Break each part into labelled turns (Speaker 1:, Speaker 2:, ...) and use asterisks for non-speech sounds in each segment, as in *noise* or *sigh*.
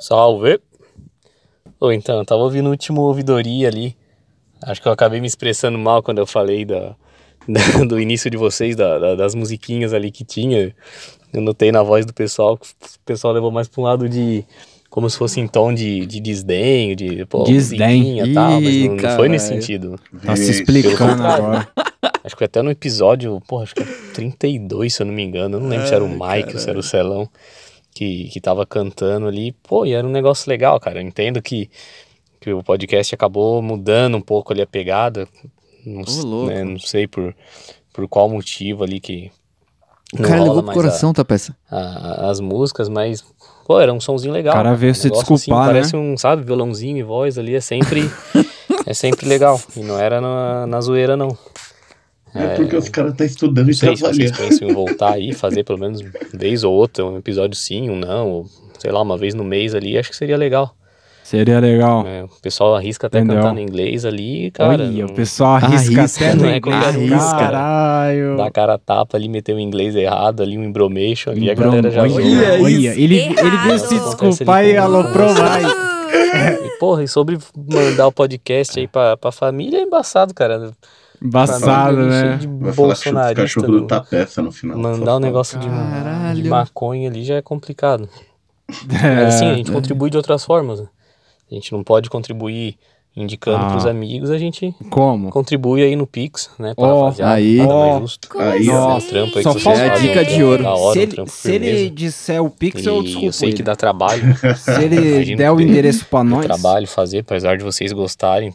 Speaker 1: Salve! Ou então, eu tava ouvindo o último ouvidoria ali. Acho que eu acabei me expressando mal quando eu falei da, da- *laughs* do início de vocês, da- da- das musiquinhas ali que tinha. Eu notei na voz do pessoal que o pessoal levou mais pra um lado de. Como se fosse em tom de, de desdém, de. Pô,
Speaker 2: Desdém.
Speaker 1: musiquinha e tal, mas
Speaker 3: Ih,
Speaker 1: não, não foi nesse
Speaker 3: caralho.
Speaker 1: sentido.
Speaker 2: Tá se
Speaker 4: Vixe.
Speaker 2: explicando agora.
Speaker 1: Acho que foi até no episódio, porra, acho que é era 32, se eu não me engano. Eu não lembro se era o Mike ou se era o Celão que, que tava cantando ali. Pô, e era um negócio legal, cara. Eu entendo que, que o podcast acabou mudando um pouco ali a pegada. Não, s-
Speaker 3: louco.
Speaker 1: né, não sei por, por qual motivo ali que.
Speaker 3: O
Speaker 1: não
Speaker 3: cara
Speaker 1: rola
Speaker 3: levou pro
Speaker 1: mais a-
Speaker 3: coração, tá, peça?
Speaker 1: a- a- as músicas, mas, pô, era um somzinho legal.
Speaker 2: O cara veio se
Speaker 1: negócio
Speaker 2: desculpar, né?
Speaker 1: Parece um, sabe, violãozinho e voz ali, é
Speaker 2: *laughs*
Speaker 1: sempre, é sempre legal. E não era na, na zoeira, não.
Speaker 4: É porque os caras estão estudando
Speaker 1: Não
Speaker 4: e
Speaker 1: sei se vocês
Speaker 4: trabalhando.
Speaker 1: pensam em voltar aí, fazer pelo menos uma vez ou outra, um episódio sim, um não, ou, sei lá, uma vez no mês ali, acho que seria legal.
Speaker 2: Seria legal.
Speaker 1: É, o pessoal arrisca até
Speaker 2: Entendeu?
Speaker 1: cantar no inglês ali, cara.
Speaker 2: Olha, o
Speaker 1: não-
Speaker 2: pessoal arrisca, né?
Speaker 3: Arrisca,
Speaker 2: até
Speaker 1: não
Speaker 2: no
Speaker 1: é
Speaker 2: inglês.
Speaker 1: qualquer um, cara.
Speaker 2: Caralho.
Speaker 1: Dá a cara a tapa ali, meter um inglês errado ali, um embromation ali, a galera já
Speaker 2: Olha,
Speaker 1: zoa.
Speaker 3: Olha
Speaker 2: olha,
Speaker 3: isso.
Speaker 2: ele, ele veio se
Speaker 1: Errado.
Speaker 2: desculpar e aloprou mais.
Speaker 1: *laughs* E, porra, e sobre mandar o podcast aí pra, pra família é embaçado, cara.
Speaker 2: Embaçado,
Speaker 1: Família ali,
Speaker 2: né?
Speaker 1: é Cheio de
Speaker 4: Vai falar que chupa o
Speaker 1: bolsonarista. né?
Speaker 4: cachorro
Speaker 1: no-
Speaker 4: do Tapeça no final.
Speaker 1: Mandar um negócio de,
Speaker 3: Caralho.
Speaker 1: de maconha ali já
Speaker 2: *laughs*
Speaker 1: é complicado.
Speaker 2: É.
Speaker 1: Mas assim, a gente contribui de outras formas. né? A gente não pode contribuir indicando
Speaker 2: Ah.
Speaker 1: pros amigos, a gente
Speaker 2: Como?
Speaker 1: Contribui aí no Pix, né? Pra
Speaker 2: Ó,
Speaker 1: rapaziada,
Speaker 3: aí.
Speaker 1: nada mais
Speaker 2: Ó.
Speaker 1: justo.
Speaker 5: Como
Speaker 4: Aí,
Speaker 5: assim?
Speaker 2: ó.
Speaker 1: trampo aí
Speaker 2: Só
Speaker 1: que vocês
Speaker 2: falta
Speaker 1: fazem,
Speaker 2: dica de ouro.
Speaker 1: Da hora,
Speaker 2: se
Speaker 1: um
Speaker 2: ele,
Speaker 1: trampo
Speaker 2: se ele
Speaker 1: firmeza.
Speaker 2: disser o Pix, eu
Speaker 1: E
Speaker 2: desculpo.
Speaker 1: eu sei
Speaker 2: ele.
Speaker 1: que dá trabalho.
Speaker 2: *laughs* Se ele
Speaker 1: Imagino
Speaker 2: der
Speaker 1: que
Speaker 2: o
Speaker 1: dê.
Speaker 2: endereço pra
Speaker 1: dá
Speaker 2: nós.
Speaker 1: trabalho fazer, apesar de vocês gostarem.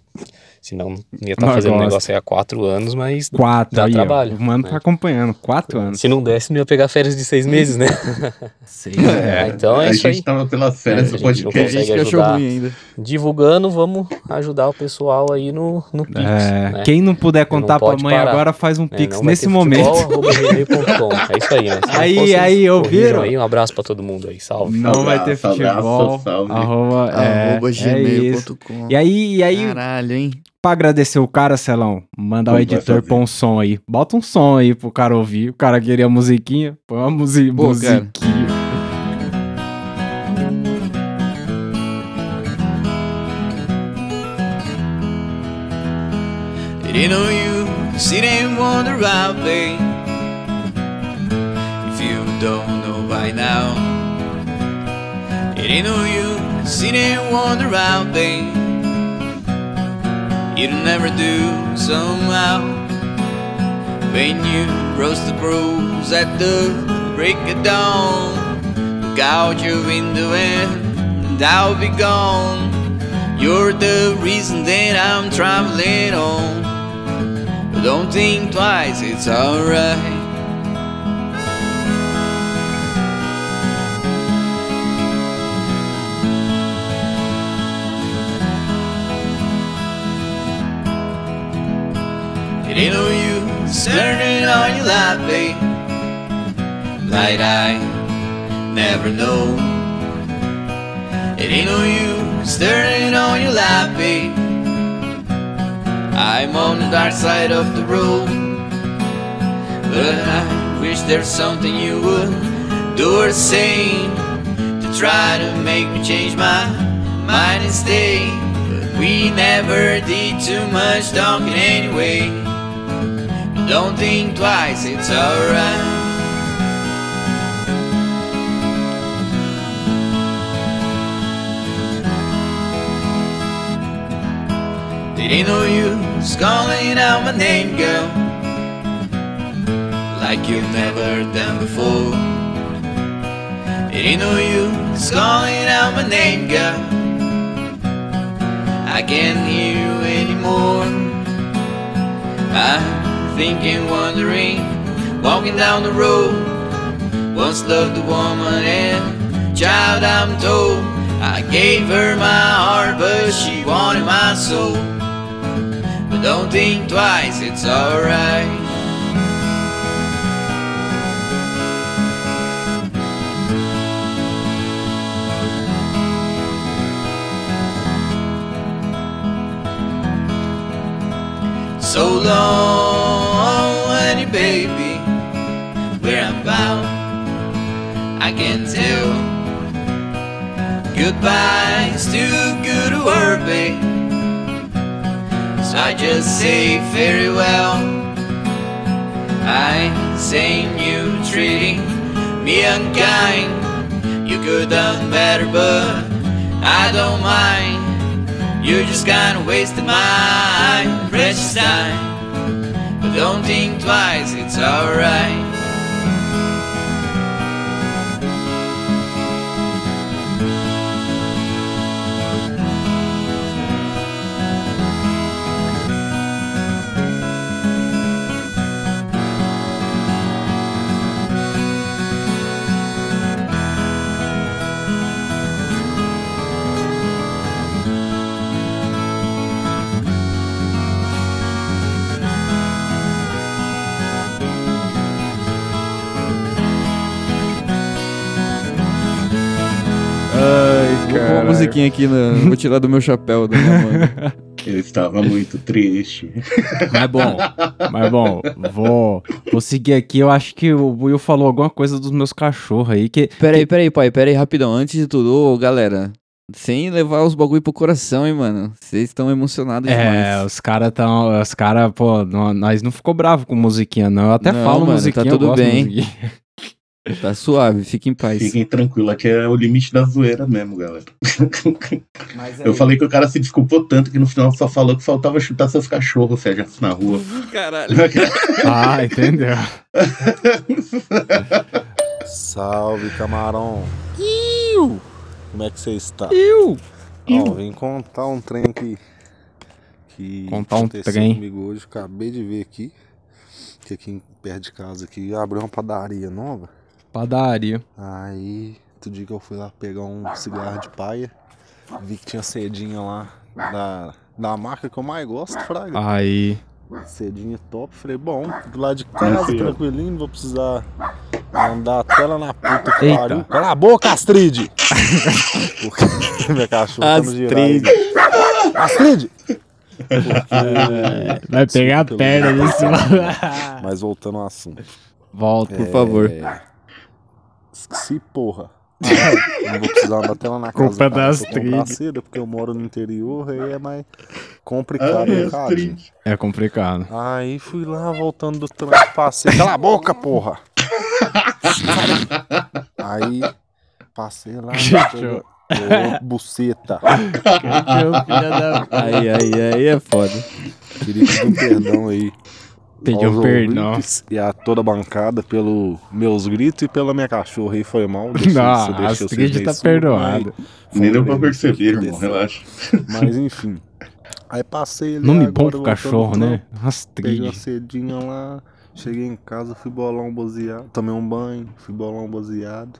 Speaker 1: Senão ia estar
Speaker 2: Nós
Speaker 1: fazendo um
Speaker 2: gosta.
Speaker 1: negócio aí há quatro anos, mas.
Speaker 2: Quatro,
Speaker 1: Dá
Speaker 2: aí, ó.
Speaker 1: trabalho,
Speaker 2: O mano tá
Speaker 1: né?
Speaker 2: acompanhando. Quatro anos.
Speaker 1: Se não desse, não ia pegar férias de seis meses, né?
Speaker 2: *laughs* Seis.
Speaker 1: Ah, então é
Speaker 4: a
Speaker 1: isso
Speaker 4: gente
Speaker 1: aí.
Speaker 4: tava pelas
Speaker 1: É,
Speaker 4: férias do
Speaker 1: a gente não
Speaker 3: Tem
Speaker 4: podcast.
Speaker 3: gente
Speaker 1: consegue
Speaker 3: que achou
Speaker 1: ajudar.
Speaker 3: ruim ainda.
Speaker 1: Divulgando, vamos ajudar o pessoal aí no, no Pix.
Speaker 2: É,
Speaker 1: né?
Speaker 2: Quem não puder contar pra
Speaker 1: pode
Speaker 2: mãe
Speaker 1: parar.
Speaker 2: agora, faz um
Speaker 1: É,
Speaker 2: Pix
Speaker 1: não vai
Speaker 2: nesse
Speaker 1: ter
Speaker 2: momento.
Speaker 1: futebol, arroba gmail.com. É isso aí, né? Se não
Speaker 2: Aí,
Speaker 1: fosse,
Speaker 2: aí, ouviram?
Speaker 1: corrijam Aí, um abraço pra todo mundo aí. Salve.
Speaker 2: Não vai ter
Speaker 4: Abraço, abraço,
Speaker 2: futebol.
Speaker 4: salve.
Speaker 2: Arroba, é,
Speaker 3: Arroba
Speaker 2: é isso.
Speaker 3: gmail.com.
Speaker 2: E aí, e aí
Speaker 3: Caralho, hein?
Speaker 2: pra agradecer o cara, Celão, mandar o
Speaker 4: Não vai
Speaker 2: editor
Speaker 4: fazer.
Speaker 2: pôr um som aí. Bota um som aí pro cara ouvir. O cara queria musiquinha, põe uma musi
Speaker 3: Pô, cara.
Speaker 2: musiquinha.
Speaker 6: It ain't no use, it ain't on the right way. If you don't know by now, it ain't no use, it ain't on the right way. It'll never do somehow. When you roast the pros at the break of dawn, look out your window and I'll be gone. You're the reason that I'm traveling on. But don't think twice, it's alright. It ain't no use turning on your light, babe. Light I never know. It ain't no use turning on your light, babe. I'm on the dark side of the road. But I wish there's something you would do or say to try to make me change my mind and stay. But we never did too much talking anyway. Don't think twice, it's alright. It ain't no use calling out my name, girl. Like you've never done before. It ain't no use calling out my name, girl. I can't hear you anymore. I'm thinking, wondering, walking down the road. Once loved a woman and child I'm told I gave her my heart but she wanted my soul But don't think twice, it's alright So long, honey baby, where I'm bound I can tell Goodbye's too good a word, babe. So I just say farewell. I ain't saying you treating me unkind. You could done better, but I don't mind. You just kinda wasted my precious time. But don't think twice, it's alright.
Speaker 2: Ai,
Speaker 3: Vou pôr uma musiquinha aqui,
Speaker 4: *laughs*
Speaker 3: na... vou tirar do meu chapéu da minha manga.
Speaker 4: Eu estava muito triste.
Speaker 2: Mas bom, mas bom, vou, vou seguir aqui. Eu acho que o Will falou alguma coisa dos meus cachorros aí. Que,
Speaker 3: Peraí, peraí, pai, peraí, rapidão. Antes de tudo, ô, galera, sem levar os bagulho pro coração, hein, mano. Vocês estão emocionados
Speaker 2: é,
Speaker 3: demais.
Speaker 2: os caras tão. Os caras, pô, nó- nós não ficou bravo com musiquinha, não. Eu até
Speaker 3: Não,
Speaker 2: falo
Speaker 3: mano, tá
Speaker 2: musiquinha, eu
Speaker 3: tudo
Speaker 2: gosto de
Speaker 3: bem. *laughs*
Speaker 2: musiquinha.
Speaker 3: Tá suave, fique em paz.
Speaker 4: Fiquem tranquilos, aqui é o limite da zoeira mesmo, galera.
Speaker 1: é
Speaker 4: Eu falei que o cara se desculpou tanto que no final só falou que faltava chutar seus cachorros, Sérgio, na rua. *laughs*
Speaker 3: Caralho.
Speaker 2: Ah, entendeu?
Speaker 7: Salve, camarão. Como é que você está?
Speaker 2: Eu!
Speaker 7: Ó, vim contar um trem aqui. Que
Speaker 2: Contar um
Speaker 7: aconteceu
Speaker 2: trem.
Speaker 7: comigo hoje. Acabei de ver aqui. Que aqui em- perto de casa aqui abriu uma padaria nova.
Speaker 2: Padaria.
Speaker 7: Aí, outro dia que eu fui lá pegar um cigarro de paia, vi que tinha cedinha lá da, da marca que eu mais gosto, Fraga.
Speaker 2: Aí.
Speaker 7: Cedinha top. Falei, bom, do lado de casa,
Speaker 4: Tranquilo.
Speaker 7: tranquilinho, não vou precisar andar até lá na puta que
Speaker 2: Eita.
Speaker 7: pariu. Cala a boca, Astrid! *laughs* Porque *laughs* minha cachorra tá no girar aí. Astrid! Porque...
Speaker 2: *laughs* Vai pegar a perna nisso,
Speaker 7: Mas voltando ao assunto.
Speaker 2: Volta.
Speaker 3: Por favor.
Speaker 7: Esqueci, porra. Ah, não vou precisar andar até lá na casa.
Speaker 2: Culpa
Speaker 7: do cara
Speaker 2: das
Speaker 7: pra comprar
Speaker 2: trilhas.
Speaker 7: seda, porque eu moro no interior, aí é mais
Speaker 4: Ah,
Speaker 7: complicado. é
Speaker 4: Ai,
Speaker 7: cara.
Speaker 4: Ah, Astrid.
Speaker 2: É complicado.
Speaker 7: Aí fui lá, voltando do trânsito, passei. Cala a boca, *laughs* porra! aí passei lá.
Speaker 2: Cachorro.
Speaker 7: Ô, buceta.
Speaker 3: Aí, aí, aí é foda.
Speaker 7: Queria pedir um perdão aí.
Speaker 2: Pedir um
Speaker 7: aos
Speaker 2: perdão.
Speaker 7: ouvintes E a toda a bancada pelo meus gritos e pela minha cachorra aí foi mal. deixei-
Speaker 2: Não,
Speaker 7: deixei
Speaker 2: a
Speaker 7: vocês
Speaker 2: Astrid
Speaker 7: bem surdos,
Speaker 2: tá
Speaker 7: mas
Speaker 2: perdoada.
Speaker 7: foi
Speaker 4: Nem
Speaker 7: um
Speaker 4: deu pra
Speaker 7: erro,
Speaker 4: perceber,
Speaker 7: isso
Speaker 4: irmão,
Speaker 7: aconteceu.
Speaker 4: relaxa.
Speaker 7: Mas enfim. Aí passei ali.
Speaker 2: Nome
Speaker 7: agora
Speaker 2: bom pro
Speaker 7: voltando
Speaker 2: cachorro,
Speaker 7: pro
Speaker 2: né?
Speaker 7: Peguei uma
Speaker 2: Astrid.
Speaker 7: cedinha lá, cheguei em casa, fui bolar um baseado, tomei um banho, fui bolar um baseado.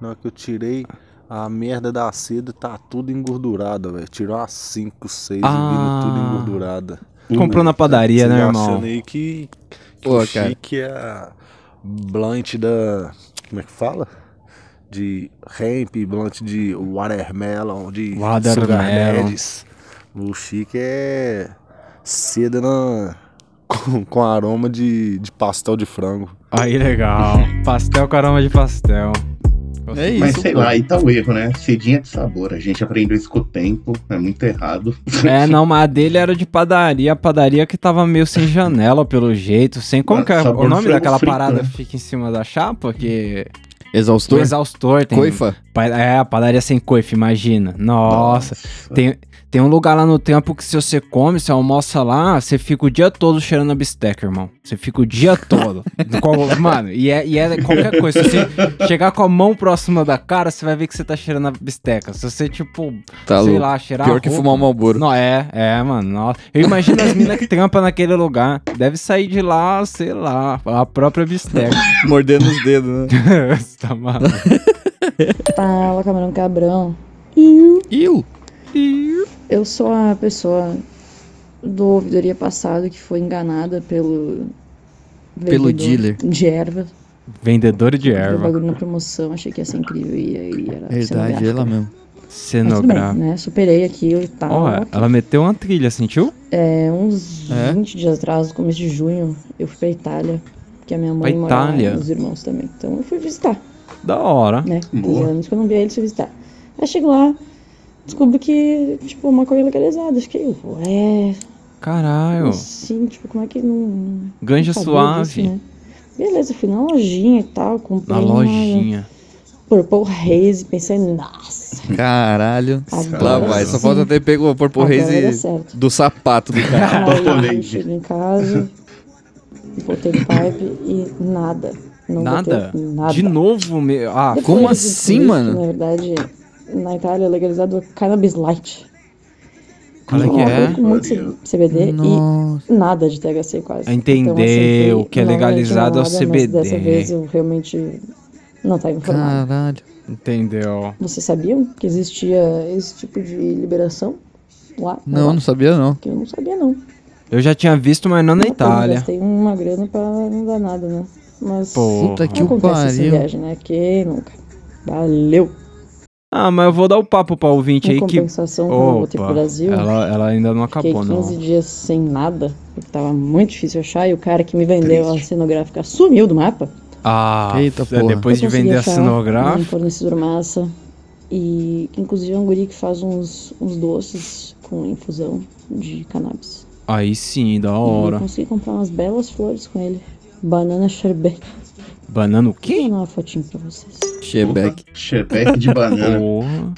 Speaker 7: Na hora que eu tirei, a merda da seda tá tudo engordurada, velho. Tirou umas 5, 6
Speaker 2: Ah.
Speaker 7: e vindo tudo engordurada.
Speaker 2: Comprou na
Speaker 7: Vocês
Speaker 2: padaria, né,
Speaker 7: achando
Speaker 2: irmão?
Speaker 7: aí que, que
Speaker 3: Pô,
Speaker 7: o
Speaker 3: cara.
Speaker 7: chique é a blunt da... como é que fala? De hemp, blunt de watermelon, de
Speaker 2: Watermelon.
Speaker 7: sugarnellis. O chique é seda na... *laughs* com, com aroma de, de pastel de frango.
Speaker 2: Aí, legal. Pastel, caramba de pastel.
Speaker 3: É isso.
Speaker 4: Mas sei
Speaker 3: pô.
Speaker 4: lá, aí tá o erro, né? Cedinha de sabor. A gente aprendeu isso com o tempo, é muito errado. *laughs*
Speaker 2: É, não, mas a dele era de padaria. A padaria que tava meio sem janela, pelo jeito. Sem. Como que é
Speaker 4: Sabor
Speaker 2: o nome
Speaker 4: Ah, frango
Speaker 2: daquela
Speaker 4: frito,
Speaker 2: parada
Speaker 4: né?
Speaker 2: que fica em cima da chapa? Que. Do
Speaker 3: Exaustor?
Speaker 2: exaustor tem.
Speaker 3: Coifa?
Speaker 2: Pa- É, a padaria sem coifa, imagina. Nossa. Tem, tem um lugar lá no tempo que se você come, você almoça lá, você fica o dia todo cheirando a bisteca, irmão. Você fica o dia
Speaker 3: *laughs*
Speaker 2: todo. Com- Mano, e é, e é qualquer coisa. Se você chegar com a mão próxima da cara, você vai ver que você tá cheirando a bisteca. Se você, tipo,
Speaker 3: Tá
Speaker 2: sei
Speaker 3: louco.
Speaker 2: lá, cheirar
Speaker 3: Pior
Speaker 2: a
Speaker 3: que
Speaker 2: roupa-
Speaker 3: fumar um malboro.
Speaker 2: Não, é, é, mano. Nossa. Eu imagino as minas
Speaker 3: *laughs*
Speaker 2: que trampam naquele lugar. Deve sair de lá, sei lá, a própria bisteca.
Speaker 3: *laughs* Mordendo os dedos, né?
Speaker 2: Você *laughs* tá maluco.
Speaker 8: Fala, camarão cabrão.
Speaker 3: Iu!
Speaker 8: Eu sou a pessoa do ouvidoria passado que foi enganada pelo.
Speaker 3: Pelo
Speaker 8: vendedor
Speaker 3: dealer.
Speaker 8: De erva.
Speaker 2: Vendedor de
Speaker 8: Erva.
Speaker 2: erva.
Speaker 8: bagulho na promoção, achei que ia ser incrível. E aí era.
Speaker 3: Verdade,
Speaker 8: cenográfica.
Speaker 3: ela mesmo.
Speaker 8: tá Mas tudo bem,
Speaker 2: Cenográfico.
Speaker 8: né? Tá Superei aquilo e tal.
Speaker 2: Ó, é. ela meteu uma trilha, sentiu?
Speaker 8: É, uns
Speaker 3: É?
Speaker 8: 20 dias atrás, no começo de junho, eu fui pra Itália. Porque a minha mãe
Speaker 2: Pra
Speaker 8: mora lá,
Speaker 2: Itália?
Speaker 8: e meus irmãos também. Então eu fui visitar,
Speaker 2: Da hora.
Speaker 8: né?
Speaker 4: Boa.
Speaker 8: Fazia anos que eu não via eles fui visitar. Aí chego lá, descubro que, tipo, maconha legalizada. Fiquei, ué,
Speaker 2: Caralho.
Speaker 8: assim, tipo, como é que não.
Speaker 2: Ganja
Speaker 8: Não sabia
Speaker 2: suave.
Speaker 8: disso, né? Beleza, fui na lojinha e tal, comprei
Speaker 2: Na
Speaker 8: uma
Speaker 2: lojinha.
Speaker 8: Purple Haze, pensei, nossa,
Speaker 3: Caralho. Lá
Speaker 8: agora
Speaker 3: vai, só
Speaker 8: sim,
Speaker 3: falta ter pego o Purple
Speaker 8: agora vai dar
Speaker 3: Haze
Speaker 8: certo.
Speaker 3: do sapato do cara.
Speaker 8: Aí
Speaker 4: Purple
Speaker 8: eu
Speaker 4: Haze.
Speaker 8: cheguei em casa, botei pipe e nada. Não
Speaker 2: Nada?
Speaker 8: Botei nada.
Speaker 2: De novo, meu. Ah,
Speaker 8: Depois né?
Speaker 3: como
Speaker 8: eu
Speaker 3: assim,
Speaker 8: descobri que,
Speaker 3: mano?
Speaker 8: Na verdade, na Itália é legalizado cannabis light.
Speaker 2: qual é
Speaker 8: Então,
Speaker 2: que
Speaker 8: uma coisa
Speaker 2: é?
Speaker 8: com muito CBD e
Speaker 3: Nossa.
Speaker 8: nada de THC quase. Então, assim,
Speaker 2: Entendeu?
Speaker 8: foi
Speaker 2: O que é
Speaker 8: novamente
Speaker 2: legalizado é o
Speaker 8: uma nada, Mas dessa vez
Speaker 2: CBD.
Speaker 8: eu realmente não estava informado.
Speaker 3: Caralho.
Speaker 2: Entendeu?
Speaker 8: Vocês sabiam que existia esse tipo de liberação lá? na
Speaker 3: Não,
Speaker 8: Europa?
Speaker 3: não sabia não.
Speaker 8: Que eu não sabia, não.
Speaker 2: Eu já tinha visto, mas não na Itália.
Speaker 8: Tem uma grana pra não dar nada, né? Mas
Speaker 2: Pô.
Speaker 3: Puta que
Speaker 8: não acontece essa
Speaker 3: pariu.
Speaker 8: viagem, né? Que nunca. Valeu!
Speaker 2: Ah, mas eu vou dar o papo pra ouvinte
Speaker 8: Em
Speaker 2: aí que.
Speaker 8: compensação, quando eu voltei
Speaker 2: Opa,
Speaker 8: pro Brasil,
Speaker 2: ela, ela ainda não
Speaker 8: fiquei
Speaker 2: acabou,
Speaker 8: 15
Speaker 2: não.
Speaker 8: dias sem nada, porque tava muito difícil achar, e o cara que me vendeu a cenográfica sumiu do mapa.
Speaker 2: Ah,
Speaker 3: Eita,
Speaker 2: é
Speaker 3: porra.
Speaker 2: depois
Speaker 8: Eu
Speaker 2: de
Speaker 8: consegui
Speaker 2: vender a
Speaker 8: achar Um
Speaker 2: cenográfica.
Speaker 8: fornecedor massa. E inclusive é um guri que faz uns, uns doces com infusão de cannabis.
Speaker 2: Aí sim, da
Speaker 8: E
Speaker 2: hora.
Speaker 8: Eu consegui comprar umas belas flores com ele. Banana sherbet.
Speaker 2: Banana o
Speaker 8: Vou
Speaker 2: quê?
Speaker 8: mandar uma fotinho pra vocês.
Speaker 3: Chebec.
Speaker 4: Chepeque de
Speaker 2: *laughs*
Speaker 4: banana.
Speaker 2: Porra.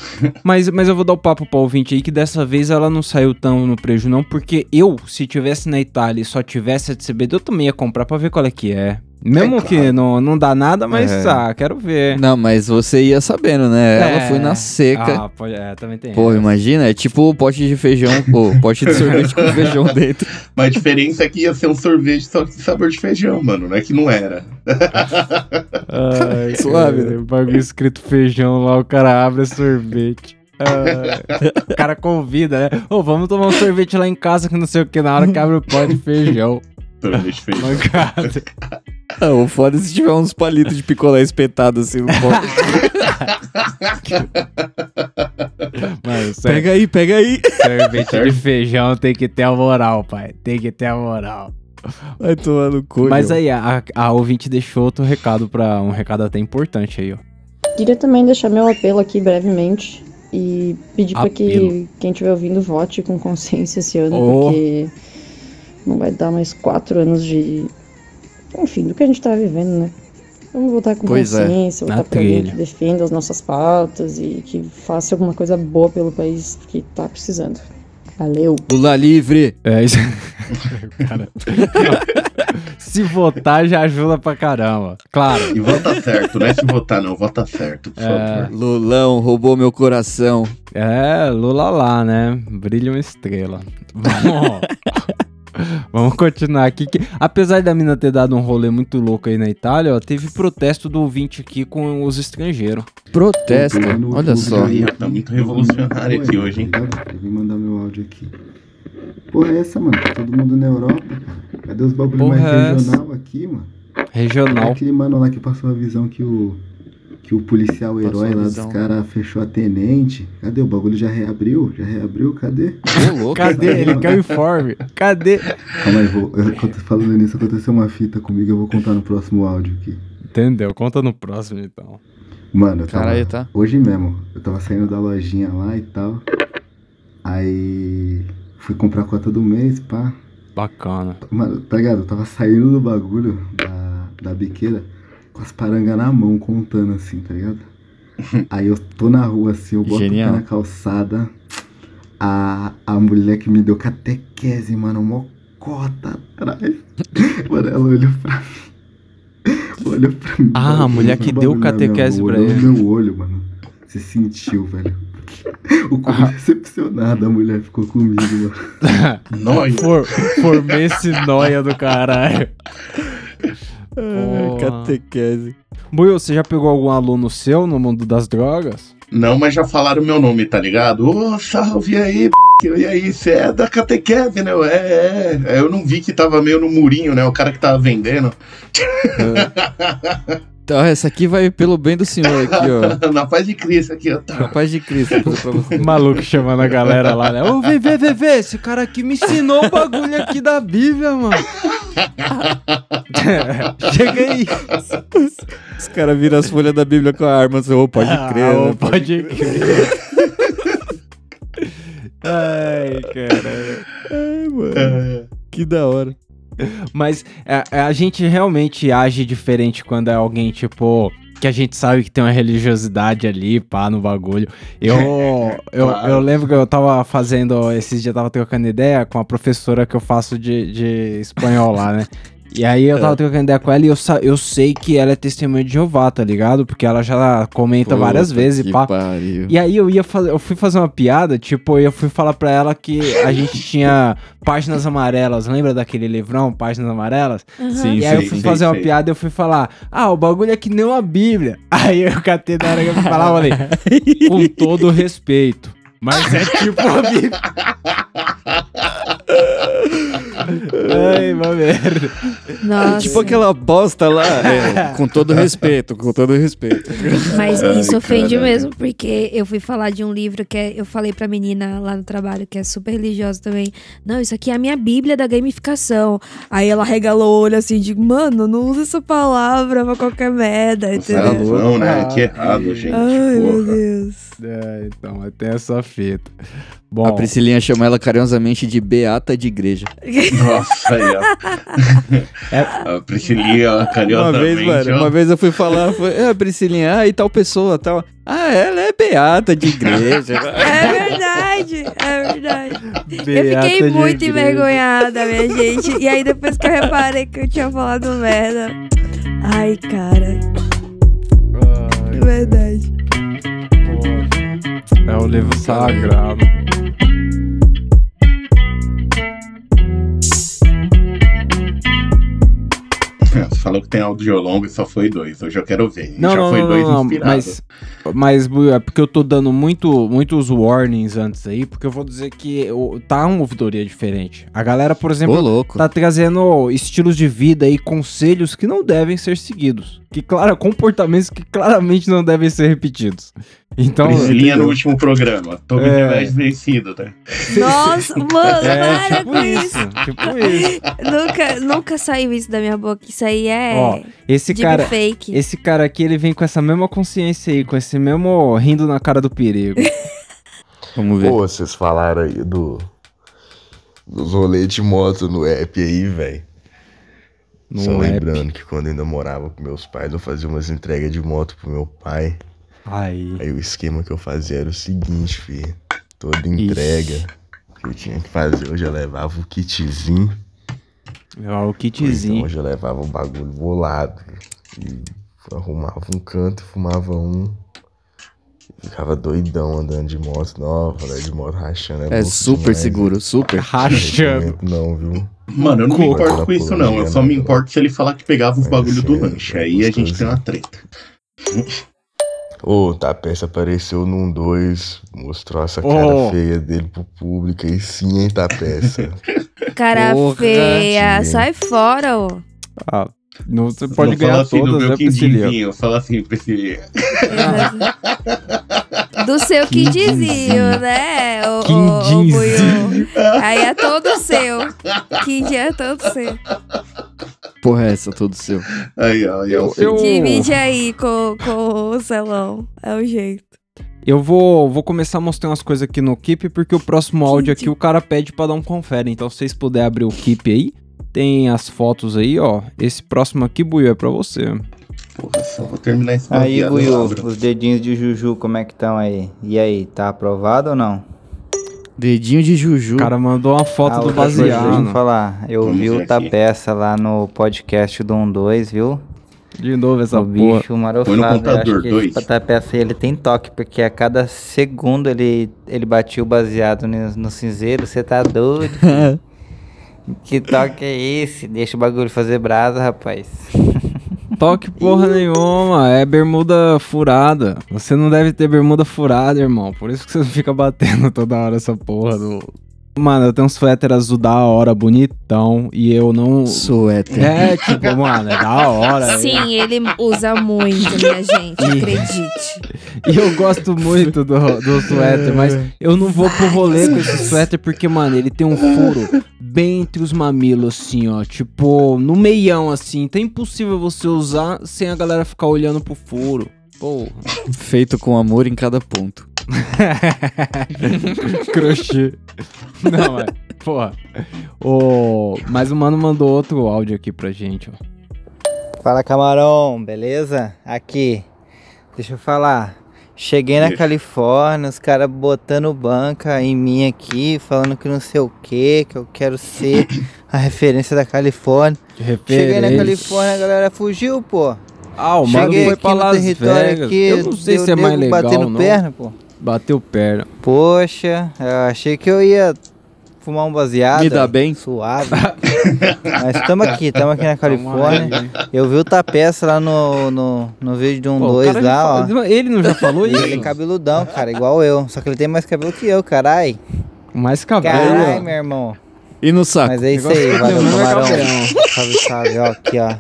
Speaker 2: mas, mas eu vou dar o papo pra ouvinte aí que dessa vez ela não saiu tão no prejuízo, não. Porque eu, se tivesse na Itália e só tivesse a de CBD, eu também ia comprar pra ver qual é que é. Mesmo que não, não dá nada, mas
Speaker 3: É.
Speaker 2: ah, quero ver.
Speaker 3: Não, mas você ia sabendo, né?
Speaker 2: É.
Speaker 3: Ela foi na seca.
Speaker 2: Ah, pode, é, também tem.
Speaker 3: Pô,
Speaker 2: essa.
Speaker 3: imagina, é tipo o pote de feijão, pô,
Speaker 2: *laughs*
Speaker 3: pote de sorvete com feijão
Speaker 4: *laughs*
Speaker 3: dentro.
Speaker 4: Mas a diferença é que ia ser um sorvete só de sabor de feijão, mano. Não é que não era. *laughs*
Speaker 2: *laughs* Ai,
Speaker 3: Suave,
Speaker 2: cara, bagulho escrito feijão lá, o cara abre sorvete. Ai, o cara convida, né? Ô, vamos tomar um sorvete lá em casa que não sei o que, na hora que abre o pó de feijão.
Speaker 4: Sorvete de feijão.
Speaker 2: Mancada.
Speaker 3: Ah, o foda é se tiver uns palitos de picolé espetado assim no pote.
Speaker 2: *laughs* Mano, sério,
Speaker 3: pega aí, pega aí.
Speaker 2: sorvete de feijão tem que ter a moral, pai. Tem que ter a moral.
Speaker 3: Vai tomar no cu.
Speaker 2: Mas
Speaker 3: meu.
Speaker 2: aí, a, a ouvinte deixou outro recado pra. Um recado até importante aí, ó.
Speaker 8: Queria também deixar meu apelo aqui brevemente e pedir pra
Speaker 2: Apelo.
Speaker 8: que quem estiver ouvindo vote com consciência esse ano,
Speaker 2: Oh.
Speaker 8: porque não vai dar mais quatro anos de. Enfim, do que a gente tá vivendo, né? Vamos votar com
Speaker 3: Pois é,
Speaker 8: consciência,
Speaker 2: na
Speaker 8: votar pra alguém
Speaker 2: trilha.
Speaker 8: que defenda as nossas pautas e que faça alguma coisa boa pelo país que tá precisando. Valeu!
Speaker 2: *laughs*
Speaker 3: Lula livre.
Speaker 2: É isso. cara. Se votar já ajuda pra caramba. Claro.
Speaker 4: E vota certo, não é que votar não, vota certo, por favor.
Speaker 3: Lulão roubou meu coração.
Speaker 2: É, Lula lá, né? Brilha uma estrela. Vamos, vamos continuar aqui. que- apesar da mina ter dado um rolê muito louco aí na Itália, ó, teve protesto do ouvinte aqui com os estrangeiros.
Speaker 3: Protesto. Olha só.
Speaker 4: Aí, tá muito revolucionário aqui hoje, hein?
Speaker 9: Eu vim mandar meu áudio aqui. Porra, é essa, mano? Tá Todo mundo na Europa. pô. Cadê os bagulho
Speaker 2: Porra,
Speaker 9: mais
Speaker 2: é essa?
Speaker 9: regional aqui, mano?
Speaker 2: Regional.
Speaker 9: Aquele mano lá que passou a visão que o. Que o policial
Speaker 3: Passou
Speaker 9: herói
Speaker 3: a
Speaker 9: lá dos
Speaker 3: visão.
Speaker 9: caras fechou a tenente. Cadê? O bagulho já reabriu? Já reabriu? Cadê?
Speaker 3: Ô, louco.
Speaker 2: Cadê? Ele quer o informe. Cadê?
Speaker 9: Calma aí, vou. Eu, eu tô falando nisso, aconteceu uma fita comigo, eu vou contar no próximo áudio aqui.
Speaker 2: Entendeu? Conta no próximo, então.
Speaker 9: Mano, eu tava,
Speaker 3: Caralho, tá.
Speaker 9: hoje mesmo, eu tava saindo da lojinha lá e tal. Aí fui comprar a cota do mês, pá.
Speaker 2: Bacana.
Speaker 9: Mano, tá ligado? Eu tava saindo do bagulho da, da biqueira com as parangas na mão, contando assim,
Speaker 3: *laughs*
Speaker 9: tá ligado? Aí eu tô na rua assim, eu boto
Speaker 3: Genial.
Speaker 9: o pé na calçada. A, a mulher que me deu catequese, mano, mocota atrás. Mano, ela olhou pra mim. Olhou pra mim.
Speaker 2: Ah, a mulher que deu
Speaker 9: Olhou na minha
Speaker 2: catequese
Speaker 9: mão,
Speaker 2: pra
Speaker 9: olhou
Speaker 2: ele.
Speaker 9: no meu olho, mano. Você sentiu, velho. *laughs* O cu
Speaker 2: Ah.
Speaker 9: decepcionado a mulher ficou comigo, mano.
Speaker 4: Nós.
Speaker 2: *laughs* For, formei esse noia do caralho.
Speaker 3: Ah, Catequese.
Speaker 2: Buiu, você já pegou algum aluno seu no mundo das drogas?
Speaker 4: Não, mas já falaram meu nome, tá ligado? Ô, salve aí, p***. e aí, você é da catequese, né? É, é, é. Eu não vi que tava meio no murinho, né? O cara que tava vendendo
Speaker 3: É, Então, essa aqui vai pelo bem do senhor aqui, ó.
Speaker 4: *laughs* na paz de Cristo aqui, ó. Tá.
Speaker 3: Capaz de Cristo. eu falo pra
Speaker 2: *laughs*
Speaker 3: você.
Speaker 2: Maluco chamando a *laughs* galera lá, né? Ô, vê, vê, vê, vê, esse cara aqui me ensinou o bagulho aqui da Bíblia, mano. *laughs* Chega aí.
Speaker 3: Os caras viram as folhas da Bíblia com a arma. Assim, oh, pode crer,
Speaker 2: Ah,
Speaker 3: né?
Speaker 2: pode crer. Ai, cara.
Speaker 3: É, mano. Que da hora.
Speaker 2: Mas é, é, a gente realmente age diferente quando é alguém, tipo, que a gente sabe que tem uma religiosidade ali, pá, no bagulho. Eu,
Speaker 3: *laughs*
Speaker 2: eu, eu lembro que eu tava fazendo, esses dias eu tava trocando ideia com a professora que eu faço de, de espanhol lá, né? E aí eu
Speaker 3: *laughs* É.
Speaker 2: tava trocando ideia com ela e eu, sa- eu sei que ela é testemunha de Jeová, tá ligado? Porque ela já comenta várias
Speaker 3: Puta
Speaker 2: vezes,
Speaker 3: que
Speaker 2: e pá.
Speaker 3: pariu.
Speaker 2: E aí eu ia fazer, eu fui fazer uma piada, tipo, eu fui falar pra ela que a gente tinha páginas amarelas, lembra daquele livrão, páginas amarelas?
Speaker 3: Sim,
Speaker 2: E aí eu fui fazer uma piada e eu fui falar, ah, o bagulho é que nem uma bíblia. *laughs* Aí eu catei na hora que eu fui falar, eu
Speaker 10: *laughs*
Speaker 2: falei, com todo respeito. Mas é tipo uma *laughs* bíblia. Ai, uma merda.
Speaker 11: Nossa.
Speaker 3: Tipo aquela bosta lá. É, com todo respeito, com todo respeito.
Speaker 11: Mas
Speaker 4: Ai,
Speaker 11: isso ofende
Speaker 4: caralho.
Speaker 11: mesmo, porque eu fui falar de um livro que é- eu falei pra menina lá no trabalho, que é super religiosa também. Não, isso aqui é a minha bíblia da gamificação. Aí ela regalou o olho assim, de mano, não usa essa palavra pra qualquer merda,
Speaker 4: Não,
Speaker 11: entendeu?
Speaker 4: não,
Speaker 3: Ah.
Speaker 4: né? Que errado, gente.
Speaker 11: Ai, meu
Speaker 4: Porra.
Speaker 11: Deus.
Speaker 2: É, então, até essa fita. Bom,
Speaker 3: A Priscilinha chama ela carinhosamente de Beata de Igreja.
Speaker 4: Nossa, aí, ó. *laughs* A Priscilinha,
Speaker 3: Uma vez,
Speaker 4: carinhosamente.
Speaker 3: mano,
Speaker 4: ó.
Speaker 3: uma vez eu fui falar, foi, é, Priscilinha, ah, e tal pessoa, tal. Ah, ela é Beata de Igreja.
Speaker 4: *laughs*
Speaker 11: É verdade, é verdade. eu
Speaker 2: Beata
Speaker 11: fiquei
Speaker 2: de
Speaker 11: muito
Speaker 2: igreja.
Speaker 11: envergonhada, minha gente. E aí depois que eu reparei que eu tinha falado merda. Ai, cara. É verdade.
Speaker 2: É o livro sagrado.
Speaker 4: *laughs* Você falou que tem áudio longo e só foi dois. Hoje eu quero ver.
Speaker 2: Não,
Speaker 4: Já
Speaker 2: não,
Speaker 4: foi
Speaker 2: não,
Speaker 4: dois
Speaker 2: não, não,
Speaker 4: inspirados.
Speaker 2: mas, mas Bu, é porque eu tô dando muito, muitos warnings antes aí, porque eu vou dizer que eu- tá uma ouvidoria diferente. A galera, por
Speaker 3: Ô,
Speaker 2: exemplo,
Speaker 3: louco.
Speaker 2: tá trazendo estilos de vida e conselhos que não devem ser seguidos. Que, claro, *laughs* comportamentos que claramente não devem ser repetidos. Então,
Speaker 4: Priscilinha no último programa. Tô me
Speaker 2: É.
Speaker 4: remédio vencido, tá?
Speaker 2: *laughs*
Speaker 11: Nossa, mano,
Speaker 2: é
Speaker 11: para
Speaker 2: tipo
Speaker 11: com
Speaker 2: isso,
Speaker 11: isso.
Speaker 2: tipo isso.
Speaker 11: *laughs* Nunca, nunca saiu isso da minha boca. Isso aí é
Speaker 2: Ó, Esse cara,
Speaker 11: fake.
Speaker 2: Esse cara aqui, ele vem com essa mesma consciência aí, com esse mesmo rindo na cara do
Speaker 11: *laughs*
Speaker 2: perigo.
Speaker 3: Vamos ver.
Speaker 12: Pô, vocês falaram aí do. Dos rolês de moto no app aí, velho.
Speaker 2: No
Speaker 12: Só
Speaker 2: app.
Speaker 12: lembrando que quando eu ainda morava com meus pais, eu fazia umas entregas de moto pro meu pai.
Speaker 2: Aí.
Speaker 12: Aí o esquema que eu fazia era o seguinte, filho. Toda entrega que eu tinha que fazer, eu já levava o kitzinho.
Speaker 2: Ó, o
Speaker 12: Ou Então
Speaker 2: kitzinho.
Speaker 12: eu já levava o bagulho bolado. E arrumava um canto, fumava um. Ficava doidão andando de moto nova, né? de moto rachando. né?
Speaker 3: É
Speaker 12: louco
Speaker 3: super
Speaker 12: demais,
Speaker 3: seguro, super.
Speaker 2: Racha.
Speaker 12: Recomendo Não, viu?
Speaker 4: Mano, eu não me
Speaker 12: Coco.
Speaker 4: importo com isso, não.
Speaker 12: né?
Speaker 4: Eu só me importo se ele falar que pegava os
Speaker 12: É,
Speaker 4: bagulho do
Speaker 12: sim,
Speaker 4: lanche.
Speaker 12: é
Speaker 4: Aí a gente
Speaker 12: gostoso.
Speaker 4: tem uma treta.
Speaker 12: Ô, Tapeça apareceu num 2, mostrou essa cara
Speaker 2: Ô.
Speaker 12: feia dele pro público. Aí sim, hein, tá Tapeça?
Speaker 11: Cara
Speaker 3: Porra,
Speaker 11: feia.
Speaker 12: tio.
Speaker 11: Sai fora, ô.
Speaker 2: *laughs* Ah, não, você pode
Speaker 4: não fala
Speaker 2: ganhar
Speaker 4: assim do
Speaker 2: todas, né,
Speaker 4: meu
Speaker 2: Priscilia?
Speaker 4: quindinzinho. Fala assim, Priscilinha.
Speaker 11: Do seu
Speaker 2: Que
Speaker 11: quindizinho,
Speaker 2: dizinho.
Speaker 11: né? ô- ô- ô,
Speaker 2: Quindizinho.
Speaker 11: Buiú? Aí é todo seu. Quindim é todo seu.
Speaker 3: Porra, é essa todo seu.
Speaker 4: Aí, ó. Aí, ó.
Speaker 2: Eu, eu,
Speaker 11: Divide aí com, com o Celão. É o jeito.
Speaker 2: eu vou, vou começar a mostrar umas coisas aqui no Keep, porque o próximo áudio aqui
Speaker 11: Quindim.
Speaker 2: o cara pede pra dar um confere. Então, se vocês puderem abrir o Keep aí, tem as fotos aí, ó. Esse próximo aqui, Buio, é pra você.
Speaker 4: Porra, só vou terminar esse
Speaker 13: Aí,
Speaker 4: baseado, né?
Speaker 13: Buiu,
Speaker 4: Labro.
Speaker 13: os dedinhos de Juju, como é que estão aí? E aí, tá aprovado ou não?
Speaker 3: Dedinho de Juju.
Speaker 2: O cara mandou uma foto
Speaker 13: Ah,
Speaker 2: do
Speaker 13: outra coisa, Deixa eu
Speaker 2: baseado.
Speaker 13: falar, eu
Speaker 4: Vamos
Speaker 13: vi
Speaker 4: ver
Speaker 13: o
Speaker 4: aqui.
Speaker 13: Tapeça lá no podcast do 1-2, viu?
Speaker 2: De novo essa
Speaker 13: o
Speaker 2: porra.
Speaker 13: bicho marofado.
Speaker 4: Foi no
Speaker 13: eu
Speaker 4: computador,
Speaker 13: acho que
Speaker 4: dois.
Speaker 13: O Tapeça, ele tem toque, porque a cada segundo ele, ele batia o baseado no, no cinzeiro, você tá
Speaker 2: *laughs*
Speaker 13: doido? filho? que toque é esse? Deixa o bagulho fazer brasa, rapaz.
Speaker 2: Toque porra nenhuma, é bermuda furada. *laughs* Você não deve ter bermuda furada, irmão. Por isso que você fica batendo toda hora essa porra do, Mano, eu tenho um suéter azul da hora, bonitão, e eu não.
Speaker 3: Suéter.
Speaker 2: É, tipo, mano, é
Speaker 13: *laughs*
Speaker 2: da hora.
Speaker 11: Sim, ele usa muito, minha gente, acredite.
Speaker 2: E eu gosto muito do, do suéter, mas eu não vou pro rolê com esse suéter porque, mano, ele tem um furo bem entre os mamilos, assim, ó. Tipo, no meião, assim. Então é impossível você usar sem a galera ficar olhando pro furo. *laughs* Porra.
Speaker 3: Feito com amor em cada
Speaker 4: *laughs*
Speaker 3: ponto.
Speaker 2: Crochê. Não, mas, porra. Ô, mas o mano mandou outro áudio aqui pra gente, ó.
Speaker 13: Fala camarão, beleza? Aqui, deixa eu falar. Cheguei na Califórnia, os caras botando banca em mim aqui, falando que não sei o que, que eu quero
Speaker 2: *coughs*
Speaker 13: ser a referência da Califórnia. Cheguei na
Speaker 2: referência.
Speaker 13: Califórnia, a galera fugiu, pô.
Speaker 2: Ah, o mano
Speaker 13: Cheguei
Speaker 2: foi
Speaker 13: aqui
Speaker 2: pra
Speaker 13: no
Speaker 2: Las
Speaker 13: território
Speaker 2: Vegas.
Speaker 13: aqui,
Speaker 2: eu não sei
Speaker 13: deu
Speaker 2: se é mais
Speaker 13: nego
Speaker 2: legal,
Speaker 13: batendo
Speaker 2: não.
Speaker 13: perna, pô.
Speaker 2: Bateu perna.
Speaker 13: Poxa, eu achei que eu ia fumar um baseado.
Speaker 3: Me dá
Speaker 2: *laughs*
Speaker 3: bem.
Speaker 13: Suave. Mas estamos aqui, estamos aqui na
Speaker 2: Tamo aí,
Speaker 13: Califórnia. Eu vi o Tapeça lá no, no, no vídeo de um
Speaker 2: Pô, o
Speaker 13: dois
Speaker 2: cara já
Speaker 13: lá, ó.
Speaker 2: falou- Ele não já falou
Speaker 13: E
Speaker 2: isso?
Speaker 13: Ele é cabeludão, cara, igual eu. Só que ele tem mais cabelo que eu, carai.
Speaker 2: Mais cabelo.
Speaker 13: Carai, meu irmão.
Speaker 3: E no saco.
Speaker 13: Mas é isso
Speaker 2: Negócio
Speaker 13: aí,
Speaker 2: que
Speaker 13: valeu,
Speaker 2: tem mais
Speaker 13: camarão.
Speaker 2: cabelão.
Speaker 13: Salve, salve, ó, aqui, ó.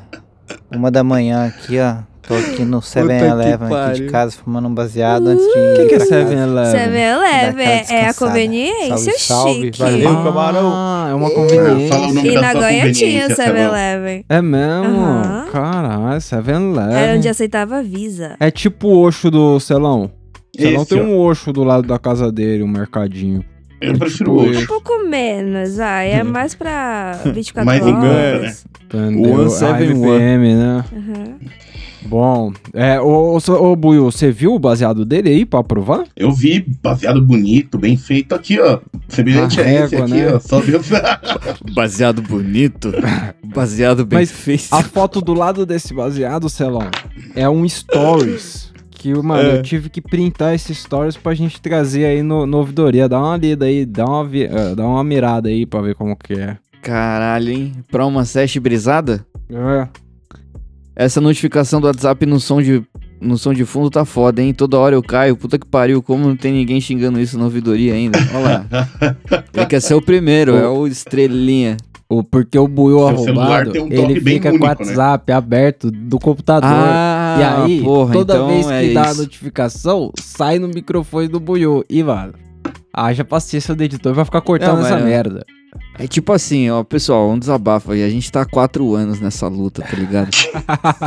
Speaker 13: Uma da manhã aqui, ó. Tô aqui no 7-Eleven aqui de
Speaker 3: pariu.
Speaker 13: casa, fumando um baseado antes de ir
Speaker 2: O que é
Speaker 13: pra casa.
Speaker 2: 7-Eleven?
Speaker 11: 7-Eleven
Speaker 13: Dá aquela
Speaker 11: é, a
Speaker 13: descansada.
Speaker 11: conveniência
Speaker 13: Salve, salve,
Speaker 11: chique.
Speaker 13: valeu.
Speaker 2: Ah,
Speaker 13: camarão.
Speaker 2: é uma
Speaker 4: Fala o
Speaker 2: conveniência.
Speaker 4: nome
Speaker 11: E
Speaker 4: da
Speaker 11: na
Speaker 4: sua
Speaker 11: Goiânia tinha o
Speaker 4: conveniência, Samuel.
Speaker 11: 7-Eleven.
Speaker 2: É mesmo?
Speaker 11: Aham.
Speaker 2: Caralho,
Speaker 11: Era
Speaker 2: 7-Eleven.
Speaker 11: onde aceitava Visa.
Speaker 2: É tipo o Oxo do Celão. O Celão
Speaker 4: Esse,
Speaker 2: tem
Speaker 4: ó.
Speaker 2: um Oxo do lado da casa dele, um mercadinho.
Speaker 4: Eu prefiro
Speaker 2: Tipo,
Speaker 4: o
Speaker 11: Um
Speaker 4: Oxo.
Speaker 11: pouco menos, ah, é
Speaker 2: Hum. *laughs*
Speaker 11: mais pra 24
Speaker 4: Mais né? em
Speaker 2: É.
Speaker 4: Goiânia,
Speaker 11: horas.
Speaker 2: Entendeu? Ah,
Speaker 3: One Seven
Speaker 2: A
Speaker 3: One.
Speaker 2: IBM, né?
Speaker 11: Aham.
Speaker 2: Bom, é, ô, ô, ô, Buiu, você viu o baseado dele aí pra provar?
Speaker 4: Eu vi baseado bonito, bem feito aqui, ó. Semelhante
Speaker 2: A
Speaker 4: a esse
Speaker 2: régua,
Speaker 4: aqui,
Speaker 2: né?
Speaker 4: ó. Só Deus.
Speaker 3: Baseado bonito. Baseado bem
Speaker 2: Mas
Speaker 3: feito.
Speaker 2: A foto do lado desse baseado, Celão, é um stories. Que, mano,
Speaker 3: É.
Speaker 2: eu tive que printar esse stories pra gente trazer aí no, no ouvidoria. Dá uma lida aí, dá uma, vi- eh, dá uma mirada aí pra ver como que é.
Speaker 3: Caralho, hein? Pra uma sesh brisada?
Speaker 2: É.
Speaker 3: Essa notificação do WhatsApp no som de no som de fundo tá foda, hein? Toda hora eu caio. Puta que pariu, como não tem ninguém xingando isso na ouvidoria ainda? Olha lá. Ele quer ser o primeiro, é o estrelinha.
Speaker 2: O, porque o Buiu
Speaker 4: Seu
Speaker 2: arrombado,
Speaker 4: celular tem um toque
Speaker 2: ele
Speaker 4: bem
Speaker 2: fica com o
Speaker 4: único, né?
Speaker 2: WhatsApp aberto do computador.
Speaker 3: Ah,
Speaker 2: e aí,
Speaker 3: porra,
Speaker 2: toda
Speaker 3: então
Speaker 2: vez que
Speaker 3: é
Speaker 2: dá a
Speaker 3: isso.
Speaker 2: notificação, sai no microfone do Buiu. E, mano, haja paciência do editor, vai ficar cortando
Speaker 3: Não, mas
Speaker 2: essa
Speaker 3: é-
Speaker 2: merda.
Speaker 3: É tipo assim, ó, pessoal, um desabafo aí. A gente tá há quatro anos nessa luta, tá ligado?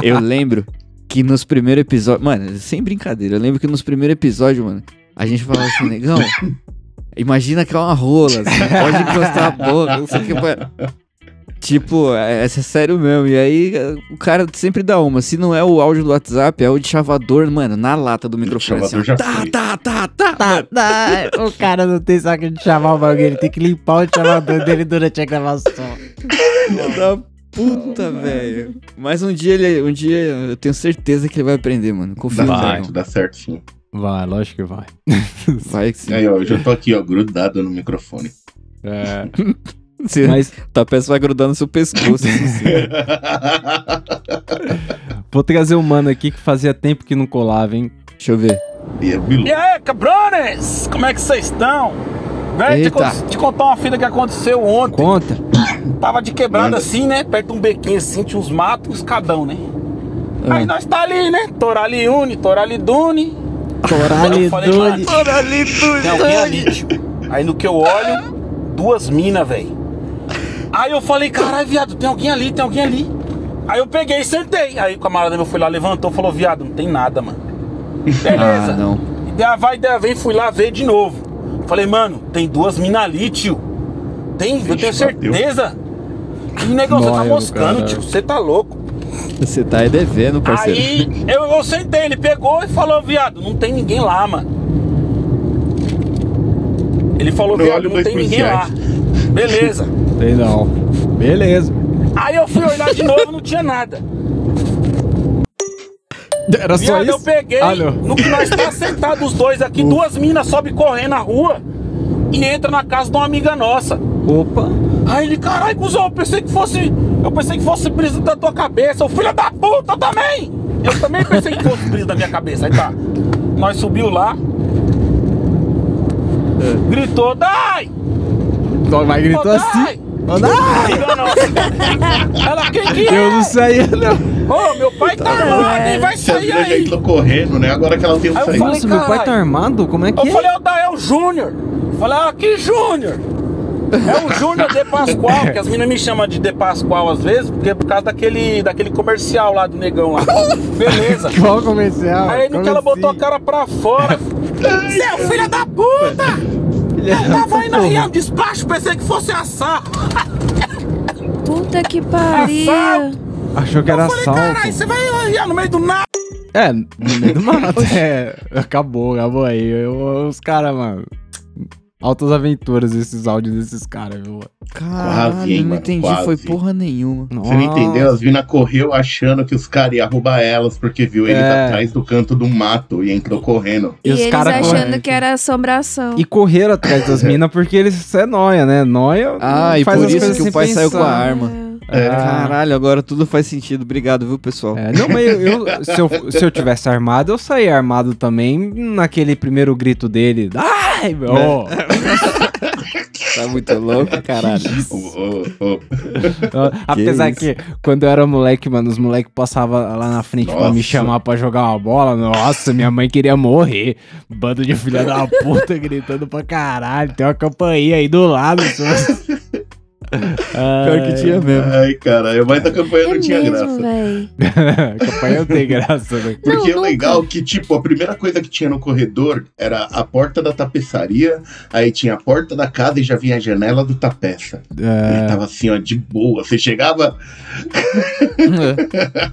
Speaker 3: eu lembro que nos primeiros episódios. Mano, sem brincadeira, eu lembro que nos primeiros episódios, mano, a gente falava assim, negão. Imagina que é uma rola, assim, pode encostar a boca, não sei o que.
Speaker 2: *laughs*
Speaker 3: mano." Tipo, é, essa é sério mesmo. E aí é, o cara sempre dá uma. Se não é o áudio do WhatsApp, é o de chavador, mano, na lata do microfone. Assim, ó,
Speaker 4: chavador já
Speaker 3: tá,
Speaker 4: foi.
Speaker 3: tá, tá, tá,
Speaker 2: Tá, tá. O cara não tem saco de chamar o bagulho, ele tem que limpar o chamador dele durante a gravação.
Speaker 3: Filho da puta, velho. Mas um dia ele. Um dia eu tenho certeza que ele vai aprender, mano. Confio
Speaker 4: Dá
Speaker 3: no
Speaker 4: certo,
Speaker 3: dragão.
Speaker 4: dá certo sim.
Speaker 2: Vai, lógico que vai.
Speaker 3: *laughs* Vai que sim.
Speaker 4: Aí, ó, eu já tô aqui, ó, grudado no microfone.
Speaker 2: É.
Speaker 3: *laughs* Se-
Speaker 2: Mas
Speaker 3: Tua peça vai grudar no seu pescoço. assim.
Speaker 2: *laughs* vou trazer o mano aqui que fazia tempo que não colava, hein?
Speaker 3: Deixa eu ver.
Speaker 4: e é bilu.
Speaker 14: E aí, cabrones! Como é que vocês estão? Véi, te,
Speaker 3: Eita.
Speaker 14: con- te contar uma fita que aconteceu ontem.
Speaker 2: Conta.
Speaker 14: Tava de quebrada
Speaker 4: Manda.
Speaker 14: assim, né? Perto de um bequinho assim, tinha uns matos, uns cadão, né? Aí nós tá ali, né? Toraliune, Toralidune. Eu falei, mano,
Speaker 2: Coralidone.
Speaker 14: Tem alguém ali, tio. Aí no que eu olho, duas minas, velho. Aí eu falei, caralho, viado, tem alguém ali, tem alguém ali. Aí eu peguei e sentei. Aí o camarada meu foi lá, levantou, falou, viado, não tem nada, mano. Beleza.
Speaker 3: Ah, não.
Speaker 14: E daí vai, daí vem, fui lá ver de novo. Falei, mano, tem duas minas ali, tio. Tem, eu tenho
Speaker 4: bateu.
Speaker 14: certeza. E negão, você tá
Speaker 2: Nóia do
Speaker 14: moscando,
Speaker 2: caralho.
Speaker 14: tio. Você tá louco.
Speaker 3: Você tá aí devendo, parceiro.
Speaker 14: Aí eu, eu sentei, ele pegou e falou, viado, não tem ninguém lá, mano. Ele falou,
Speaker 4: Não
Speaker 14: viado,
Speaker 4: olho
Speaker 14: não
Speaker 4: dois
Speaker 14: tem ninguém lá.
Speaker 4: policiais.
Speaker 14: Beleza.
Speaker 2: Tem não. Beleza.
Speaker 14: Aí eu fui olhar de novo, não tinha nada.
Speaker 2: Era só
Speaker 14: Viado, eu
Speaker 2: isso?
Speaker 14: peguei,
Speaker 2: Ah, não.
Speaker 14: no que nós tá sentados os dois aqui, duas minas sobem correndo na rua e entra na casa de uma amiga nossa.
Speaker 2: Opa.
Speaker 14: Aí ele, caralho, cuzão, eu pensei que fosse. Eu pensei que fosse brisa da tua cabeça. O filho da puta eu também! Eu também pensei que fosse brisa da minha cabeça. Aí tá. Nós subiu lá. Gritou, dai!
Speaker 2: Então vai É.
Speaker 14: tá.
Speaker 2: gritou assim. Odai!
Speaker 14: Ela, quem que
Speaker 2: *laughs* Eu não saía, não.
Speaker 14: Ô, meu pai tá armado, hein? Vai sair
Speaker 4: Ela já
Speaker 14: aí.
Speaker 4: entrou correndo, né? Agora que ela tem um saído.
Speaker 2: Nossa, meu pai tá armado? Como é que
Speaker 14: Eu
Speaker 2: é?
Speaker 14: falei, Odael é o Júnior. Eu Falei, ah, que Júnior? É o Júnior de Pascoal, que as meninas me chamam de de Pascoal às vezes, porque é por causa daquele, daquele comercial lá do negão lá. Beleza.
Speaker 2: *laughs* Qual comercial? assim?
Speaker 14: Aí no que ela botou a cara pra fora. Você é filho da puta! Eu tava indo aí ao despacho, pensei que fosse assar.
Speaker 11: Puta que pariu.
Speaker 2: Achou que era assalto.
Speaker 14: Caralho, você vai arriar no meio do nada.
Speaker 2: É, no meio do mato. É, acabou, acabou aí. Eu- os caras, mano. Altas aventuras esses áudios desses caras, viu? mano?
Speaker 4: Quase, hein,
Speaker 3: Ah, não
Speaker 4: mano,
Speaker 3: entendi,
Speaker 4: quase.
Speaker 3: foi porra nenhuma.
Speaker 4: Você não entendeu? As minas correu achando que os caras iam roubar elas, porque viu ele
Speaker 2: É.
Speaker 4: atrás do canto do mato e entrou correndo.
Speaker 11: E, eles
Speaker 2: cara
Speaker 11: achando
Speaker 2: correndo.
Speaker 11: que era assombração.
Speaker 2: E correram atrás das minas porque eles é nóia, né? Nóia.
Speaker 3: Ah,
Speaker 2: não
Speaker 3: e
Speaker 2: faz
Speaker 3: por
Speaker 2: as
Speaker 3: isso
Speaker 2: coisas
Speaker 3: que o
Speaker 2: sem
Speaker 3: pai saiu com a
Speaker 2: pensar.
Speaker 3: arma.
Speaker 2: É.
Speaker 3: Caralho, agora tudo faz sentido. Obrigado, viu, pessoal?
Speaker 2: É, não, mas eu, eu- se eu, se eu tivesse armado, eu saí armado também Hum, naquele primeiro grito dele. Ai, meu!
Speaker 3: É. Tá muito louco, caralho.
Speaker 2: Então, Apesar
Speaker 3: isso?
Speaker 2: que, quando eu era moleque, mano, os moleques passavam lá na frente pra me
Speaker 3: Nossa.
Speaker 2: chamar pra jogar uma bola. Nossa, minha mãe queria morrer. Bando de filha da puta gritando pra caralho. Tem uma campainha aí do lado. só.
Speaker 4: *laughs* Pior que tinha mesmo. Ai, caralho, mas a campanha
Speaker 2: É
Speaker 4: não tinha graça.
Speaker 11: É
Speaker 2: *laughs*
Speaker 11: véi.
Speaker 2: Campanha não tem graça, né?
Speaker 4: Porque é legal que, tipo, a primeira coisa que tinha no corredor era a porta da tapeçaria, aí tinha a porta da casa e já vinha a janela do tapeça.
Speaker 2: É.
Speaker 4: Ele tava assim, ó, de boa. Você chegava.
Speaker 2: *laughs*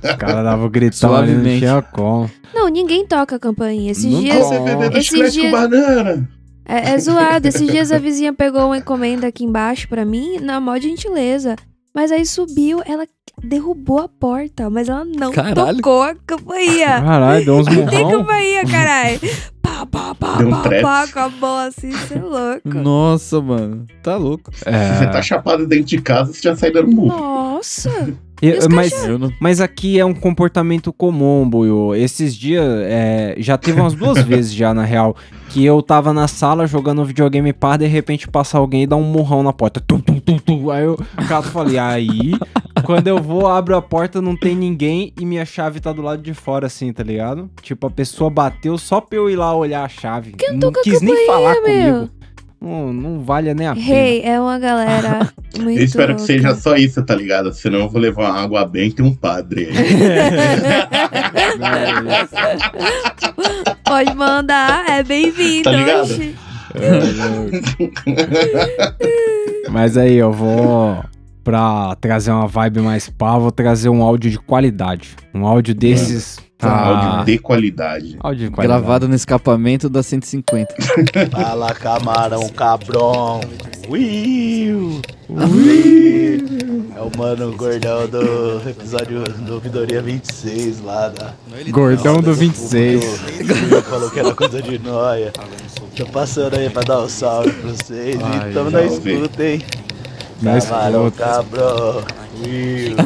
Speaker 2: Os caras davam gritão né? ali, não
Speaker 4: Suavemente.
Speaker 2: tinha como.
Speaker 11: Não, ninguém toca a campainha. Esses
Speaker 2: Não
Speaker 11: dias.
Speaker 2: toca. Você vendendo
Speaker 11: Esses
Speaker 4: chiclete com
Speaker 11: dias.
Speaker 4: banana.
Speaker 11: É, é zoado. Esses dias a vizinha pegou uma encomenda aqui embaixo pra mim, na maior gentileza. Mas aí subiu, ela derrubou a porta, mas ela não
Speaker 2: Caralho.
Speaker 11: tocou a campainha.
Speaker 2: Caralho, deu uns
Speaker 11: Não tem
Speaker 2: murrão.
Speaker 11: campainha,
Speaker 4: *laughs*
Speaker 11: caralho. Pá, pá, pá,
Speaker 2: Deu um
Speaker 11: pá,
Speaker 2: treco.
Speaker 11: pá, com a bola assim, você é louco.
Speaker 3: Nossa, mano. Tá louco.
Speaker 2: É.
Speaker 4: Se você tá chapado dentro de casa, você já sai dando murro.
Speaker 11: Nossa.
Speaker 2: Eu- mas, mas aqui é um comportamento comum, Buiu. Esses dias, é, já teve umas duas vezes já, na real, que eu tava na sala jogando videogame par, de repente passa alguém e dá um murrão na porta. Tum, tum, tum, tum. Aí eu cato falei, aí, quando eu vou, abro a porta, não tem ninguém e minha chave tá do lado de fora, assim, tá ligado? Tipo, a pessoa bateu só pra eu ir lá olhar a chave. não
Speaker 11: toca a
Speaker 2: quis nem falar
Speaker 11: campainha, meu?
Speaker 2: comigo. Não, não vale nem a pena.
Speaker 11: Rei, é uma galera
Speaker 4: *laughs*
Speaker 11: muito
Speaker 4: Eu espero que
Speaker 11: louca.
Speaker 4: seja só isso, tá ligado? Senão eu vou levar uma água benta e um padre aí.
Speaker 11: *laughs* *laughs* Pode mandar, é bem-vindo.
Speaker 4: Tá ligado?
Speaker 11: oxi.
Speaker 2: Mas aí, eu vou. Pra trazer uma vibe mais pá, vou trazer um áudio de qualidade. Um áudio
Speaker 4: É.
Speaker 2: desses.
Speaker 3: Tá.
Speaker 4: Um
Speaker 2: ah,
Speaker 3: Áudio de
Speaker 4: qualidade.
Speaker 2: Áudio de qualidade.
Speaker 3: Gravado no escapamento da 150.
Speaker 15: Fala camarão cabrão. Will. É o mano gordão do episódio do Vidoria 26 lá da.
Speaker 2: Gordão do 26.
Speaker 15: Ele falou que era coisa de noia. Tô passando aí pra dar um salve pra vocês.
Speaker 2: Ai,
Speaker 15: e tamo na
Speaker 2: salve.
Speaker 15: escuta, hein?
Speaker 2: Na
Speaker 15: Camarão
Speaker 2: escuta.
Speaker 15: cabrão. Will.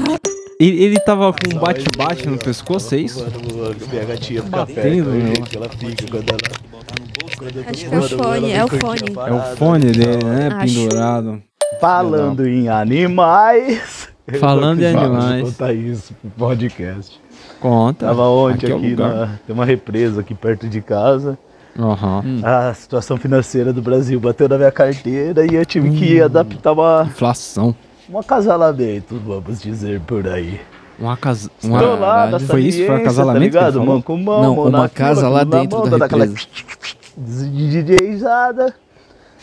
Speaker 2: Ele, ele tava com um bate-bate no pescoço, é isso?
Speaker 15: Mano, minha gatinha fica
Speaker 2: Batendo,
Speaker 15: perto.
Speaker 2: meu.
Speaker 15: o jeito que ela fica quando ela. Quando eu tô
Speaker 11: Acho que é o
Speaker 15: fumando,
Speaker 11: fone,
Speaker 15: ela
Speaker 11: é o
Speaker 15: vem
Speaker 11: fone.
Speaker 15: curtindo a
Speaker 2: É o
Speaker 15: parada.
Speaker 2: fone dele, né?
Speaker 15: Acho.
Speaker 2: Pendurado.
Speaker 15: Falando em animais. *laughs*
Speaker 2: Falando em
Speaker 15: Eu preciso
Speaker 2: animais.
Speaker 15: Contar isso pro podcast.
Speaker 2: Conta.
Speaker 15: Tava ontem
Speaker 2: Aqui é o
Speaker 15: aqui,
Speaker 2: lugar.
Speaker 15: na- tem uma represa aqui perto de casa.
Speaker 2: Aham.
Speaker 15: A situação financeira do Brasil bateu na minha carteira e eu tive que adaptar uma,
Speaker 2: Hum. Inflação.
Speaker 15: um acasalamento, vamos dizer por aí.
Speaker 2: Um acas...
Speaker 15: Estou lá na
Speaker 2: Foi isso? Foi
Speaker 15: Sapiência,
Speaker 2: acasalamento?
Speaker 15: Tá
Speaker 2: que ele
Speaker 15: ligado,
Speaker 2: falou?
Speaker 15: mano? Com mão, mão na fila, com na mão, dando aquela DJizada.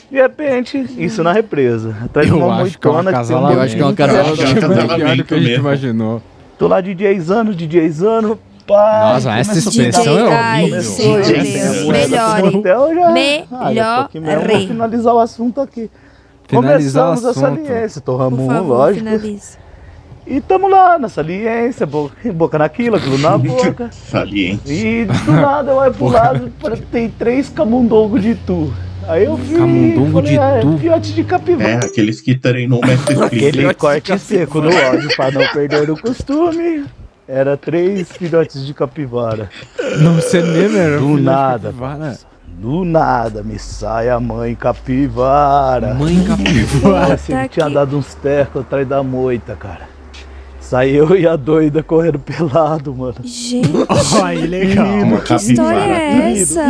Speaker 15: De repente, isso na represa. Atrás de
Speaker 2: Eu
Speaker 15: uma
Speaker 2: acho que é um
Speaker 15: moitona tem
Speaker 2: acasalamento. Pior do que é um a gente
Speaker 15: mesmo.
Speaker 2: imaginou.
Speaker 15: Tô lá DJzando, DJzando. Pá,
Speaker 2: Nossa, essa
Speaker 15: começa a
Speaker 2: expressão
Speaker 15: tocar.
Speaker 2: é horrível.
Speaker 15: Começou,
Speaker 2: Meu
Speaker 15: gente,
Speaker 2: Deus.
Speaker 15: a moeda
Speaker 2: Melhore.
Speaker 15: pro motel já- Ah, já tô aqui mesmo,
Speaker 11: Melhore.
Speaker 15: vou finalizar o assunto aqui.
Speaker 2: Finalizar o
Speaker 15: Começamos a
Speaker 2: assunto.
Speaker 15: saliência, torramos
Speaker 11: Por
Speaker 15: um,
Speaker 11: favor,
Speaker 15: lógico.
Speaker 11: finalize.
Speaker 15: E tamo lá na saliência, boca, *laughs* boca naquilo, aquilo
Speaker 4: *laughs*
Speaker 15: na boca.
Speaker 4: Saliente.
Speaker 15: E do nada eu olho pro lado, pra- tem três camundongos de tu. Aí eu vi,
Speaker 4: Camundongo
Speaker 15: falei,
Speaker 4: de
Speaker 15: ah, é
Speaker 4: tu?
Speaker 15: fiote de
Speaker 4: É,
Speaker 15: capivara.
Speaker 4: aqueles que treinam o mestre
Speaker 15: Aquele
Speaker 4: Splinter.
Speaker 15: corte seco no ódio pra não perder o costume. Era três filhotes de capivara.
Speaker 2: Não, você mesmo era um
Speaker 15: Do
Speaker 2: filhote de
Speaker 15: nada.
Speaker 2: capivara.
Speaker 16: Do nada me sai a mãe capivara.
Speaker 2: Mãe capivara.
Speaker 16: Nossa,
Speaker 11: Tá
Speaker 16: ele tinha dado uns tecos atrás da moita, cara. Saiu e a doida correndo pelado, mano.
Speaker 11: Gente,
Speaker 2: *laughs* Ai, legal.
Speaker 16: Menino,
Speaker 11: que história é essa?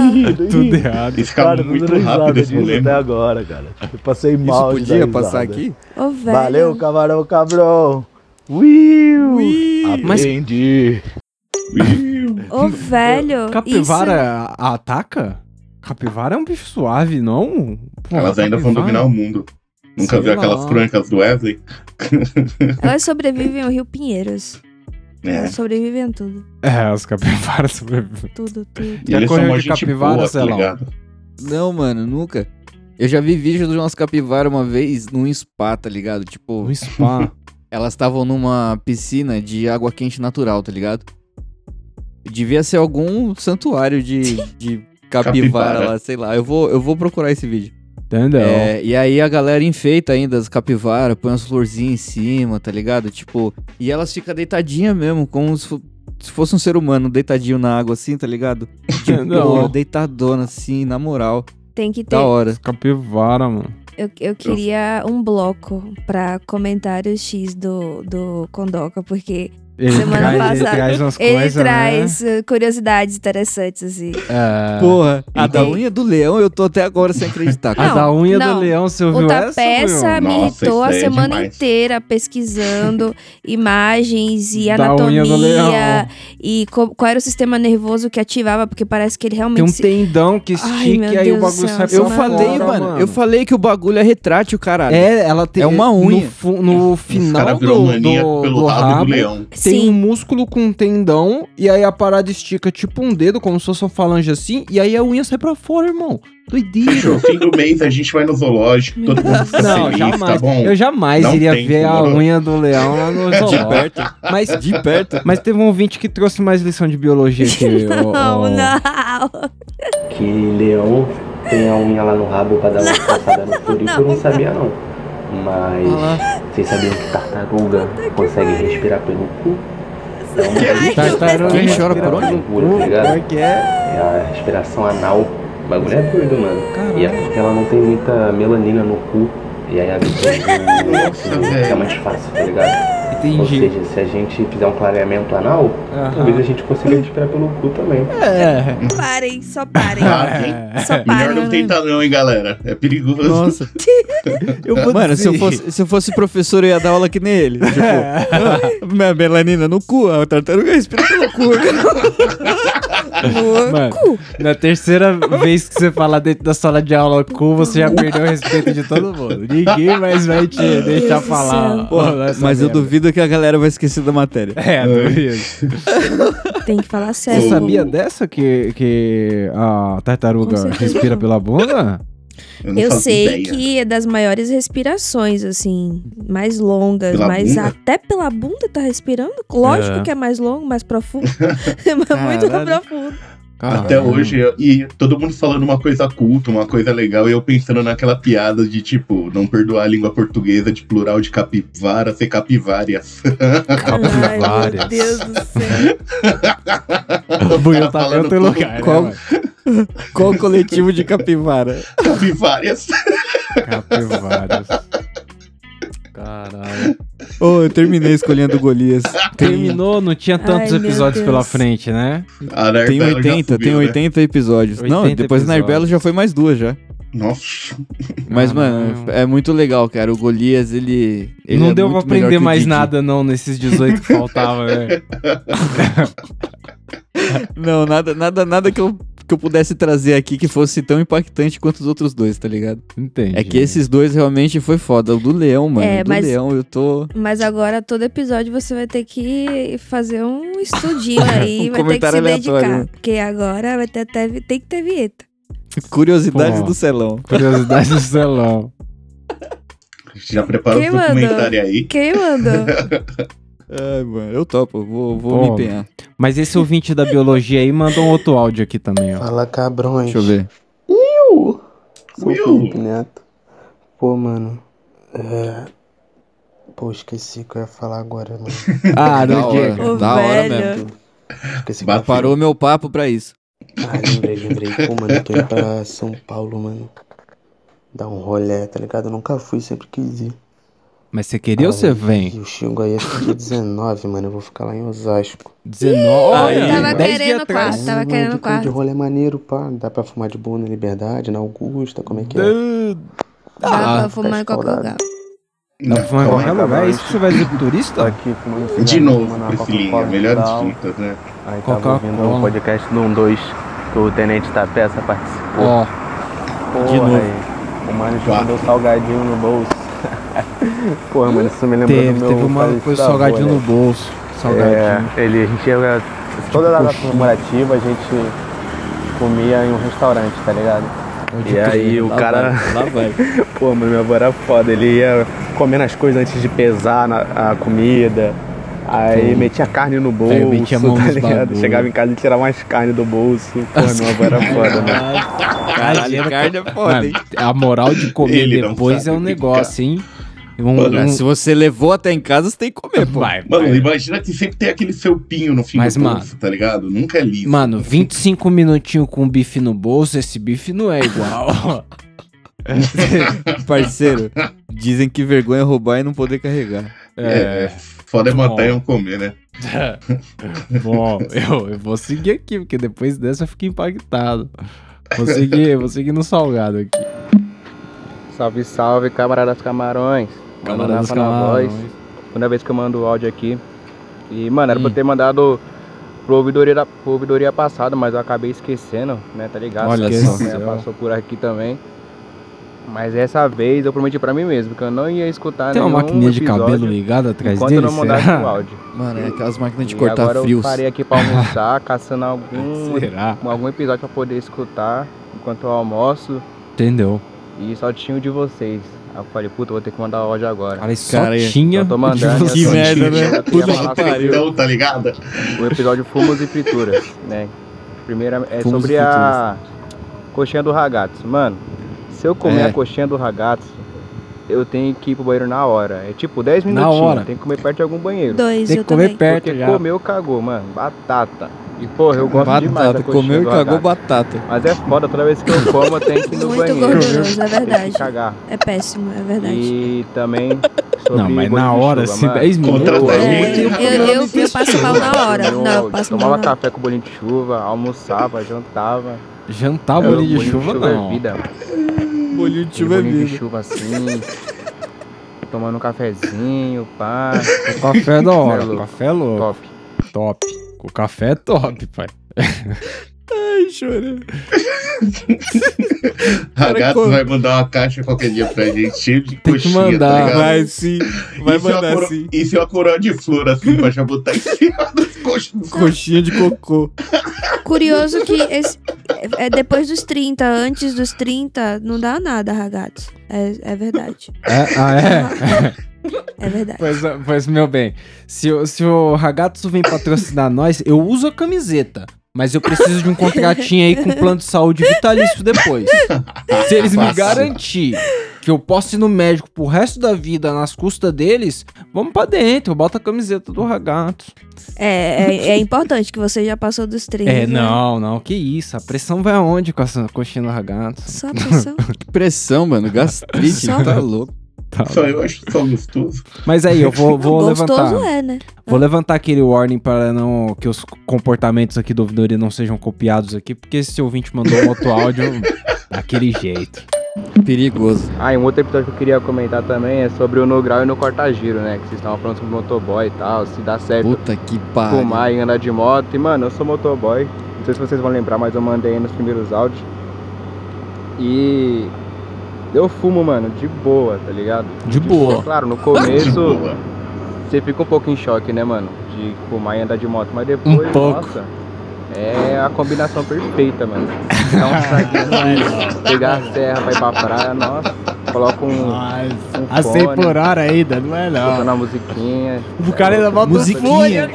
Speaker 2: Tudo errado.
Speaker 16: Esse cara,
Speaker 2: é muito
Speaker 16: dando risada
Speaker 2: rápido esse
Speaker 16: disso
Speaker 2: moleque.
Speaker 16: até agora, cara. Eu passei mal. de
Speaker 2: podia
Speaker 16: dar
Speaker 2: passar
Speaker 16: risada.
Speaker 2: aqui?
Speaker 11: Ô, velho.
Speaker 16: Valeu, camarão cabrão. Will!
Speaker 2: Mas-
Speaker 16: Aprendi.
Speaker 11: Ô, velho.
Speaker 2: Capivara a- ataca? Capivara é um bicho suave, não? Pô,
Speaker 4: Elas ainda vão
Speaker 2: capivara-
Speaker 4: dominar o mundo. Nunca
Speaker 2: Sei
Speaker 4: viu aquelas
Speaker 2: lá.
Speaker 4: crônicas do
Speaker 11: *laughs*
Speaker 4: Wesley?
Speaker 11: Isso, elas sobrevivem ao Rio Pinheiros.
Speaker 4: É.
Speaker 11: Elas sobrevivem a tudo.
Speaker 2: É, os
Speaker 4: *laughs*
Speaker 2: capivaras sobrevivem.
Speaker 11: Tudo, tudo.
Speaker 4: E eles são
Speaker 2: correu
Speaker 4: uma
Speaker 2: de
Speaker 4: gente
Speaker 2: capivara,
Speaker 4: boa, tá
Speaker 2: Celão?
Speaker 4: ligado?
Speaker 3: Não, mano, nunca. Eu já vi vídeo de umas capivaras uma vez num spa, tá ligado? Tipo.
Speaker 2: Um spa.
Speaker 3: *laughs* elas estavam numa piscina de água quente natural, tá ligado? Devia ser algum santuário de, de capivara,
Speaker 2: Capivara.
Speaker 3: lá, sei lá. Eu vou, eu vou procurar esse vídeo.
Speaker 2: Entendeu?
Speaker 3: É, e aí a galera enfeita ainda as capivaras, põe as florzinhas em cima, tá ligado? Tipo, e elas ficam deitadinhas mesmo, como se, fo- se fosse um ser humano deitadinho na água assim, tá ligado?
Speaker 2: *laughs*
Speaker 3: Tipo,
Speaker 2: Não.
Speaker 3: deitadona assim, na moral.
Speaker 11: Tem que ter.
Speaker 3: Da hora.
Speaker 2: Capivara, mano.
Speaker 11: Eu, eu queria um bloco pra comentário X do, do Kondoka, porque
Speaker 2: Ele
Speaker 11: semana
Speaker 2: traz- ele
Speaker 11: passada
Speaker 2: traz umas
Speaker 11: ele
Speaker 2: coisas, né?
Speaker 11: traz, eh, curiosidades interessantes, assim.
Speaker 2: É.
Speaker 3: Porra, a
Speaker 11: Então-
Speaker 3: Ah, da unha do leão eu tô até agora sem acreditar.
Speaker 2: A da unha do leão, você
Speaker 11: O
Speaker 2: ouviu essa?
Speaker 11: Tapeça
Speaker 2: Will?
Speaker 11: me irritou a semana
Speaker 2: é demais.
Speaker 11: inteira
Speaker 2: *laughs*
Speaker 11: pesquisando imagens e
Speaker 2: Da unha do leão.
Speaker 11: anatomia e co- qual era o sistema nervoso que ativava, porque parece que ele realmente
Speaker 2: Tem um
Speaker 11: se-
Speaker 2: tendão que
Speaker 11: Ai,
Speaker 2: estica
Speaker 11: meu
Speaker 2: e aí o
Speaker 11: Deus do
Speaker 2: bagulho
Speaker 11: céu,
Speaker 2: sai
Speaker 3: Eu
Speaker 2: pra
Speaker 3: falei,
Speaker 2: fora,
Speaker 3: mano, eu falei que o bagulho é retrátil, caralho.
Speaker 2: É, ela tem.
Speaker 3: É uma unha.
Speaker 2: No, fu- *laughs* no final
Speaker 3: cara
Speaker 2: do,
Speaker 3: virou maníaco
Speaker 2: do-
Speaker 3: pelo
Speaker 2: do
Speaker 3: rabo
Speaker 2: rabo,
Speaker 3: do leão.
Speaker 2: tem um músculo com um tendão e aí a parada estica tipo um dedo, como se fosse uma falange assim, e aí a unha sai pra fora, irmão. Doideira.
Speaker 4: No fim do mês a gente vai no zoológico, todo mundo fica
Speaker 2: Não,
Speaker 4: feliz,
Speaker 2: jamais.
Speaker 4: tá bom?
Speaker 2: eu jamais
Speaker 4: Não
Speaker 2: iria
Speaker 4: tem
Speaker 2: ver a
Speaker 4: como, não.
Speaker 2: unha do leão lá no
Speaker 4: *laughs* De
Speaker 2: zoológico.
Speaker 4: perto.
Speaker 2: Mas, de perto. Mas teve um ouvinte que trouxe mais lição de biologia
Speaker 11: *laughs*
Speaker 2: que o- o-
Speaker 11: não.
Speaker 10: que leão tem a unha lá no rabo pra dar uma passada no furico, eu não sabia não. Mas vocês sabiam que tartaruga consegue respirar pelo cu? Então, a gente
Speaker 2: Tá,
Speaker 10: tem
Speaker 2: Tartaruga
Speaker 10: que
Speaker 2: respira
Speaker 10: respirar
Speaker 2: pelo
Speaker 10: pelo
Speaker 2: cu,
Speaker 10: tá ligado?
Speaker 2: pior que é.
Speaker 10: É a respiração anal. O bagulho é doido, mano. E é porque ela não tem muita melanina no cu. E aí a vida do- do- fica mais fácil, tá ligado? Ou
Speaker 2: Entendi.
Speaker 10: seja, se a gente fizer um clareamento anal,
Speaker 2: Aham.
Speaker 10: talvez a gente consiga respirar pelo cu também.
Speaker 2: É.
Speaker 11: *laughs* Parem,
Speaker 2: *laughs*
Speaker 11: só parem.
Speaker 4: Ah,
Speaker 11: Só
Speaker 4: Melhor
Speaker 11: parem.
Speaker 4: não tentar não, hein, galera. É perigoso.
Speaker 3: Nossa. Mano, se eu, fosse, se eu fosse professor, eu ia dar aula que nem ele. Tipo, ah, *laughs* minha melanina no cu, a tartaruga respira
Speaker 16: Ah,
Speaker 3: pelo cu.
Speaker 2: Mano, na terceira vez que você fala dentro da sala de aula cu, você já perdeu o respeito de todo mundo. Ninguém mais vai te deixar falar.
Speaker 3: Porra,
Speaker 2: essa
Speaker 3: mas eu
Speaker 2: merda.
Speaker 3: duvido que a galera vai esquecer da matéria.
Speaker 2: né? É, duvido.
Speaker 11: Tá Tem que falar sério.
Speaker 2: Você sabia dessa que, que a
Speaker 11: Com
Speaker 2: tartaruga
Speaker 11: certeza
Speaker 2: respira
Speaker 11: não.
Speaker 2: pela bunda?
Speaker 11: Eu sei que é das maiores respirações, assim, mais longas,
Speaker 2: Pela
Speaker 11: mas
Speaker 2: bunda?
Speaker 11: até pela bunda tá respirando. Lógico que é mais longo, mais profundo. *laughs* É muito
Speaker 4: Caralho.
Speaker 11: profundo.
Speaker 4: Até hoje, eu- e todo mundo falando uma coisa culta, uma coisa legal, e eu pensando naquela piada de, tipo, não perdoar a língua portuguesa de plural de capivara ser capivárias.
Speaker 2: Capivárias. *laughs* Ai, meu Deus
Speaker 11: do
Speaker 4: céu.
Speaker 2: Buiu tá em outro lugar,
Speaker 3: Qual-
Speaker 2: né, *laughs*
Speaker 3: Qual o coletivo de capivara?
Speaker 4: Capivárias.
Speaker 2: Capivárias. Caralho.
Speaker 3: Ô, eu terminei escolhendo Golias.
Speaker 2: Terminou, não tinha tantos
Speaker 3: Ai, meu
Speaker 2: episódios pela
Speaker 3: Deus.
Speaker 2: frente, né?
Speaker 3: Tem 80, tem 80 episódios. Não,
Speaker 2: 80
Speaker 3: depois na
Speaker 2: episódios.
Speaker 3: Arbelo já foi mais duas já.
Speaker 4: Nossa.
Speaker 3: *laughs*
Speaker 2: Ah,
Speaker 3: Mas, mano, é muito legal, cara. O Golias, ele. ele
Speaker 2: não
Speaker 3: é
Speaker 2: deu pra
Speaker 3: muito melhor que
Speaker 2: aprender
Speaker 3: o
Speaker 2: mais
Speaker 3: Didi.
Speaker 2: nada, não, nesses 18 que faltava, velho.
Speaker 3: *laughs* Não, nada, nada, nada que eu, que eu pudesse trazer aqui que fosse tão impactante quanto os outros dois, tá ligado?
Speaker 2: Entendi.
Speaker 3: É que esses dois realmente foi foda. O do Leão, mano.
Speaker 11: É,
Speaker 3: do
Speaker 11: mas-
Speaker 3: Leão, eu
Speaker 11: *laughs*
Speaker 3: tô.
Speaker 11: Mas agora, todo episódio, você vai ter que fazer um
Speaker 3: *laughs*
Speaker 11: estudinho aí,
Speaker 3: Um
Speaker 11: vai ter que se
Speaker 3: comentário aleatório,
Speaker 11: dedicar.
Speaker 3: né?
Speaker 11: Porque agora vai ter até, vi- tem que ter vinheta.
Speaker 3: Curiosidades
Speaker 2: Pô.
Speaker 3: do Celão.
Speaker 2: Curiosidades do Celão.
Speaker 4: Já preparou
Speaker 11: Quem
Speaker 4: o documentário
Speaker 11: mandou?
Speaker 4: aí?
Speaker 11: Quem
Speaker 4: *laughs*
Speaker 11: mandou?
Speaker 3: Ai, mano, eu topo, vou, vou me
Speaker 2: Pô,
Speaker 3: empenhar.
Speaker 2: Mas esse ouvinte da biologia aí mandou um outro áudio aqui também, ó.
Speaker 17: Fala cabrões.
Speaker 2: Deixa eu ver.
Speaker 17: Iu! Sou Felipe Neto. Pô, mano. É... Pô, esqueci o que eu ia falar agora,
Speaker 3: *laughs*
Speaker 17: mano.
Speaker 3: Ah, não Da hora, diga. da hora mesmo.
Speaker 17: Esqueci o que eu ia
Speaker 3: Parou meu papo pra isso.
Speaker 17: Ah, lembrei, lembrei. Pô, mano, eu tô indo pra São Paulo, mano. Dar um rolê, tá ligado? Eu nunca fui, sempre quis ir.
Speaker 2: Mas você queria ou você vem?
Speaker 17: Eu chego aí acho que dia 19, mano. Eu vou ficar lá em Osasco.
Speaker 2: 19? Ih,
Speaker 11: tava
Speaker 17: Dez
Speaker 11: querendo
Speaker 17: dias
Speaker 11: quarto,
Speaker 17: atrás.
Speaker 11: tava
Speaker 17: Mano,
Speaker 11: querendo
Speaker 17: de-
Speaker 11: quarto.
Speaker 17: De rolê maneiro, pá. Dá pra fumar de boa na Liberdade, na Augusta, como é que é?
Speaker 11: Dá
Speaker 17: Ah,
Speaker 11: pra fumar em
Speaker 17: tá
Speaker 11: qualquer lugar.
Speaker 2: Dá pra fumar em qualquer lugar? É isso que você vai dizer pro
Speaker 15: Tá
Speaker 2: turista?
Speaker 4: De novo, Priscilinha, melhores fitas, né?
Speaker 17: Aí
Speaker 2: Coca-Cola.
Speaker 17: tava ouvindo o podcast do 1-2, que o Tenente da Peça participou.
Speaker 2: Ó.
Speaker 17: Porra,
Speaker 2: De novo.
Speaker 17: aí, o mano já mandou salgadinho no
Speaker 15: *laughs*
Speaker 17: bolso. Porra, mano, isso me lembrou
Speaker 2: Teve,
Speaker 17: do meu
Speaker 2: teve uma
Speaker 17: falecido
Speaker 2: coisa salgadinho
Speaker 17: avô,
Speaker 2: no
Speaker 17: né?
Speaker 2: bolso. Salgadinho.
Speaker 17: É, ele, a gente ia, toda
Speaker 2: Tipo
Speaker 17: a data
Speaker 2: coxinha.
Speaker 17: comemorativa a gente comia em um restaurante, tá ligado?
Speaker 2: Pode
Speaker 17: E
Speaker 2: crer.
Speaker 17: aí o
Speaker 2: Lá
Speaker 17: cara.
Speaker 2: vai, lá vai.
Speaker 17: *laughs* Pô, mano, meu avô era foda. Ele ia comendo as coisas antes de pesar na- a comida. Aí
Speaker 2: Pô.
Speaker 17: metia carne no bolso,
Speaker 2: Velho, metia a
Speaker 17: *laughs*
Speaker 2: mão
Speaker 17: tá
Speaker 2: nos
Speaker 17: ligado?
Speaker 2: bagulho.
Speaker 17: Chegava em casa e tirava mais carne do bolso. Pô, meu avô era foda, né? mano.
Speaker 2: Caralho, carne é foda, hein? A moral de comer
Speaker 3: Ele não
Speaker 2: depois é
Speaker 3: sabe
Speaker 2: um negócio, hein? Um,
Speaker 3: Mano,
Speaker 2: um-
Speaker 3: se você levou até em casa, você tem que comer, pô.
Speaker 4: Mano, imagina que sempre tem aquele felpinho no fim
Speaker 2: Mas,
Speaker 4: do
Speaker 2: mano-
Speaker 4: bolso, tá ligado? Nunca é liso.
Speaker 2: Mano, 25 minutinhos com um bife no bolso, esse bife não é
Speaker 3: *laughs*
Speaker 2: igual.
Speaker 3: Parceiro, dizem que vergonha é roubar e não poder carregar.
Speaker 4: É, é. foda é matar e não comer, *laughs* né?
Speaker 2: Tá *laughs* Bom, eu, eu vou seguir aqui, porque depois dessa eu fico impactado. Vou seguir, vou seguir no um salgado aqui.
Speaker 18: Salve, salve, camaradas camarões. Mano,
Speaker 2: Camaradas
Speaker 18: Rafa na
Speaker 2: camarões.
Speaker 18: voz. Segunda vez que eu mando o áudio aqui. E, mano,
Speaker 2: Hum.
Speaker 18: era pra eu ter mandado pro ouvidoria, da- pro ouvidoria passada, mas eu acabei esquecendo, né? Tá ligado?
Speaker 2: Olha
Speaker 18: Porque
Speaker 2: só.
Speaker 18: a mulher passou por aqui também. Mas essa vez eu prometi pra mim mesmo que eu não ia escutar
Speaker 2: Tem uma
Speaker 18: nenhum
Speaker 2: maquininha de
Speaker 18: episódio
Speaker 2: cabelo ligada atrás
Speaker 18: enquanto
Speaker 2: dele,
Speaker 18: eu não mandasse
Speaker 2: será?
Speaker 18: o áudio.
Speaker 3: Mano, é aquelas máquinas de
Speaker 18: E
Speaker 3: cortar
Speaker 18: agora
Speaker 3: frios.
Speaker 18: eu parei aqui pra
Speaker 3: *laughs*
Speaker 18: almoçar, caçando algum,
Speaker 2: Será?
Speaker 18: algum episódio pra poder escutar enquanto eu almoço.
Speaker 2: Entendeu?
Speaker 18: E só tinha o de vocês. Aí eu falei, puta, vou ter que mandar o áudio agora.
Speaker 2: Falei, só Cara, tinha
Speaker 18: Então tô mandando.
Speaker 2: o de
Speaker 18: eu só tinha,
Speaker 2: vocês. Que merda, né?
Speaker 18: eu queria
Speaker 2: Puta
Speaker 18: falar
Speaker 2: que
Speaker 18: sobre
Speaker 2: pariu.
Speaker 18: o-
Speaker 4: Tá ligado?
Speaker 18: O episódio Fumos e Frituras, né? Primeira é
Speaker 4: Fumos
Speaker 18: sobre
Speaker 4: e
Speaker 18: a coxinha do ragazzo. Mano, se eu comer
Speaker 2: É.
Speaker 18: a coxinha do ragazzo, eu tenho que ir pro banheiro na hora. É tipo 10
Speaker 2: Na
Speaker 18: minutinhos.
Speaker 2: hora.
Speaker 18: Tem que comer perto de algum banheiro.
Speaker 11: Dois, Tem que eu
Speaker 2: comer também. perto
Speaker 18: Porque
Speaker 2: já.
Speaker 18: comeu, cagou, mano. Batata. E porra, eu gosto demais da
Speaker 3: Batata,
Speaker 18: coxinha
Speaker 3: comeu e
Speaker 18: do
Speaker 3: cagou
Speaker 18: ragazzo.
Speaker 3: batata.
Speaker 18: Mas é foda, toda vez que eu como eu tenho que ir no
Speaker 11: Muito
Speaker 18: banheiro.
Speaker 11: gorduroso, é
Speaker 18: Tem
Speaker 11: verdade.
Speaker 18: que cagar.
Speaker 11: É péssimo, é verdade.
Speaker 18: E também. Sobre
Speaker 2: Não, mas
Speaker 18: bolo
Speaker 2: na
Speaker 18: de
Speaker 2: hora,
Speaker 18: chuva,
Speaker 2: se
Speaker 18: mano.
Speaker 2: 10 minutos, Contrata é alguém. muito
Speaker 11: Eu, eu, eu, passo mal na hora.
Speaker 18: Eu
Speaker 11: Não, eu passo mal
Speaker 18: tomava
Speaker 11: na hora.
Speaker 18: café com bolinho de chuva, almoçava, jantava.
Speaker 2: Jantar
Speaker 18: Era
Speaker 2: bolinho de chuva, não.
Speaker 18: É vida.
Speaker 3: Bolinho de é
Speaker 18: chuva bolinho de chuva assim. Tomando um cafezinho, pá.
Speaker 2: Café é da
Speaker 18: Né,
Speaker 2: hora,
Speaker 18: louco?
Speaker 2: café é louco. Top. Top. O café é top, *laughs* pai.
Speaker 3: Ai, chorei.
Speaker 4: A
Speaker 3: Cara,
Speaker 4: gato
Speaker 3: como-
Speaker 4: vai mandar uma caixa qualquer dia pra gente, cheio de
Speaker 2: Tem que
Speaker 4: coxinha,
Speaker 2: mandar.
Speaker 4: tá ligado?
Speaker 2: Vai sim,
Speaker 3: vai
Speaker 4: Isso é uma
Speaker 3: mandar
Speaker 4: coroa-
Speaker 3: sim.
Speaker 4: Isso é uma coroa de flor, assim, pra já botar em cima das coxas.
Speaker 3: Coxinha de cocô.
Speaker 11: Curioso que esse- é depois dos 30, antes dos 30, não dá nada, ragazzo. É, é verdade.
Speaker 2: É, ah, é?
Speaker 11: *laughs* É verdade.
Speaker 2: Pois, pois, meu bem, se, o- se o Ragazzo vem patrocinar nós, eu uso a camiseta. Mas eu preciso de um contratinho aí com plano de saúde vitalício depois. Se eles me
Speaker 3: Fácil.
Speaker 2: garantir que eu posso ir no médico pro resto da vida nas custas deles, vamos pra dentro, eu boto a camiseta do Ragazzo.
Speaker 11: É, é, é importante que você já passou dos 30.
Speaker 2: É,
Speaker 11: né?
Speaker 2: não, não, que isso. A pressão vai aonde com essa coxinha do Ragazzo?
Speaker 11: Só a
Speaker 2: *laughs*
Speaker 11: pressão.
Speaker 3: Que pressão, mano. Gastrite,
Speaker 2: Só-
Speaker 3: tá louco.
Speaker 2: Tá
Speaker 4: Só eu acho tão gostoso.
Speaker 2: Mas aí, eu vou, vou
Speaker 11: *laughs*
Speaker 2: levantar.
Speaker 11: Gostoso é, né?
Speaker 2: Vou levantar aquele warning para não que os comportamentos aqui do ouvidoria não sejam copiados aqui, porque esse ouvinte mandou um
Speaker 18: *laughs*
Speaker 2: outro áudio daquele jeito.
Speaker 3: Perigoso.
Speaker 18: Ah, e um outro episódio que eu queria comentar também é sobre o no grau e no corta-giro, né? Que vocês estavam falando sobre motoboy e tal, se dá certo
Speaker 3: Puta que pariu.
Speaker 18: fumar e andar de moto. E, mano, eu sou motoboy. Não sei se vocês vão lembrar, mas eu mandei aí nos primeiros áudios. E eu fumo, mano, de boa, tá ligado?
Speaker 2: De boa.
Speaker 18: Claro, no começo
Speaker 2: boa.
Speaker 18: você fica um pouco em choque, né, mano? De fumar e andar de moto, mas depois,
Speaker 2: Um pouco.
Speaker 18: nossa, é a combinação perfeita, mano. Dá
Speaker 2: *laughs*
Speaker 18: um saquinho, pegar a serra pra ir pra praia, nossa, coloca um. um
Speaker 2: A 100
Speaker 18: fone,
Speaker 2: por hora ainda, não é não.
Speaker 18: Escutando a musiquinha.
Speaker 2: O cara ainda bota o fone, né,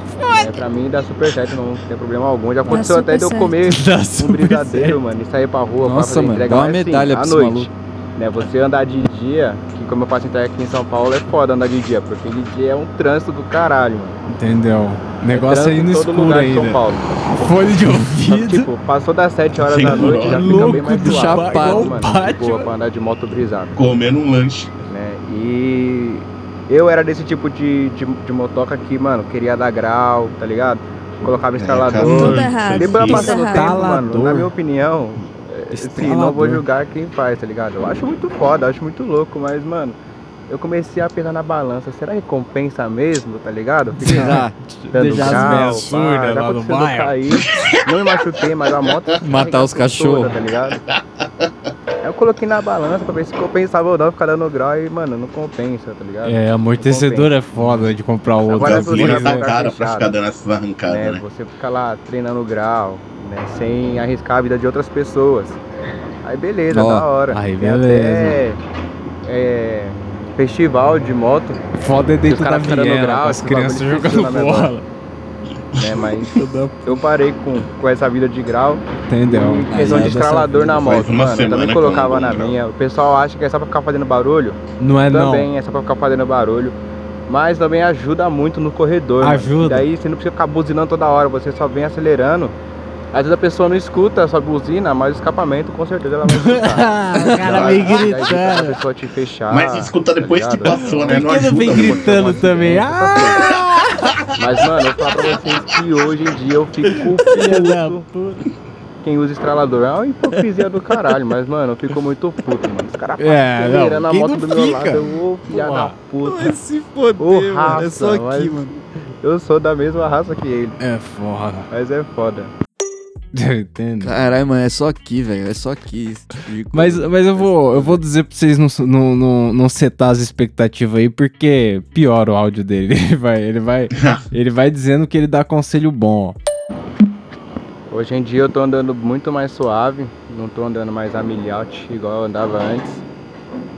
Speaker 2: o
Speaker 18: É, pra mim dá super certo, não tem problema algum. Já aconteceu
Speaker 2: super
Speaker 18: até de eu
Speaker 2: certo.
Speaker 18: comer
Speaker 2: Dá
Speaker 18: um
Speaker 2: super
Speaker 18: brigadeiro, mano, e sair pra rua pra
Speaker 3: Nossa,
Speaker 18: fazer
Speaker 3: mano,
Speaker 18: entrega.
Speaker 3: dá
Speaker 18: mas
Speaker 3: uma
Speaker 18: assim,
Speaker 3: medalha
Speaker 18: à
Speaker 3: pra esse
Speaker 18: noite. Né, você andar de dia, que como eu faço entrega aqui em São Paulo, é foda andar de dia, porque de dia é um trânsito do caralho, mano.
Speaker 2: Entendeu? Negócio aí né?
Speaker 18: Trânsito
Speaker 2: no
Speaker 18: em todo
Speaker 2: escuro
Speaker 18: lugar de São
Speaker 2: ainda.
Speaker 18: Paulo.
Speaker 2: Fone de
Speaker 18: Só que, tipo, passou das 7 horas da
Speaker 4: Segurou.
Speaker 18: noite, já fica
Speaker 4: Louco
Speaker 18: bem mais
Speaker 4: do
Speaker 18: suave,
Speaker 4: chapado.
Speaker 18: mano.
Speaker 4: Pátio.
Speaker 18: Boa pra andar de moto brisada.
Speaker 4: Comendo um lanche.
Speaker 18: Né? E eu era desse tipo de, de, de motoca que, mano, queria dar grau, tá ligado? Colocava instalador.
Speaker 2: cavalo. Tudo errado,
Speaker 18: Demorou
Speaker 2: tudo
Speaker 18: passando o
Speaker 2: errado.
Speaker 18: tempo, mano. Na minha
Speaker 2: É, Instalador.
Speaker 18: opinião, é, assim, não vou
Speaker 2: Instalador.
Speaker 18: julgar quem faz, tá ligado? Eu acho muito foda, acho muito louco, mas, mano, eu comecei a pesar na balança. Será que compensa mesmo, tá ligado? Ficar
Speaker 3: Será?
Speaker 18: Dando
Speaker 3: Deixar as
Speaker 18: grau,
Speaker 3: meias
Speaker 18: pá,
Speaker 3: surdas
Speaker 18: já
Speaker 3: lá no
Speaker 18: aconteceu de eu
Speaker 3: bairro.
Speaker 18: cair, Não me machuquei, mas a
Speaker 3: *laughs*
Speaker 18: moto...
Speaker 3: Matar os cachorros.
Speaker 18: toda, Tá ligado? Aí Eu coloquei na balança pra ver se compensava ou não ficar dando grau e, mano, não compensa, tá ligado?
Speaker 2: É, amortecedor é foda de comprar outro.
Speaker 18: Agora você
Speaker 2: Agora
Speaker 18: tá
Speaker 2: é
Speaker 18: cara pra ficar dando
Speaker 4: essas arrancadas,
Speaker 18: né? Você fica lá treinando o grau, né? Sem arriscar a vida de outras pessoas. Aí beleza,
Speaker 2: Ó,
Speaker 18: da hora.
Speaker 2: aí
Speaker 18: Tem
Speaker 2: beleza.
Speaker 18: até, é, festival de moto.
Speaker 2: Foda é
Speaker 18: que os
Speaker 2: dentro
Speaker 18: caras
Speaker 2: da
Speaker 18: ficam dando
Speaker 2: viela,
Speaker 18: grau,
Speaker 2: com as
Speaker 18: esses bagulho
Speaker 2: crianças
Speaker 18: difícil
Speaker 2: jogando
Speaker 18: na minha
Speaker 2: bola.
Speaker 18: moto. Né,
Speaker 2: *laughs*
Speaker 18: mas eu parei com, com essa vida de grau.
Speaker 2: Entendeu?
Speaker 18: E questão de
Speaker 2: Aliás, essa
Speaker 18: estralador na
Speaker 2: vida
Speaker 18: moto,
Speaker 2: faz uma
Speaker 18: mano. Eu
Speaker 2: semana
Speaker 18: também
Speaker 2: que
Speaker 18: colocava
Speaker 2: eu não
Speaker 18: na
Speaker 2: dou grau.
Speaker 18: minha. O pessoal acha que é só pra ficar fazendo barulho.
Speaker 2: Não é, não.
Speaker 18: Também é só pra ficar fazendo barulho. Mas também ajuda muito no corredor. mano.
Speaker 2: Ajuda.
Speaker 18: E Daí você não precisa ficar buzinando toda hora, você só vem acelerando. Às vezes a pessoa não escuta a sua buzina, mas o escapamento com certeza
Speaker 2: *laughs*
Speaker 18: ela vai escutar.
Speaker 2: o cara
Speaker 18: Daí-
Speaker 2: vem
Speaker 18: daí evita
Speaker 2: gritando.
Speaker 18: A pessoa te fechar.
Speaker 4: Mas escuta depois que
Speaker 18: Ah, tá ligado?
Speaker 4: passou,
Speaker 2: Por
Speaker 4: né? Não
Speaker 2: que não
Speaker 4: ajuda
Speaker 2: vem
Speaker 4: muito.
Speaker 2: gritando também? Ah,
Speaker 18: Mas, mano, eu vou falar pra vocês que hoje em dia eu fico puto. Quem usa estralador é uma hipocrisia do caralho, mas, mano, eu fico muito puto, mano. Os caras
Speaker 2: É,
Speaker 18: passam
Speaker 2: não,
Speaker 18: acelerando a
Speaker 2: quem
Speaker 18: moto
Speaker 2: não
Speaker 18: do meu
Speaker 2: fica?
Speaker 18: lado, eu vou filhar
Speaker 2: Pô,
Speaker 18: da puta.
Speaker 2: vai se foder,
Speaker 18: Ô,
Speaker 2: mano, é
Speaker 18: raça,
Speaker 2: só aqui,
Speaker 18: mas
Speaker 2: mano.
Speaker 18: Eu sou da mesma raça que ele.
Speaker 2: É foda.
Speaker 18: Mas é foda.
Speaker 2: Entendo.
Speaker 3: Caralho, mano, é só aqui, velho. É só aqui. esse tipo de coisa.
Speaker 2: Mas, mas eu, vou, eu vou dizer pra vocês não, não, não, não setar as expectativas aí, porque piora o áudio dele. *laughs* Ele vai, ele vai, ele vai dizendo que ele dá conselho bom.
Speaker 18: Hoje em dia eu tô andando muito mais suave, não tô andando mais a milhote igual eu andava antes.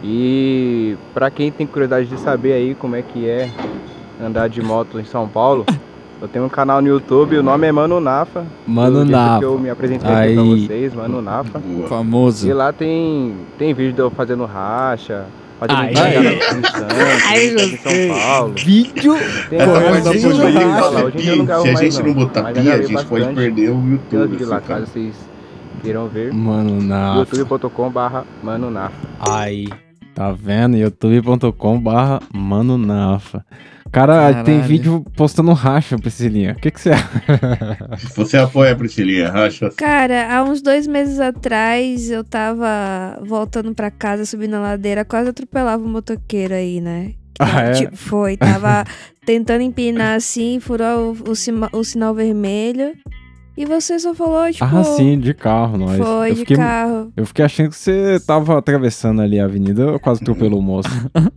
Speaker 18: E pra quem tem curiosidade de saber aí como é que é andar de moto em São Paulo, eu tenho um canal no YouTube, o nome é Mano Nafa.
Speaker 2: Mano
Speaker 18: do jeito
Speaker 2: Nafa.
Speaker 18: Que eu me apresentei
Speaker 2: Aí.
Speaker 18: aqui pra vocês, Mano Nafa.
Speaker 3: Famoso.
Speaker 18: E lá tem, tem vídeo de eu fazendo racha, fazendo
Speaker 2: Aí.
Speaker 18: engajamento em Santos,
Speaker 2: Aí,
Speaker 18: em São Paulo.
Speaker 2: Vídeo
Speaker 18: Tem
Speaker 4: Essa
Speaker 18: correndo
Speaker 4: parte da
Speaker 18: vídeo
Speaker 4: política,
Speaker 18: lá,
Speaker 4: cara.
Speaker 18: hoje em dia eu não gravo
Speaker 4: Se a
Speaker 18: mais,
Speaker 4: gente não botar
Speaker 18: mas
Speaker 4: pilha,
Speaker 18: gravei
Speaker 4: a gente pode
Speaker 18: bastante.
Speaker 4: perder o YouTube,
Speaker 18: Tem um vídeo lá,
Speaker 4: assim,
Speaker 18: caso vocês queiram ver.
Speaker 2: Mano, na.
Speaker 18: youtube.com barra Mano
Speaker 2: Aí. Tá vendo? youtube.com barra Mano Nafa. Cara,
Speaker 18: Caralho.
Speaker 2: tem vídeo postando racha, Priscilinha. O que que você acha?
Speaker 4: Você apoia, Priscilinha, racha.
Speaker 11: Cara, há uns dois meses atrás eu tava voltando pra casa, subindo a ladeira, quase atropelava o motoqueiro aí, né?
Speaker 2: Ah, é?
Speaker 11: Tipo,
Speaker 2: *laughs*
Speaker 11: foi. Tava tentando empinar assim, furou o, o sima- o sinal vermelho. E você só falou, tipo.
Speaker 2: ah, sim, de carro, nós.
Speaker 11: foi de carro.
Speaker 2: Eu fiquei achando que você tava atravessando ali a avenida, eu quase atropelou o
Speaker 11: *laughs*
Speaker 2: moço.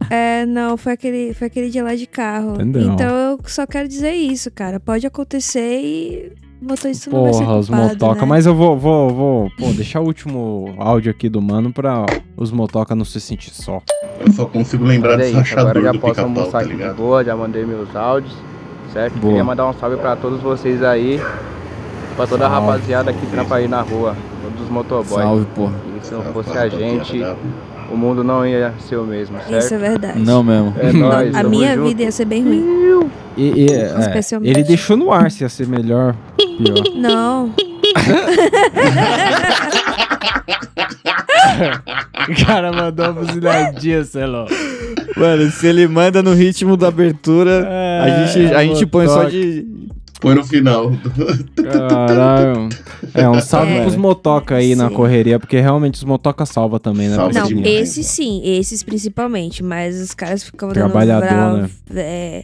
Speaker 11: É, não, foi aquele, foi aquele dia lá de carro.
Speaker 2: Entendeu.
Speaker 11: Então eu só quero dizer isso, cara. Pode acontecer e o motorista não vai ser
Speaker 2: Porra,
Speaker 11: culpado,
Speaker 2: os motoca.
Speaker 11: né?
Speaker 2: Mas eu vou, vou, vou pô, deixar o último áudio aqui do mano pra os motoca não se sentir só.
Speaker 4: Eu só consigo lembrar
Speaker 18: Mas é
Speaker 4: desse
Speaker 18: isso, agora
Speaker 4: rachador
Speaker 18: já
Speaker 4: do
Speaker 18: posso
Speaker 4: pica-pau,
Speaker 18: almoçar
Speaker 4: tá
Speaker 18: aqui de
Speaker 4: ligado?
Speaker 18: boa, já mandei meus áudios, certo?
Speaker 4: Boa.
Speaker 18: Queria mandar um salve pra todos vocês aí, pra toda a
Speaker 3: Salve.
Speaker 18: rapaziada que trampa aí na rua, todos os motoboys.
Speaker 3: Salve, porra.
Speaker 18: E se não
Speaker 3: Salve
Speaker 18: fosse
Speaker 3: pra
Speaker 18: a
Speaker 4: tá
Speaker 18: gente, o mundo não ia ser o mesmo, certo?
Speaker 11: Isso é verdade.
Speaker 3: Não mesmo.
Speaker 18: É nóis,
Speaker 11: a
Speaker 18: tamo
Speaker 11: minha
Speaker 18: junto.
Speaker 11: vida ia ser bem ruim.
Speaker 2: E, e, é,
Speaker 11: Especialmente.
Speaker 2: ele deixou no ar se ia ser melhor. Pior.
Speaker 11: *laughs* Não.
Speaker 2: o cara mandou uma é buzinadinha, Celão.
Speaker 3: Mano, se ele manda no ritmo da abertura, a gente, a gente põe só de.
Speaker 4: Põe no final.
Speaker 2: Caralho. É, um salve
Speaker 11: É.
Speaker 2: pros motoca aí na
Speaker 11: Sim.
Speaker 2: correria, porque realmente os motoca salva também, né?
Speaker 11: Não,
Speaker 2: Priscilinha?
Speaker 11: esses sim, esses principalmente, mas os caras ficam dando
Speaker 2: Trabalhador,
Speaker 11: brau,
Speaker 2: né?
Speaker 11: é,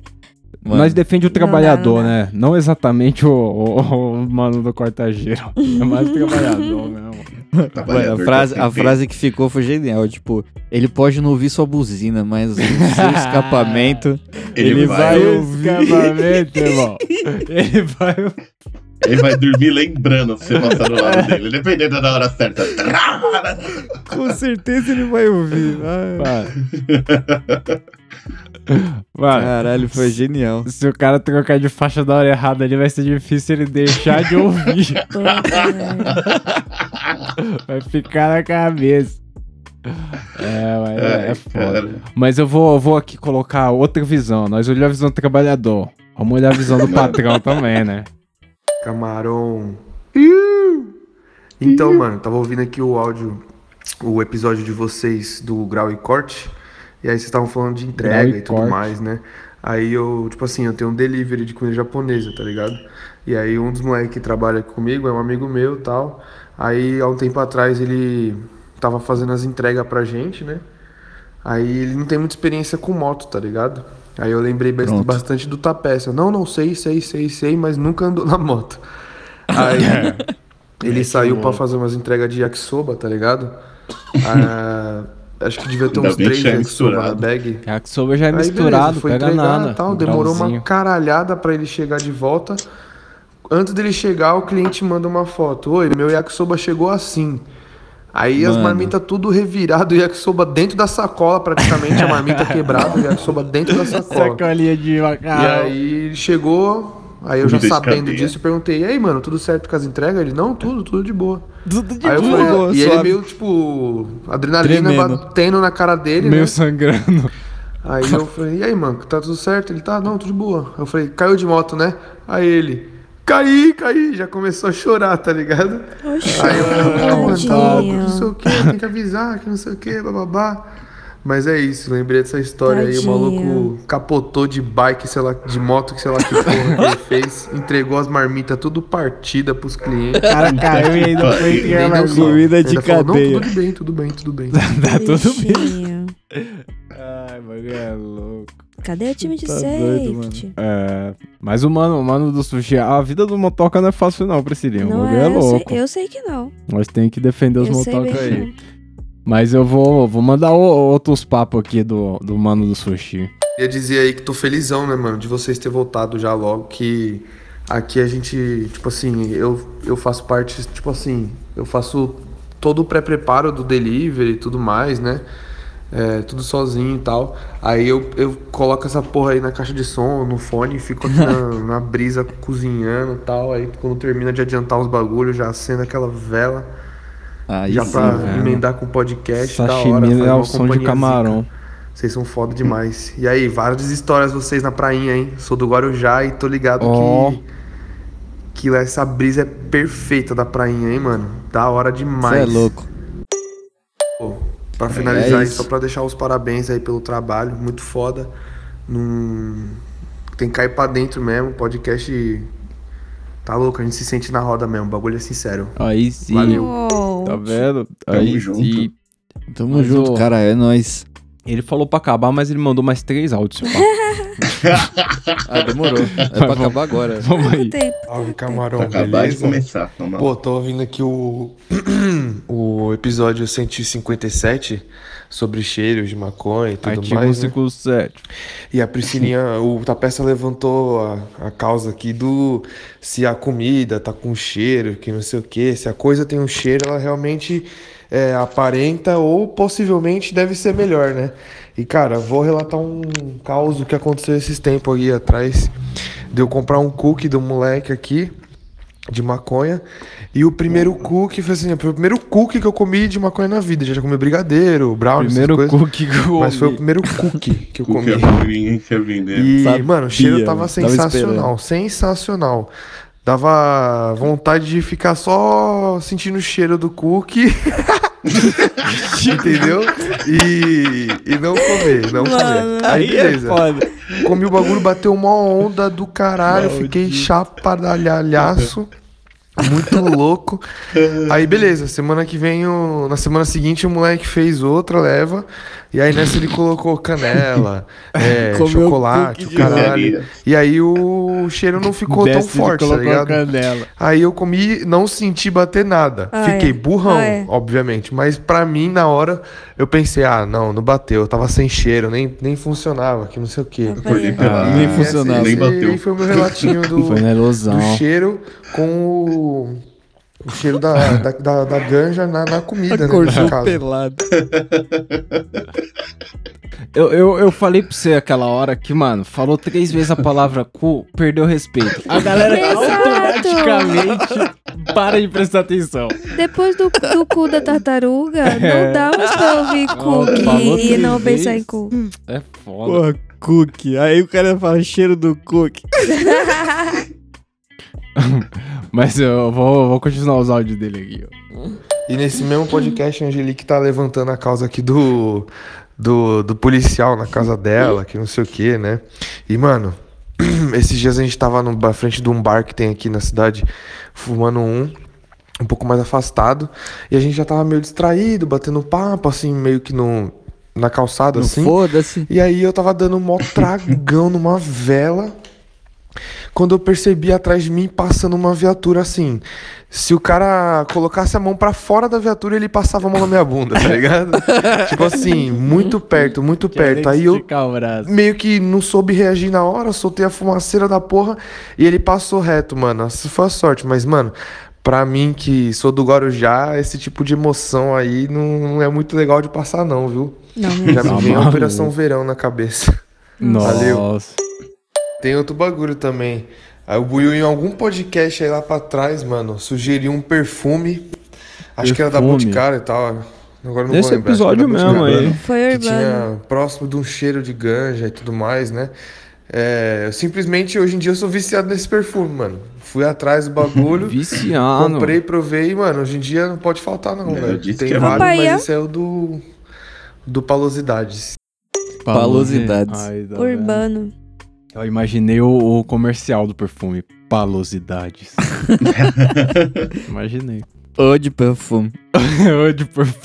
Speaker 2: Nós defende o
Speaker 11: Não dá,
Speaker 2: trabalhador, né? Não exatamente o, o- o mano do corta-giro. *laughs* É mais o
Speaker 11: *laughs*
Speaker 2: trabalhador mesmo.
Speaker 3: Mano, a, frase, a frase que ficou foi genial. Tipo, ele pode não ouvir sua buzina, mas o seu escapamento.
Speaker 4: Ele
Speaker 3: ele,
Speaker 4: vai
Speaker 3: vai,
Speaker 4: ouvir.
Speaker 3: ouvir. *laughs*
Speaker 2: Escapamento, irmão. Ele vai.
Speaker 4: Ele vai dormir lembrando se você passar do lado dele, dependendo da hora certa.
Speaker 3: Com certeza ele vai ouvir. *laughs* Ah.
Speaker 4: *laughs*
Speaker 3: Caralho, foi genial.
Speaker 2: Se o cara trocar de faixa da hora errada ali, vai ser difícil ele deixar de ouvir. vai ficar na cabeça. É, mas é,
Speaker 4: Ai,
Speaker 2: é foda.
Speaker 4: cara.
Speaker 2: Mas eu vou, eu vou aqui colocar outra visão. Nós olhamos a visão do trabalhador. Vamos olhar a
Speaker 4: *laughs*
Speaker 2: visão do patrão também, né?
Speaker 19: Camarão. Então, mano, tava ouvindo aqui o áudio, o episódio de vocês do Grau e Corte. E aí vocês estavam falando de
Speaker 2: Grau
Speaker 19: entrega
Speaker 2: e
Speaker 19: e tudo
Speaker 2: corte.
Speaker 19: mais, né? Aí eu, tipo assim, eu tenho um delivery de comida japonesa, tá ligado? E aí um dos moleques que trabalha comigo é um amigo meu e tal. Aí há um tempo atrás ele tava fazendo as entregas pra gente, né? Aí ele não tem muita experiência com moto, tá ligado? Aí eu lembrei bas-
Speaker 20: Pronto.
Speaker 19: bastante do Tapece. Eu, não, não sei, sei, sei, sei, mas nunca andou
Speaker 4: *laughs*
Speaker 19: na moto. Aí
Speaker 4: É.
Speaker 19: ele saiu pra fazer umas entregas de yakisoba, tá
Speaker 4: *laughs*
Speaker 19: ligado? Ah, acho que devia ter
Speaker 4: Ainda
Speaker 19: uns
Speaker 4: bem que
Speaker 19: três
Speaker 4: já é
Speaker 19: yakisoba na
Speaker 4: misturado.
Speaker 19: bag.
Speaker 2: Yakisoba já é
Speaker 19: Aí, beleza,
Speaker 2: misturado,
Speaker 19: foi
Speaker 2: pega
Speaker 19: entregar e
Speaker 2: nada,
Speaker 19: Tal,
Speaker 2: um
Speaker 19: demorou uma
Speaker 2: grauzinho.
Speaker 19: caralhada pra ele chegar de volta. Antes dele chegar, o cliente manda uma foto. Oi, meu yakisoba chegou assim. Aí as
Speaker 20: Mano.
Speaker 19: marmitas tudo revirado, o yakisoba dentro da sacola, praticamente
Speaker 2: *laughs*
Speaker 19: a marmita quebrada, o yakisoba dentro da sacola.
Speaker 2: Sacolinha de
Speaker 19: E aí ele chegou, aí eu já
Speaker 2: Comida de
Speaker 19: sabendo
Speaker 2: cadeia.
Speaker 19: disso, eu perguntei, e aí, mano, tudo certo com as entregas? Ele, não, tudo, tudo de boa. Tudo
Speaker 2: de
Speaker 19: aí
Speaker 2: boa,
Speaker 19: Eu falei,
Speaker 2: suave.
Speaker 19: e ele meio, tipo, adrenalina
Speaker 2: Tremendo.
Speaker 19: batendo na cara dele,
Speaker 2: Meio
Speaker 19: né?
Speaker 2: sangrando.
Speaker 19: Aí eu falei, e aí, mano, tá tudo certo? Ele, tá, não, tudo de boa. Eu falei, caiu de moto, né? Aí ele, caí, caí, já começou a chorar, tá ligado? aí eu falei, não, mano, tá louco, não sei o que, tem que avisar, que não sei o que, bababá. Mas é isso, lembrei dessa história aí, o
Speaker 20: Tadinho.
Speaker 19: maluco capotou de bike, sei lá, de moto, que sei lá que porra que ele fez, entregou as marmitas tudo partida pros clientes.
Speaker 2: O cara caiu e ainda foi
Speaker 19: Nem
Speaker 2: entregar
Speaker 19: deu
Speaker 2: mais
Speaker 19: sal.
Speaker 2: comida de
Speaker 19: Ainda falou, não,
Speaker 2: cadeia."
Speaker 19: tudo bem, tudo bem, tudo
Speaker 2: *laughs*
Speaker 19: bem.
Speaker 2: Tá tudo bem.
Speaker 11: Bichinho.
Speaker 2: Ai, bagulho é louco.
Speaker 11: Cadê o time de
Speaker 2: Tá doido, mano.
Speaker 11: safety?
Speaker 2: É, mas o mano, o mano do sushi, a vida do motoca não é fácil não, Priscilinha. O
Speaker 11: Não
Speaker 2: bagulho é,
Speaker 11: é, eu sei,
Speaker 2: louco.
Speaker 11: eu sei que não.
Speaker 2: Nós temos que defender os
Speaker 11: Eu sei né?
Speaker 2: motocas
Speaker 11: bem que
Speaker 2: aí. Mas eu vou, vou mandar o- outros papos aqui do, do mano do sushi.
Speaker 19: Queria dizer aí que tô felizão, né, mano, de vocês ter voltado já logo, que aqui a gente, tipo assim, eu, eu faço parte, tipo assim, eu faço todo o pré-preparo do delivery e tudo mais, né? É, tudo sozinho e tal. Aí eu, eu coloco essa porra aí na caixa de som, no fone, e
Speaker 2: *laughs*
Speaker 19: fico aqui na, na brisa cozinhando e tal. Aí quando termina de adiantar os bagulhos, já acendo aquela vela.
Speaker 3: Aí
Speaker 19: já
Speaker 3: sim,
Speaker 19: pra
Speaker 3: velho.
Speaker 19: emendar com o podcast. da hora,
Speaker 2: Sashimi
Speaker 19: fazer
Speaker 2: é
Speaker 19: uma
Speaker 2: o som de
Speaker 19: companhiazinha.
Speaker 2: camarão.
Speaker 19: Vocês são foda demais. E aí, várias histórias vocês na prainha, hein? Sou do Guarujá e tô ligado
Speaker 2: Ó.
Speaker 19: que, que lá essa brisa é perfeita da prainha, hein, mano? Da hora
Speaker 3: Cê
Speaker 19: demais.
Speaker 3: é louco.
Speaker 19: Pô, pra finalizar,
Speaker 3: É
Speaker 19: aí,
Speaker 3: isso.
Speaker 19: só pra deixar os parabéns aí pelo trabalho, muito foda. Num... Tem que cair pra dentro mesmo, podcast... Tá louco, a gente se sente na roda mesmo, o bagulho é sincero.
Speaker 2: Aí sim.
Speaker 19: Valeu.
Speaker 2: Tá vendo?
Speaker 19: Tamo
Speaker 2: Aí
Speaker 19: junto.
Speaker 2: sim.
Speaker 3: Tamo junto, cara, é nóis.
Speaker 2: Ele falou pra acabar, mas ele mandou mais três áudios. pá.
Speaker 11: *laughs*
Speaker 3: Ah, demorou. É pra
Speaker 2: Vamos-
Speaker 3: acabar agora.
Speaker 2: Vamos aí.
Speaker 19: Salve,
Speaker 20: camarão.
Speaker 4: Pra acabar de começar, vamos lá.
Speaker 19: Pô,
Speaker 20: tô ouvindo aqui o, *clears throat* o episódio 157 sobre cheiros de maconha e tudo
Speaker 2: Artigo
Speaker 20: mais. né?
Speaker 2: 157.
Speaker 20: E a Priscilinha, o Tapeça levantou a, a causa aqui do se a comida tá com cheiro, que não sei o quê. Se a coisa tem um cheiro, ela realmente é, aparenta ou possivelmente deve ser melhor, né? E cara, vou relatar um caos que aconteceu esses tempos aí atrás. De eu comprar um cookie do moleque aqui de maconha. E o primeiro cookie foi assim, foi o primeiro cookie que eu comi de maconha na vida. Já já comi brigadeiro, brownie, essas
Speaker 2: Primeiro
Speaker 20: coisas.
Speaker 2: cookie que eu
Speaker 20: Mas foi o
Speaker 2: comi.
Speaker 20: primeiro cookie que eu comi.
Speaker 4: Cookie é ruim, hein, que é ruim, né?
Speaker 20: E,
Speaker 4: Sabia,
Speaker 20: mano, o cheiro tava
Speaker 4: mano. Tava
Speaker 20: sensacional,
Speaker 4: esperando.
Speaker 20: sensacional. Dava vontade de ficar só sentindo o cheiro do cookie. *laughs* Entendeu? E, e não comer, não
Speaker 19: Mano,
Speaker 20: comer. Aí
Speaker 19: aí é
Speaker 20: beleza.
Speaker 19: foda.
Speaker 20: Comi o bagulho, bateu uma onda do caralho, fiquei chapadalhalhaço. Muito louco. Aí, beleza. Semana que vem, o- na semana seguinte, o moleque fez outra leva. E aí nessa ele colocou
Speaker 2: *laughs*
Speaker 20: canela, é,
Speaker 2: Comeu
Speaker 20: chocolate,
Speaker 2: cookie
Speaker 20: o
Speaker 2: de
Speaker 20: caralho.
Speaker 2: Maria.
Speaker 20: E aí o cheiro não ficou tão
Speaker 2: Desce, ele
Speaker 20: forte, tá
Speaker 2: colocou
Speaker 20: ligado?
Speaker 2: canela.
Speaker 20: Aí eu comi, não senti bater nada.
Speaker 2: Ah,
Speaker 20: Fiquei
Speaker 2: é.
Speaker 20: burrão,
Speaker 2: Ah, é.
Speaker 20: obviamente. Mas pra mim, na hora, eu pensei, ah, não, não bateu. Eu tava sem cheiro, nem, nem funcionava, que não sei o quê.
Speaker 4: Acordei pelado.
Speaker 20: E
Speaker 4: Nem
Speaker 20: esse-
Speaker 4: funcionava.
Speaker 20: esse
Speaker 4: Nem bateu.
Speaker 20: aí foi o meu relatinho do,
Speaker 2: *laughs* Foi na ilusão.
Speaker 20: do cheiro com o, o cheiro da, da, da, da ganja na, na comida, né?
Speaker 2: Acordou
Speaker 20: no caso.
Speaker 2: pelado. Eu, eu, eu falei pra você aquela hora que, mano, falou três vezes a palavra cu, perdeu o respeito. A
Speaker 11: *laughs*
Speaker 2: galera É, automaticamente para de prestar atenção.
Speaker 11: Depois do, do cu da tartaruga,
Speaker 2: *laughs* É.
Speaker 11: não dá mais pra ouvir
Speaker 2: Falou
Speaker 11: cu
Speaker 2: três
Speaker 11: e não
Speaker 2: vezes. Hum.
Speaker 11: pensar em cu.
Speaker 2: É foda. cookie. Aí o cara fala cheiro do cookie. Mas eu vou, vou continuar os áudios dele aqui, ó.
Speaker 19: E nesse mesmo podcast, a Angelique tá levantando a causa aqui do, do, do policial na casa dela, que não sei o que, né? E, mano, *clears throat* esses dias a gente tava no, na frente de um bar que tem aqui na cidade, fumando um, um pouco mais afastado, e a gente já tava meio distraído, batendo papo, assim, meio que no, na calçada,
Speaker 3: No
Speaker 19: assim.
Speaker 3: foda-se.
Speaker 19: E aí eu tava dando um mó tragão numa vela. Quando eu percebi atrás de mim passando uma viatura assim. Se o cara colocasse a mão pra fora da viatura, ele passava a mão na minha bunda, tá ligado? tipo assim, muito perto, muito perto. Aí eu meio que não soube reagir na hora, soltei a fumaceira da porra e ele passou reto, mano. Essa foi a sorte, mas, mano. Pra mim, que sou do Guarujá, esse tipo de emoção aí não, não é muito legal de passar, não, viu?
Speaker 11: Não
Speaker 19: Já
Speaker 11: mesmo.
Speaker 19: me vem a
Speaker 11: Não,
Speaker 19: Operação
Speaker 11: maluco.
Speaker 19: Verão na cabeça.
Speaker 2: *laughs* Nossa.
Speaker 19: Valeu. Tem outro bagulho também. Aí o Buiu, em algum podcast aí lá pra trás, mano, sugeriu um perfume. Acho que era da
Speaker 2: Perfume?
Speaker 19: Boticário e tal. Agora não
Speaker 2: Nesse
Speaker 19: vou lembrar, acho que era da
Speaker 2: episódio mesmo
Speaker 19: Boticário,
Speaker 2: aí.
Speaker 19: né?
Speaker 11: Foi
Speaker 19: que
Speaker 11: Urbano.
Speaker 19: tinha próximo de um cheiro de ganja e tudo mais, né? É, eu simplesmente hoje em dia eu sou viciado nesse perfume, mano. Fui atrás do
Speaker 2: *laughs*
Speaker 19: bagulho.
Speaker 2: Viciado.
Speaker 19: Comprei, provei, e, mano. Hoje em dia não pode faltar, não,
Speaker 2: É, eu
Speaker 19: velho.
Speaker 2: disse
Speaker 19: Tem
Speaker 2: que é
Speaker 19: vários,
Speaker 2: bom. Papaya.
Speaker 19: mas esse é o do. Do Palosidades.
Speaker 3: Palosidades.
Speaker 2: Ai, tá
Speaker 11: Urbano.
Speaker 2: vendo? Eu imaginei o, o comercial do perfume. Palosidades. *laughs* imaginei.
Speaker 3: Ô de perfume.
Speaker 2: *laughs* Ô de
Speaker 3: *laughs*
Speaker 2: perfume.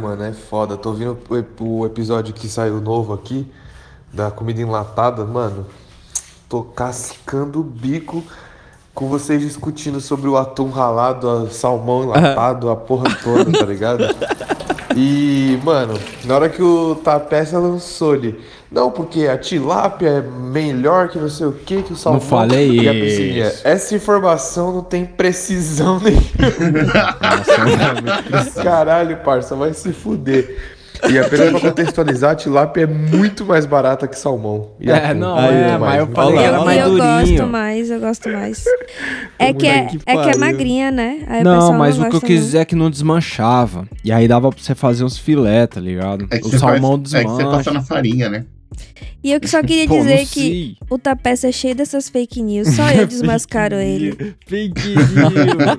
Speaker 19: Mano, é foda. Tô ouvindo o ep- o episódio que saiu novo aqui, da comida enlatada, mano. Tô cascando o bico com vocês discutindo sobre o atum ralado, a salmão enlatado, a porra toda, tá ligado? E, mano, na hora que o Tapeça lançou ele, não, porque a tilápia é melhor que não sei o que, que o salmão.
Speaker 2: falei
Speaker 19: E a Priscilinha,
Speaker 2: isso.
Speaker 19: essa informação não tem precisão *laughs* nenhuma.
Speaker 2: é
Speaker 19: *laughs* Caralho, parça, vai se fuder. E apenas pra contextualizar, a tilápia é muito mais barata que salmão. E
Speaker 2: É,
Speaker 19: atum,
Speaker 2: não,
Speaker 19: muito
Speaker 2: é, mas eu falei,
Speaker 19: Olha
Speaker 2: era
Speaker 19: lá.
Speaker 2: mais
Speaker 11: eu
Speaker 2: É durinho.
Speaker 11: gosto mais, eu gosto
Speaker 2: *laughs*
Speaker 11: mais. É que é,
Speaker 2: Puta que
Speaker 11: é que é
Speaker 2: pariu.
Speaker 11: magrinha, né? Aí o pessoal
Speaker 2: não, mas o que eu
Speaker 11: gosta,
Speaker 2: quis
Speaker 11: não.
Speaker 2: dizer é que não desmanchava. E aí dava pra você fazer uns filé, tá ligado?
Speaker 4: É que
Speaker 2: o
Speaker 4: você
Speaker 2: salmão
Speaker 4: faz- é que
Speaker 2: desmancha.
Speaker 4: você passa na farinha, né?
Speaker 11: E eu que só
Speaker 2: *laughs*
Speaker 11: queria
Speaker 2: Pô, não sei. É
Speaker 11: dizer que o Tapeça é cheio dessas fake news,
Speaker 2: *laughs*
Speaker 11: só eu desmascaro ele.
Speaker 2: Fake news.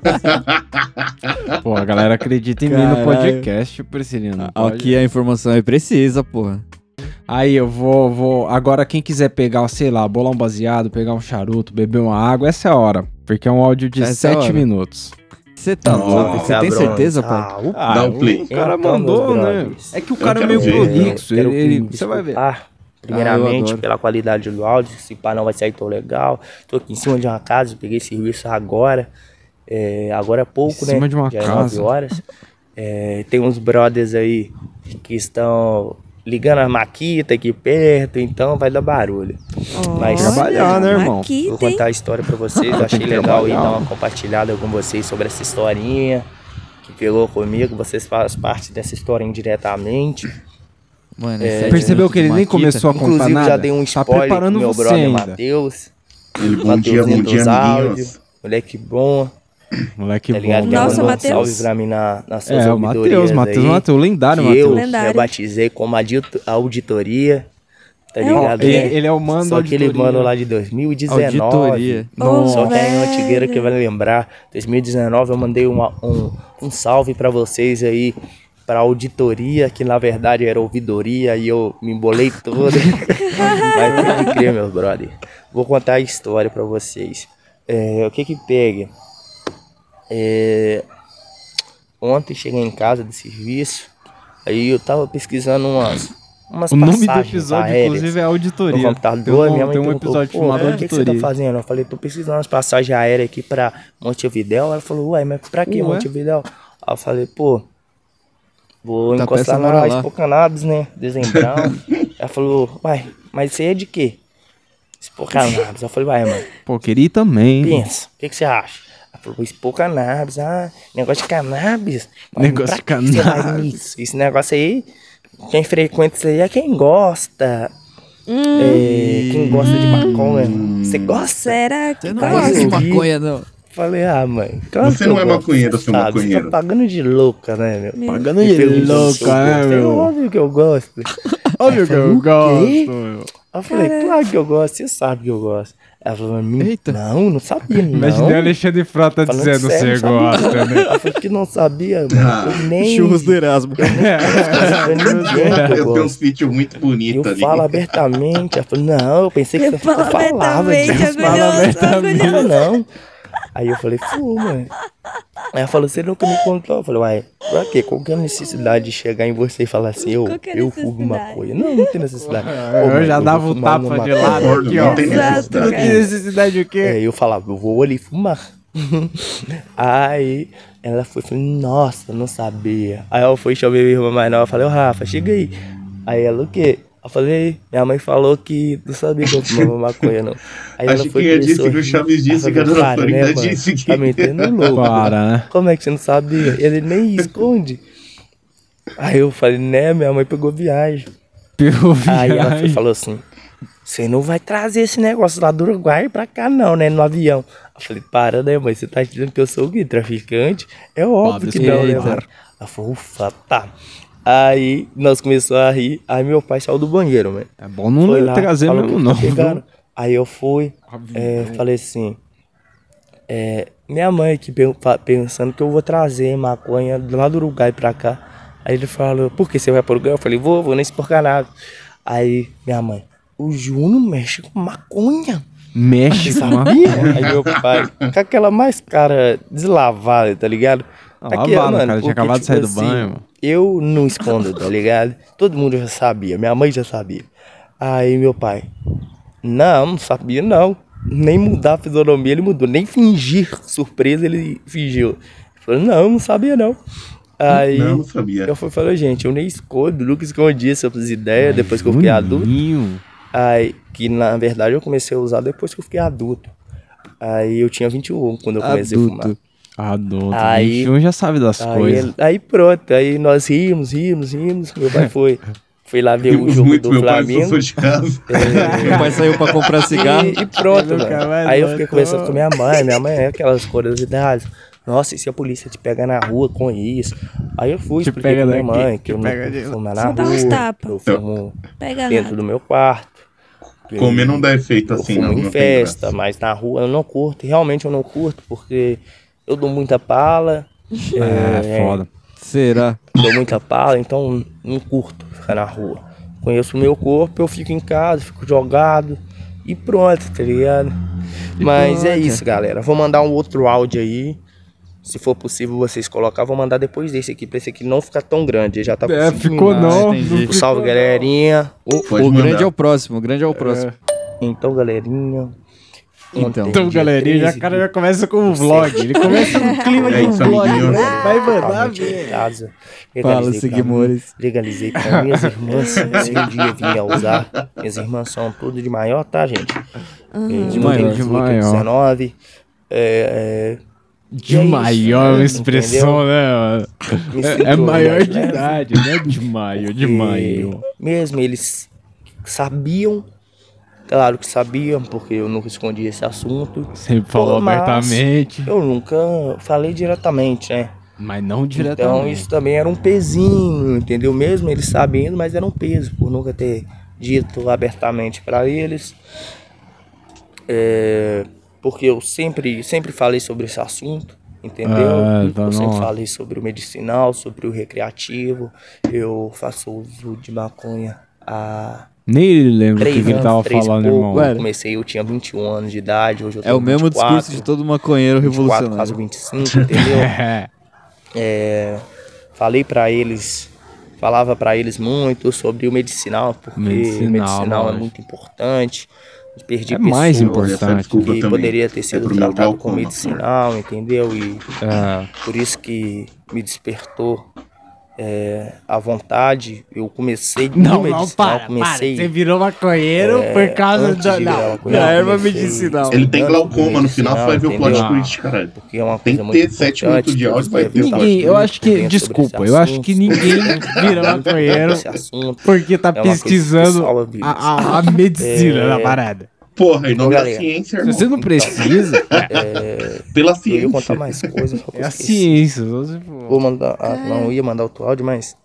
Speaker 2: Pô, a galera acredita em mim no
Speaker 3: Caralho.
Speaker 2: podcast, Priscilino.
Speaker 3: Aqui a informação é precisa, porra.
Speaker 2: Aí eu vou, vou. Agora, quem quiser pegar, sei lá, bolar um baseado, pegar um charuto, beber uma água, essa é a hora. Porque é um áudio de
Speaker 3: Essa é a
Speaker 2: 7
Speaker 3: hora.
Speaker 2: minutos.
Speaker 3: Você tá
Speaker 2: Nossa,
Speaker 3: louco? Você tem
Speaker 2: cabrão.
Speaker 3: certeza, pô?
Speaker 2: Ah, o- Dá o play. o cara
Speaker 3: Então,
Speaker 2: mandou,
Speaker 3: meus
Speaker 2: né?
Speaker 3: brothers,
Speaker 2: É que o cara
Speaker 3: eu
Speaker 2: é meio
Speaker 3: quero ver,
Speaker 2: prolixo,
Speaker 3: eu quero
Speaker 2: ele- ele-
Speaker 3: me
Speaker 2: você vai ver. Ah,
Speaker 3: desculpar,
Speaker 2: eu
Speaker 16: Primeiramente,
Speaker 2: adoro.
Speaker 16: pela qualidade do áudio, se pá não vai sair tão legal. Tô aqui em cima de uma casa, peguei serviço agora. É, agora é pouco,
Speaker 2: Em
Speaker 16: né?
Speaker 2: cima de uma
Speaker 16: Já é
Speaker 2: casa.
Speaker 16: 9 horas. É, tem uns brothers aí que estão ligando a maquita aqui perto, então vai dar barulho. Mas
Speaker 2: Trabalhar, né, irmão?
Speaker 16: Vou
Speaker 2: Maquita,
Speaker 16: contar a história pra vocês. Eu achei
Speaker 2: Tem que
Speaker 16: legal aí dar
Speaker 2: trabalhar.
Speaker 16: uma compartilhada com vocês sobre essa historinha que pegou comigo. Vocês fazem parte dessa história indiretamente.
Speaker 3: Mano,
Speaker 16: É,
Speaker 2: Percebeu que ele nem
Speaker 16: Maquita.
Speaker 2: começou a contar
Speaker 16: Inclusive,
Speaker 2: nada?
Speaker 16: já dei um
Speaker 2: Tá
Speaker 16: spoiler
Speaker 2: preparando
Speaker 16: pro meu
Speaker 2: você
Speaker 16: brother
Speaker 2: ainda.
Speaker 16: Matheus.
Speaker 4: Ele, bom dia,
Speaker 16: Matheusinho
Speaker 4: bom dia, amiguinhos.
Speaker 16: dos áudios. Moleque bom.
Speaker 2: Moleque
Speaker 16: tá ligado?
Speaker 2: bom,
Speaker 16: Que
Speaker 2: né?
Speaker 16: mandou um
Speaker 2: Matheus.
Speaker 16: Salve pra mim na, nas suas
Speaker 2: É, o
Speaker 16: ouvidorias
Speaker 2: Matheus, Matheus,
Speaker 16: aí,
Speaker 2: Matheus, lendário,
Speaker 16: que
Speaker 2: Matheus.
Speaker 16: Eu
Speaker 2: Lendário.
Speaker 16: eu batizei como adito- auditoria. Tá
Speaker 2: É,
Speaker 16: ligado?
Speaker 2: ele- ele é o mano
Speaker 16: Só
Speaker 2: da
Speaker 16: aquele
Speaker 2: auditoria.
Speaker 16: mano lá de 2019.
Speaker 2: Auditoria.
Speaker 16: Só
Speaker 2: Nossa.
Speaker 16: quem é antigueira que
Speaker 2: velho.
Speaker 16: vai lembrar. 2019 eu mandei uma- um, um salve pra vocês aí. Pra auditoria, que na verdade era ouvidoria, e eu me embolei todo. Mas tem que crer, meu brother. Vou contar a história pra vocês. É, o que que pega? É, ontem cheguei em casa do serviço, aí eu tava pesquisando umas, umas
Speaker 2: O nome do
Speaker 16: passagens
Speaker 2: episódio,
Speaker 16: aéreas
Speaker 2: inclusive, é Auditoria.
Speaker 16: No computador,
Speaker 2: Tem um-
Speaker 16: minha mãe
Speaker 2: tem um
Speaker 16: perguntou,
Speaker 2: episódio
Speaker 16: "Pô,
Speaker 2: chamado
Speaker 16: O que que você tá
Speaker 2: Auditoria."
Speaker 16: fazendo? Eu falei, tô pesquisando umas passagens aéreas aqui pra Montevidéu. Ela falou, uai, mas pra que
Speaker 2: Ué?
Speaker 16: Montevidéu? Aí eu falei, pô, vou
Speaker 3: Tá
Speaker 16: encostar
Speaker 3: pensando
Speaker 16: na
Speaker 3: lá.
Speaker 16: Espocanabis, né?
Speaker 2: *laughs*
Speaker 16: Dezembrão. Ela falou, uai, mas você é de quê? Espocanabis. Eu falei, uai, mano.
Speaker 2: Pô, queria ir também.
Speaker 16: Pensa, o que, que você acha? Ela falou, vou expor cannabis. Ah, negócio de cannabis? Mas
Speaker 2: Negócio
Speaker 16: pra
Speaker 2: de
Speaker 16: que você vai
Speaker 2: cannabis.
Speaker 16: nisso? Esse negócio aí, quem frequenta isso aí é quem gosta. É, quem gosta de maconha. Você gosta?
Speaker 11: Será que
Speaker 16: Tá
Speaker 2: é
Speaker 11: gosta?
Speaker 16: resolvido. Falei, ah, mãe.
Speaker 4: Você não é maconheiro, seu maconheiro.
Speaker 16: Você tá pagando de louca, né, meu?
Speaker 4: Meu
Speaker 16: Pagando
Speaker 4: Deus.
Speaker 2: é
Speaker 16: de
Speaker 4: Que
Speaker 16: louca,
Speaker 4: louca,
Speaker 16: né,
Speaker 4: né,
Speaker 16: meu?
Speaker 4: meu?
Speaker 16: Óbvio que eu gosto. Óbvio que eu
Speaker 2: gosto,
Speaker 16: Aí eu falei,
Speaker 4: É.
Speaker 16: claro que eu gosto, você sabe que eu gosto. Ela falou, "Min- não,
Speaker 2: *laughs*
Speaker 16: não sabia, não.
Speaker 2: Imagina o Alexandre Frota
Speaker 16: Falando
Speaker 2: dizendo
Speaker 16: sério,
Speaker 2: você
Speaker 16: não sabia,
Speaker 2: gosta,
Speaker 16: não." *laughs*
Speaker 2: né?
Speaker 16: Ela falou que não sabia,
Speaker 4: Ah,
Speaker 16: mano. Eu nem...
Speaker 4: Erasmo.
Speaker 2: *laughs*
Speaker 16: Eu nem gosto, eu
Speaker 4: Eu tenho um
Speaker 16: gosto.
Speaker 4: feat muito bonito
Speaker 16: Eu
Speaker 4: ali.
Speaker 16: falo abertamente. Ela falou, não, eu pensei que
Speaker 4: Eu
Speaker 16: você
Speaker 4: falo
Speaker 16: falava
Speaker 4: abertamente, é
Speaker 16: disso.
Speaker 4: orgulhoso,
Speaker 16: Fala abertamente. Ela, não. Aí eu falei, fuma. Aí ela falou, você nunca me contou. Eu falei, uai, pra quê? Qual que é a necessidade de chegar em você e falar assim, eu,
Speaker 2: Qual que é a
Speaker 16: eu fumo maconha? Não, não
Speaker 2: *laughs*
Speaker 16: tem necessidade. Ô,
Speaker 2: eu
Speaker 16: mãe,
Speaker 2: já
Speaker 16: vou
Speaker 2: dava um
Speaker 16: fumar uma
Speaker 2: tapa de
Speaker 16: maconha.
Speaker 2: lado aqui, ó.
Speaker 16: Não tem
Speaker 2: Exato, não tem necessidade o quê?
Speaker 16: É, eu falava, eu vou ali fumar. *laughs* Aí ela foi falou, nossa, não sabia. Aí ela foi chamar minha irmã mais nova, eu falei, ô Rafa, chega aí. Aí ela, o quê? Eu falei, minha mãe falou que não sabia que eu fumava
Speaker 2: *laughs*
Speaker 16: maconha, não. Aí
Speaker 4: Acho que eu disse
Speaker 16: *laughs*
Speaker 4: que o Chaves disse que a dona Florinda disse que-
Speaker 16: Tá metendo louco.
Speaker 2: Para, né?
Speaker 16: Como é que você não sabia? Ele nem esconde. Aí eu falei, né, minha mãe pegou viagem.
Speaker 2: Pegou
Speaker 16: Aí ela foi-
Speaker 2: viagem.
Speaker 16: falou assim, você não vai trazer esse negócio lá do Uruguai pra cá não, né, no avião. Eu falei, para, né, mãe, você tá dizendo que eu sou o quê? Traficante? É
Speaker 2: Pobre
Speaker 16: óbvio que não, né,
Speaker 2: sujeito.
Speaker 16: mãe? Ela falou, ufa, tá. Aí nós começamos a rir, aí meu pai saiu do banheiro, mano. É
Speaker 2: bom não trazer mesmo, não, viu?
Speaker 16: Aí eu fui, é,
Speaker 2: né?
Speaker 16: falei assim, é, minha mãe aqui pe- fa- pensando que eu vou trazer maconha do lado do Uruguai pra cá. Aí ele falou, por que você vai pro Uruguai? Eu falei, vou, vou nesse porcanado. Aí minha mãe, o Juno mexe com maconha.
Speaker 2: Mexe com
Speaker 16: Sabia? Aí meu pai, com aquela mais cara deslavada, tá ligado?
Speaker 2: Lavada, cara, tinha acabado de sair do banho, mano.
Speaker 16: tipo assim, Eu não escondo, tá ligado? Todo mundo já sabia, minha mãe já sabia. Aí meu pai, não, não sabia não. Nem mudar a fisionomia ele mudou, nem fingir surpresa ele fingiu. Ele falou, não, não sabia não. Aí
Speaker 4: Não, não sabia.
Speaker 16: eu fui e falei, gente, eu nem escondo, nunca escondi essas ideias depois que eu fiquei adulto. Aí, que na verdade eu comecei a usar depois que eu fiquei adulto. Aí eu tinha 21 quando eu comecei a fumar.
Speaker 2: Adulto. Adulto. Aí, já sabe das
Speaker 16: aí,
Speaker 2: coisas.
Speaker 16: Aí pronto, aí nós rimos, rimos, rimos. Meu pai foi, foi
Speaker 4: *laughs*
Speaker 16: lá ver o
Speaker 2: Rimos
Speaker 16: jogo
Speaker 2: muito,
Speaker 16: do
Speaker 2: meu pai
Speaker 16: Flamengo.
Speaker 2: foi de casa.
Speaker 16: É.
Speaker 2: Meu pai saiu pra comprar cigarro.
Speaker 16: E, e pronto,
Speaker 2: Ele nunca
Speaker 16: mano.
Speaker 2: mais
Speaker 16: Aí eu fiquei
Speaker 2: voltou.
Speaker 16: conversando com minha mãe. Minha mãe é aquelas curiosidades. Nossa, e se a polícia te pega na rua com isso? Aí eu fui, expliquei
Speaker 2: pega
Speaker 16: pra minha
Speaker 2: daqui,
Speaker 16: mãe
Speaker 2: te
Speaker 16: que eu
Speaker 2: pega
Speaker 16: não
Speaker 2: de lá.
Speaker 16: fumo na
Speaker 2: Só dá uns
Speaker 16: rua,
Speaker 2: tapa.
Speaker 16: eu fumo
Speaker 11: Pega
Speaker 16: dentro
Speaker 11: nada.
Speaker 16: do meu quarto.
Speaker 4: Comer não dá efeito
Speaker 16: Eu
Speaker 4: assim,
Speaker 16: fumo
Speaker 4: não,
Speaker 16: em
Speaker 4: não tem
Speaker 16: festa, mas na rua eu não curto. Realmente eu não curto, porque eu dou muita pala.
Speaker 2: *laughs* É, foda.
Speaker 16: Será? Dou muita pala, então não curto ficar na rua. Conheço o meu corpo, eu fico em casa, fico jogado e pronto, tá ligado? Mas é
Speaker 2: pronto.
Speaker 16: isso, galera. Vou mandar um outro áudio aí. Se for possível vocês colocar, vou mandar depois desse aqui, pra esse aqui não ficar tão grande. ele Já tá com
Speaker 2: É,
Speaker 16: cinco
Speaker 2: ficou
Speaker 16: minutos. Um
Speaker 2: não, Entendi. não ficou
Speaker 16: Salve,
Speaker 2: não.
Speaker 16: galerinha. O,
Speaker 3: Pode o grande mandar. é o próximo, o grande é o próximo.
Speaker 16: Então, galerinha.
Speaker 3: Então.
Speaker 2: Então,
Speaker 16: dia
Speaker 2: galerinha, já,
Speaker 16: 13
Speaker 2: o cara já começa com um vlog. Ele começa no clima de um vlog. né? Vai
Speaker 4: Tá
Speaker 2: mandar
Speaker 16: Totalmente
Speaker 2: ver.
Speaker 16: em É casa.
Speaker 2: Fala,
Speaker 16: Legalizei pra
Speaker 2: Sigmores.
Speaker 16: mim, Legalizei pra
Speaker 2: *laughs*
Speaker 16: minhas irmãs. Se um dia vinha a usar, minhas irmãs são tudo de maior, tá, gente?
Speaker 2: Uhum.
Speaker 16: Eh,
Speaker 2: De
Speaker 16: um
Speaker 2: maior,
Speaker 16: tem
Speaker 2: de
Speaker 16: 18,
Speaker 2: maior.
Speaker 16: 19. É, é,
Speaker 2: De
Speaker 16: e é isso,
Speaker 2: maior é
Speaker 16: né?
Speaker 2: uma expressão,
Speaker 16: Entendeu?
Speaker 2: né, mano?
Speaker 16: Me
Speaker 2: É, é
Speaker 16: sinto
Speaker 2: maior
Speaker 16: mais
Speaker 2: de
Speaker 16: leve.
Speaker 2: idade, né? De maior, de
Speaker 16: Porque
Speaker 2: maior.
Speaker 16: Mesmo eles sabiam, claro que sabiam, porque eu nunca escondi esse assunto.
Speaker 2: Sempre falou
Speaker 16: Mas
Speaker 2: abertamente.
Speaker 16: Eu nunca falei diretamente, né?
Speaker 2: Mas não
Speaker 16: Então
Speaker 2: diretamente.
Speaker 16: isso também era um pezinho, entendeu? Mesmo eles sabendo, mas era um peso por nunca ter dito abertamente pra eles. É, porque eu sempre, sempre falei sobre esse assunto, entendeu?
Speaker 2: Ah, tá,
Speaker 16: eu sempre
Speaker 2: não.
Speaker 16: falei sobre o medicinal, sobre o recreativo. Eu faço uso de maconha há
Speaker 2: Nem ele lembra o que,
Speaker 16: três
Speaker 2: que ele
Speaker 16: anos,
Speaker 2: tava
Speaker 16: três e
Speaker 2: falando,
Speaker 16: pouco.
Speaker 2: irmão.
Speaker 16: Eu comecei, eu tinha 21 anos de idade, hoje eu
Speaker 3: É
Speaker 16: tenho
Speaker 3: o mesmo
Speaker 16: 24,
Speaker 3: discurso de todo maconheiro
Speaker 16: 24,
Speaker 3: revolucionário.
Speaker 16: quase 25,
Speaker 2: *laughs*
Speaker 16: entendeu? É, falei pra eles, falava pra eles muito sobre o medicinal, porque
Speaker 2: Medicinal,
Speaker 16: o medicinal é
Speaker 2: lógico.
Speaker 16: muito importante. Perdi
Speaker 2: É mais
Speaker 16: pessoas
Speaker 2: importante. Desculpa
Speaker 16: que
Speaker 2: também.
Speaker 16: poderia
Speaker 2: É
Speaker 16: ter sido
Speaker 2: pro meu
Speaker 16: tratado com
Speaker 2: glaucoma.
Speaker 16: medicinal, entendeu? E
Speaker 2: É.
Speaker 16: por isso que me despertou é, a vontade. Eu comecei no
Speaker 2: Não,
Speaker 16: medicinal,
Speaker 2: não, para, para.
Speaker 16: comecei
Speaker 2: Você virou maconheiro
Speaker 16: é,
Speaker 2: por causa
Speaker 16: antes
Speaker 2: da,
Speaker 16: de virar
Speaker 2: não,
Speaker 16: maconha,
Speaker 2: da
Speaker 16: eu
Speaker 2: erva
Speaker 16: comecei
Speaker 2: medicinal.
Speaker 16: estudando
Speaker 4: no final, você vai ver o plot
Speaker 16: entendeu?
Speaker 4: twist, caralho.
Speaker 16: Porque é uma
Speaker 4: Tem
Speaker 16: coisa
Speaker 4: que
Speaker 16: muito
Speaker 4: ter sete
Speaker 16: importante,
Speaker 4: minutos de áudio, vai ter o plot
Speaker 2: Ninguém,
Speaker 16: né?
Speaker 2: eu acho que, desculpa, eu acho que ninguém
Speaker 16: *laughs*
Speaker 2: vira maconheiro
Speaker 16: Esse assunto
Speaker 2: porque tá
Speaker 16: é uma coisa que
Speaker 2: pesquisando
Speaker 16: salva vidas.
Speaker 2: a, a- a medicina
Speaker 16: É,
Speaker 2: da parada.
Speaker 4: Porra, em
Speaker 16: Então,
Speaker 4: nome da
Speaker 16: galera,
Speaker 4: ciência, irmão.
Speaker 2: Você não
Speaker 4: *laughs*
Speaker 2: precisa.
Speaker 16: É,
Speaker 4: Pela
Speaker 16: Eu
Speaker 4: ciência.
Speaker 16: ia contar mais coisas. só que eu
Speaker 2: É a
Speaker 16: esqueci.
Speaker 2: ciência, você-
Speaker 16: Vou mandar, ah, não, eu ia mandar outro áudio, mas...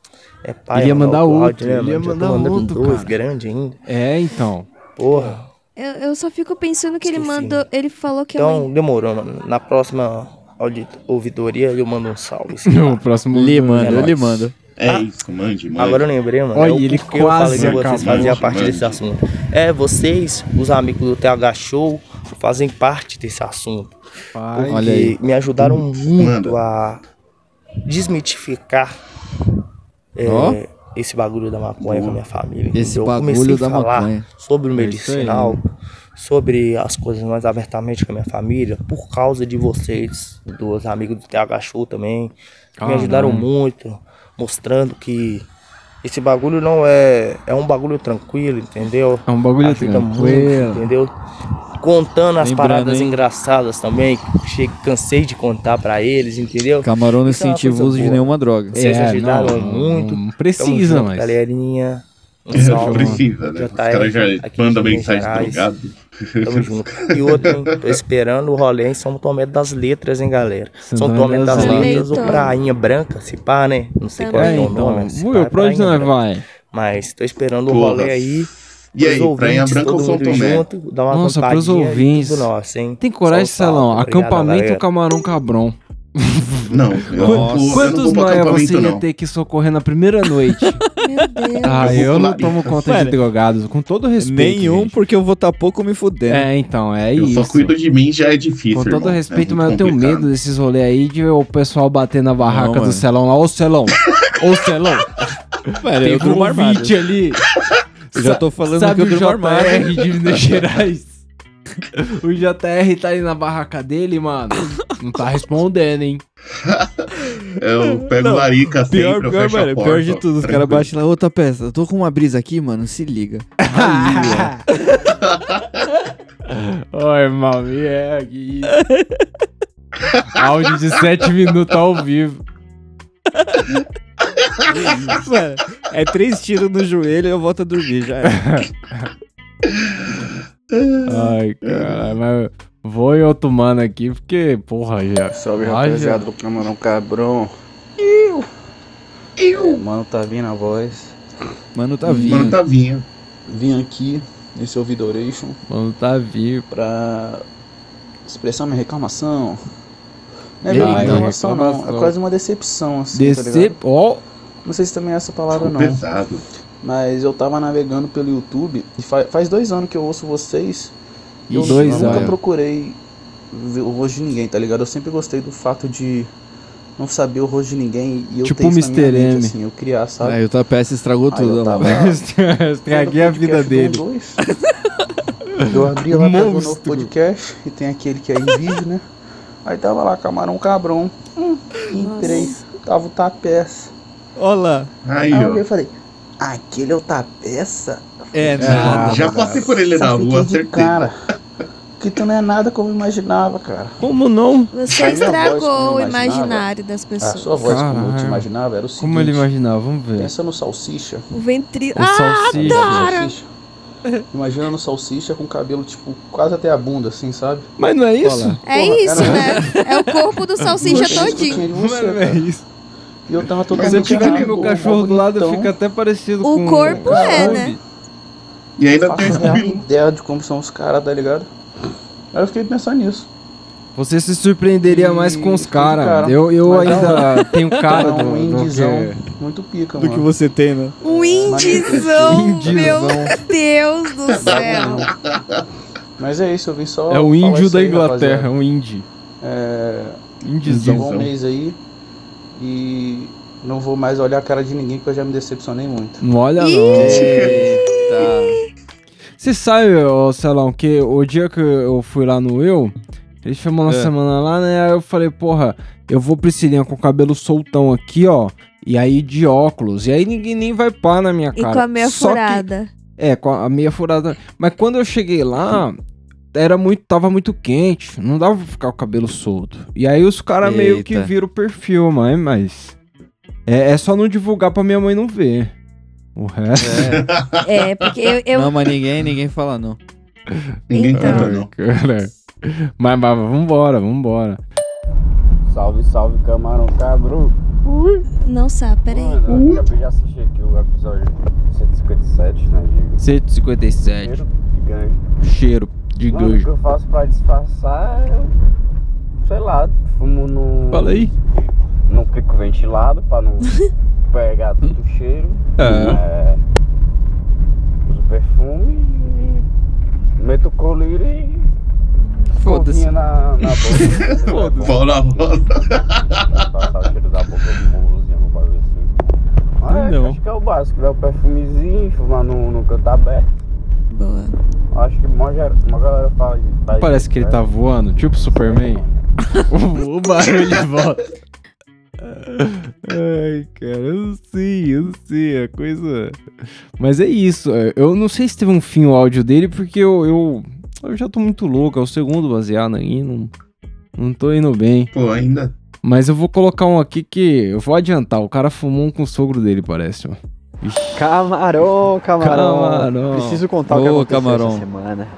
Speaker 16: É pai,
Speaker 2: Ele É. ia mandar
Speaker 16: o
Speaker 2: outro,
Speaker 16: né,
Speaker 2: ele ia
Speaker 16: mano? Já tô
Speaker 2: mandar
Speaker 16: mandando
Speaker 2: outro,
Speaker 16: dois,
Speaker 2: cara.
Speaker 16: grande ainda.
Speaker 2: É, então.
Speaker 16: Porra.
Speaker 11: Eu, eu só fico pensando que ele
Speaker 16: Esqueci.
Speaker 11: mandou. Ele falou que é eu.
Speaker 16: Então, demorou, mano. Na próxima audi- ouvidoria, eu mando um salve.
Speaker 2: *laughs* No próximo Lhe mando, eu lhe mando.
Speaker 4: É isso, mande, mande.
Speaker 16: Ah, Agora eu lembrei, mano.
Speaker 2: Olha,
Speaker 16: é o
Speaker 2: ele
Speaker 16: porquê eu
Speaker 2: quase
Speaker 16: falei que vocês
Speaker 2: acabou.
Speaker 16: faziam parte
Speaker 2: Mande.
Speaker 16: desse assunto. É, vocês, os amigos do TH Show, fazem parte desse assunto. Porque
Speaker 3: Olha aí.
Speaker 16: me ajudaram
Speaker 3: Putz,
Speaker 16: muito a desmitificar é,
Speaker 3: Ó.
Speaker 16: esse bagulho da maconha com a minha família.
Speaker 3: Esse
Speaker 16: eu
Speaker 3: bagulho
Speaker 16: comecei a
Speaker 3: da
Speaker 16: falar
Speaker 3: maconha.
Speaker 16: sobre o
Speaker 3: É isso aí,
Speaker 16: medicinal,
Speaker 3: né?
Speaker 16: sobre as coisas mais abertamente com a minha família, por causa de vocês, dos amigos do TH Show também, que me
Speaker 2: Caralho.
Speaker 16: ajudaram muito, mostrando que esse bagulho não é. É um bagulho tranquilo, entendeu?
Speaker 2: É um bagulho
Speaker 16: Ajuda muito,
Speaker 2: tranquilo.
Speaker 16: entendeu? Contando as
Speaker 2: Lembrando,
Speaker 16: paradas
Speaker 2: hein?
Speaker 16: engraçadas também, que che- cansei de contar pra eles, entendeu?
Speaker 3: Camarão não
Speaker 16: Isso é uma
Speaker 3: incentiva o
Speaker 16: coisa
Speaker 3: uso de
Speaker 16: boa.
Speaker 3: nenhuma droga.
Speaker 16: Vocês
Speaker 3: É,
Speaker 16: ajudaram
Speaker 3: não,
Speaker 16: muito.
Speaker 3: não precisa,
Speaker 16: Tamo junto,
Speaker 3: mas- *laughs*
Speaker 16: Galerinha. Um
Speaker 4: É,
Speaker 16: salve.
Speaker 7: tá
Speaker 4: precisa, né? Os
Speaker 16: JR,
Speaker 4: caras já
Speaker 16: aqui
Speaker 4: mandam
Speaker 16: de Minas
Speaker 4: mensagem
Speaker 16: Gerais.
Speaker 4: drogado. *laughs*
Speaker 16: Tamo junto. E outro, hein? tô esperando o rolê em São Tomé das Letras, hein, galera? São
Speaker 2: Tomé
Speaker 16: Tomé
Speaker 2: das
Speaker 16: das Letras
Speaker 2: Letras.
Speaker 16: ou Prainha Branca, se pá, né? Não sei qual é,
Speaker 2: É,
Speaker 16: que é o
Speaker 2: então.
Speaker 16: nome. se
Speaker 2: Will,
Speaker 16: pá é
Speaker 2: pra onde
Speaker 16: Prainha
Speaker 2: nós
Speaker 16: Branca.
Speaker 2: vai?
Speaker 16: Mas tô esperando o
Speaker 2: Porra.
Speaker 16: rolê aí.
Speaker 2: E
Speaker 16: Pros
Speaker 2: aí, Prainha
Speaker 16: ouvintes,
Speaker 2: Branca
Speaker 16: todo
Speaker 2: ou São
Speaker 16: mundo
Speaker 2: Tomé?
Speaker 16: Junto, dá uma
Speaker 2: Nossa, pros
Speaker 16: acampadinha e
Speaker 2: ouvintes.
Speaker 16: tudo nosso, hein?
Speaker 2: Tem coragem,
Speaker 16: Salve, salve.
Speaker 2: Salão.
Speaker 16: Obrigado,
Speaker 2: acampamento
Speaker 16: galera.
Speaker 2: Camarão Cabrão. *laughs*
Speaker 4: Não, eu não vou- eu não
Speaker 2: Quantos
Speaker 4: vou pra
Speaker 2: noia
Speaker 4: acampamento,
Speaker 2: você ia
Speaker 4: não.
Speaker 2: ter que socorrer na primeira noite? Ah,
Speaker 3: Eu vou
Speaker 2: eu não
Speaker 3: pular.
Speaker 2: tomo conta
Speaker 3: Mano,
Speaker 2: de drogados, com todo respeito.
Speaker 3: Nenhum,
Speaker 2: gente.
Speaker 3: porque eu vou
Speaker 16: tá
Speaker 3: estar pouco me fudendo.
Speaker 2: É, então, é
Speaker 3: Eu
Speaker 2: isso.
Speaker 3: só cuido
Speaker 4: de mim, já é difícil,
Speaker 2: Com todo
Speaker 3: irmão.
Speaker 2: respeito,
Speaker 3: É
Speaker 2: mas eu
Speaker 3: muito
Speaker 2: tenho
Speaker 3: complicado.
Speaker 2: medo desses rolês aí de o pessoal bater na barraca
Speaker 3: mano.
Speaker 2: do Celão lá. Ô, Celão! Ô, Celão!
Speaker 3: Velho,
Speaker 2: Pegou
Speaker 3: eu durmo
Speaker 2: um
Speaker 3: armado.
Speaker 2: ouvinte ali.
Speaker 3: Eu já
Speaker 2: Sa-
Speaker 3: tô falando
Speaker 2: sabe
Speaker 3: que eu
Speaker 2: o
Speaker 3: durmo
Speaker 2: JR
Speaker 3: armado.
Speaker 2: de
Speaker 3: *laughs*
Speaker 2: Minas Gerais? O JR tá ali na barraca dele, mano. Não tá respondendo, hein?
Speaker 4: É, Eu pego larica sempre,
Speaker 3: pior,
Speaker 4: eu
Speaker 3: pior,
Speaker 4: fecho a
Speaker 3: mano,
Speaker 4: porta,
Speaker 3: pior de tudo, os
Speaker 4: tranquilo.
Speaker 3: caras baixam lá, outra peça, eu tô com uma brisa aqui, mano, se liga.
Speaker 2: Ô, irmão, e é que isso? Áudio de 7 minutos ao vivo.
Speaker 3: *laughs* mano, é três tiros no joelho e eu volto a dormir, já é.
Speaker 11: um
Speaker 2: Ai, cara, mas vou em outro mano aqui, porque, porra, já.
Speaker 15: Salve,
Speaker 2: Ah,
Speaker 15: rapaziada do Camarão Cabrão. Eu. Eu. mano, tá vindo a *laughs* voz.
Speaker 3: Mano, tá vindo.
Speaker 15: Mano, tá vindo. Vim aqui nesse Ouvidoration.
Speaker 2: Mano, tá vindo.
Speaker 15: Pra expressar minha reclamação. Não é
Speaker 2: Eita,
Speaker 15: bem reclamação, não. É
Speaker 2: reclamação.
Speaker 15: quase uma decepção, assim, tá
Speaker 2: Decep...
Speaker 15: ligado?
Speaker 2: Ó,
Speaker 15: Não sei se também é essa palavra, não.
Speaker 4: Pesado.
Speaker 15: Mas eu tava navegando pelo YouTube e fa- faz dois anos que eu ouço vocês. E eu
Speaker 2: Ih, dois
Speaker 15: nunca
Speaker 2: anos.
Speaker 15: procurei ver o rosto de ninguém, tá ligado? Eu sempre gostei do fato de não saber o rosto de ninguém e eu
Speaker 3: Tipo
Speaker 15: ter
Speaker 3: o
Speaker 15: isso na minha
Speaker 3: Mr.
Speaker 15: mente,
Speaker 3: M.
Speaker 15: assim, eu criar, sabe?
Speaker 2: Ah,
Speaker 3: Aí o Tapeça estragou
Speaker 15: Aí
Speaker 3: tudo,
Speaker 15: eu
Speaker 3: mano.
Speaker 2: *laughs*
Speaker 15: tava-
Speaker 14: *laughs*
Speaker 2: Estraguei a vida
Speaker 15: podcast do
Speaker 2: dele.
Speaker 15: dois. Eu abri lá pelo novo
Speaker 2: Monstro.
Speaker 15: podcast e tem aquele que é em vídeo, né? Aí tava lá, camarão cabrão. Hum, entrei, tava o tapeça.
Speaker 3: Olá.
Speaker 15: Aí, eu olhei e falei, aquele é o tapeça?
Speaker 3: É,
Speaker 4: nada, já cara. passei por ele
Speaker 15: Só
Speaker 4: na
Speaker 15: fiquei
Speaker 4: rua,
Speaker 15: de
Speaker 4: certeza.
Speaker 15: Cara, que tu não é nada como eu imaginava, cara.
Speaker 2: Como não?
Speaker 11: Você
Speaker 15: A minha voz,
Speaker 11: estragou
Speaker 15: como
Speaker 11: o
Speaker 15: eu imaginava-
Speaker 11: imaginário das
Speaker 2: Ah,
Speaker 11: pessoas.
Speaker 15: A sua voz, como eu te
Speaker 2: Caralho.
Speaker 15: imaginava, era Ah, é o seguinte.
Speaker 2: Como ele imaginava? Vamos ver.
Speaker 15: Pensa no salsicha.
Speaker 11: O ventri... Ah,
Speaker 2: O salsicha. né?
Speaker 11: Adoro!
Speaker 15: Salsicha. Imagina no salsicha com o cabelo, tipo, quase até a bunda, assim, sabe?
Speaker 2: Mas não é isso?
Speaker 11: É isso, né? É o corpo
Speaker 19: *laughs*
Speaker 11: do salsicha todinho.
Speaker 2: Mano, é isso.
Speaker 15: E eu tava um todo
Speaker 2: Mas eu tiver aqui meu cachorro do lado, fica até parecido
Speaker 11: O
Speaker 2: com
Speaker 11: corpo é,
Speaker 2: Kobe.
Speaker 11: né?
Speaker 4: E ainda
Speaker 15: tem ideia de como são os caras, tá ligado? Aí eu fiquei pensando nisso.
Speaker 2: Você se surpreenderia mais com os caras.
Speaker 15: cara.
Speaker 2: Eu, eu
Speaker 15: Mas não,
Speaker 2: ainda tenho cara
Speaker 15: É
Speaker 2: do,
Speaker 15: um
Speaker 2: do
Speaker 15: indizão
Speaker 2: que...
Speaker 15: muito pica,
Speaker 3: Do
Speaker 15: mano.
Speaker 3: que você tem, né?
Speaker 11: Um *laughs* indizão, meu Deus do céu.
Speaker 15: Mas é isso, eu vim só.
Speaker 2: É o
Speaker 15: falar
Speaker 2: índio
Speaker 15: isso
Speaker 2: da
Speaker 15: aí,
Speaker 2: Inglaterra, é
Speaker 15: rapaziada.
Speaker 2: um índio.
Speaker 15: É.
Speaker 2: Indizão.
Speaker 15: Um bom mês aí. E não vou mais olhar a cara de ninguém porque eu já me decepcionei muito.
Speaker 2: Não olha não.
Speaker 11: *laughs*
Speaker 2: Você sabe, ô Celão, que o dia que eu fui lá no Will, ele chamou na
Speaker 3: É.
Speaker 2: semana lá, né? Aí eu falei, porra, eu vou Priscilinha com o cabelo soltão aqui, ó. E aí de óculos. E aí ninguém nem vai pá na minha
Speaker 11: E
Speaker 2: cara.
Speaker 11: com a meia
Speaker 2: Só que-
Speaker 11: furada.
Speaker 2: é, com a a meia furada. Mas quando eu cheguei lá, era muito, tava muito quente. Não dava pra ficar com o cabelo solto. E aí os caras meio que
Speaker 3: Eita.
Speaker 2: viram o perfil, mas. mas é, é só não divulgar pra minha mãe não ver. O resto. *laughs*
Speaker 11: É, porque eu... Então. eu-
Speaker 3: Não, mas ninguém, ninguém fala não.
Speaker 4: Ninguém canta, não.
Speaker 2: Cara. Mas, mas vambora, vambora.
Speaker 1: Salve, salve, camarão cabrão.
Speaker 11: Não sabe, peraí.
Speaker 2: Uhum.
Speaker 1: Mano, eu acabei de assistir aqui o episódio 157, né, Diego?
Speaker 2: 157. Cheiro de
Speaker 1: Mano, o que
Speaker 2: ganjo.
Speaker 1: eu faço pra disfarçar, eu, sei lá, fumo no...
Speaker 2: Fala aí.
Speaker 1: Num clico ventilado
Speaker 2: *laughs*
Speaker 1: pra não pegar tanto cheiro.
Speaker 2: Hum? É.
Speaker 1: É, uso perfume e meto o colírio e...
Speaker 4: Foda-se.
Speaker 1: escovinha Na,
Speaker 2: *laughs*
Speaker 1: na boca.
Speaker 4: Pau na
Speaker 1: Passar o cheiro da boca de mousse, algum bagulho assim. Ah, é,
Speaker 4: Não.
Speaker 1: Acho que é o básico, né? O perfumezinho, fumar no, no canto aberto.
Speaker 11: Boa.
Speaker 1: Acho que uma, uma galera fala de... faz
Speaker 2: Parece
Speaker 1: isso,
Speaker 2: que ele
Speaker 1: né?
Speaker 2: tá voando, tipo Superman. o barulho de volta. Ai, cara, eu não sei, eu não sei, a coisa. *laughs* Mas é isso. é, Eu não sei se teve um fim o áudio dele, porque eu, eu, eu já tô muito louco. É o segundo baseado aí, não, não tô indo bem.
Speaker 4: Pô, ainda.
Speaker 2: Mas eu vou colocar um aqui que eu vou adiantar. O cara fumou um com o sogro dele, parece, ó.
Speaker 21: Camarão, camarão.
Speaker 2: Camarão.
Speaker 21: Preciso contar o que
Speaker 2: Ô,
Speaker 21: aconteceu
Speaker 2: camarão.
Speaker 21: essa semana.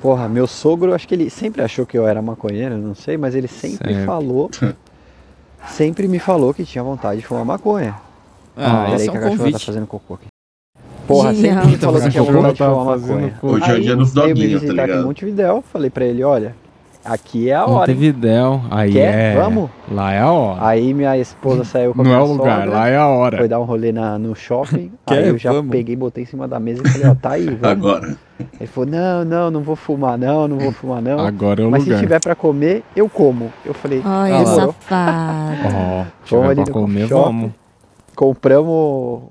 Speaker 21: Porra, meu sogro, acho que ele sempre achou que eu era maconheiro, não sei, mas ele sempre, Sempre.
Speaker 20: *laughs*
Speaker 21: falou. sempre me falou que tinha vontade de fumar maconha.
Speaker 3: Ah,
Speaker 21: peraí
Speaker 3: esse é
Speaker 21: que
Speaker 3: um
Speaker 21: a cachorra tá
Speaker 3: convite.
Speaker 21: fazendo cocô aqui. Porra,
Speaker 3: Genial.
Speaker 21: sempre me
Speaker 3: Tá
Speaker 2: Então,
Speaker 21: falou que
Speaker 3: fazendo
Speaker 21: tinha
Speaker 3: cocô?
Speaker 21: vontade de
Speaker 3: Tá
Speaker 21: fumar
Speaker 3: fazendo
Speaker 21: maconha.
Speaker 3: cocô. Hoje é o dia dos
Speaker 21: veio me
Speaker 3: doguinhos, tá
Speaker 21: visitar aqui em
Speaker 3: ligado?
Speaker 21: Montevidéu, falei pra ele, olha, aqui é a
Speaker 2: Não
Speaker 21: hora, hein?
Speaker 2: teve Del. Aí
Speaker 21: Quer?
Speaker 2: é.
Speaker 21: Vamos?
Speaker 2: Lá é a hora.
Speaker 21: Aí minha esposa saiu com a
Speaker 2: Não
Speaker 21: minha
Speaker 2: é o lugar,
Speaker 21: sogra,
Speaker 2: lá é a hora.
Speaker 21: Foi dar um rolê na- no
Speaker 3: *laughs*
Speaker 21: shopping.
Speaker 2: Quer?
Speaker 21: aí eu já
Speaker 2: Vamos.
Speaker 21: peguei, botei em cima da mesa e falei, ó, tá aí, vamos.
Speaker 4: Agora.
Speaker 21: Ele falou, não, não, não vou fumar, não, não vou fumar, não.
Speaker 2: Agora é o
Speaker 21: Mas
Speaker 2: lugar.
Speaker 21: se tiver pra comer, eu como. Eu falei,
Speaker 11: Olha,
Speaker 21: demorou.
Speaker 11: safado.
Speaker 2: Ó,
Speaker 21: Vamos
Speaker 2: tiver
Speaker 21: ali
Speaker 2: pra
Speaker 21: no
Speaker 2: comer,
Speaker 21: shopping.
Speaker 2: vamos.
Speaker 21: Compramos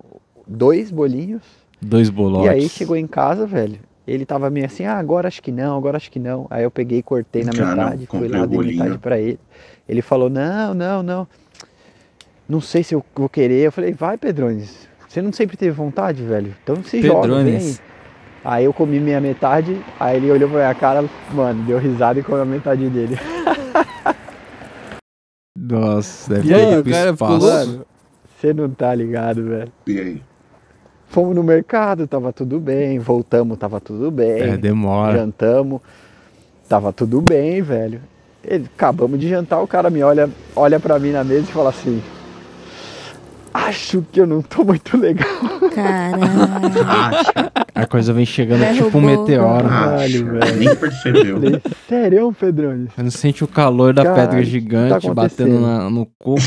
Speaker 21: dois bolinhos.
Speaker 2: Dois
Speaker 21: E aí
Speaker 2: bolotes.
Speaker 21: chegou em casa, velho. Ele tava meio assim, ah, agora acho que não, agora acho que não. Aí eu peguei, e cortei na
Speaker 2: Cara,
Speaker 21: metade, fui
Speaker 2: comprei
Speaker 21: lá,
Speaker 2: o
Speaker 21: dei
Speaker 2: bolinho.
Speaker 21: metade pra ele. Ele falou, não, não, não. Não sei se eu vou querer. Eu falei, vai, Pedrones. Você não sempre teve vontade, velho. Então se joga, vem aí.
Speaker 3: Pedrones.
Speaker 21: Aí eu comi minha metade, aí ele olhou pra minha cara, mano, deu risada e comeu a metade dele.
Speaker 2: Nossa,
Speaker 21: *laughs*
Speaker 2: deve
Speaker 21: E aí,
Speaker 2: ter
Speaker 21: o cara
Speaker 2: ido pro
Speaker 21: ficou
Speaker 2: espaço.
Speaker 21: louco? Você não tá ligado, velho.
Speaker 4: E aí?
Speaker 21: Fomos no mercado, tava tudo bem. Voltamos, tava tudo bem.
Speaker 2: É, demora.
Speaker 21: Jantamos, tava tudo bem, velho. Ele- acabamos de jantar, o cara me olha, olha pra mim na mesa e fala assim: Acho que eu não tô muito legal.
Speaker 2: Caraca. A coisa vem chegando tipo
Speaker 21: Derrubou.
Speaker 2: um
Speaker 4: Ah,
Speaker 2: meteoro.
Speaker 21: Caralho,
Speaker 4: *laughs*
Speaker 2: É,
Speaker 21: velho. Nem
Speaker 4: percebeu.
Speaker 21: Sério, Pedrões?
Speaker 2: Não sente o calor da
Speaker 21: Caralho,
Speaker 2: pedra
Speaker 21: o que tá
Speaker 2: gigante batendo
Speaker 21: acontecendo?
Speaker 2: na- no coco.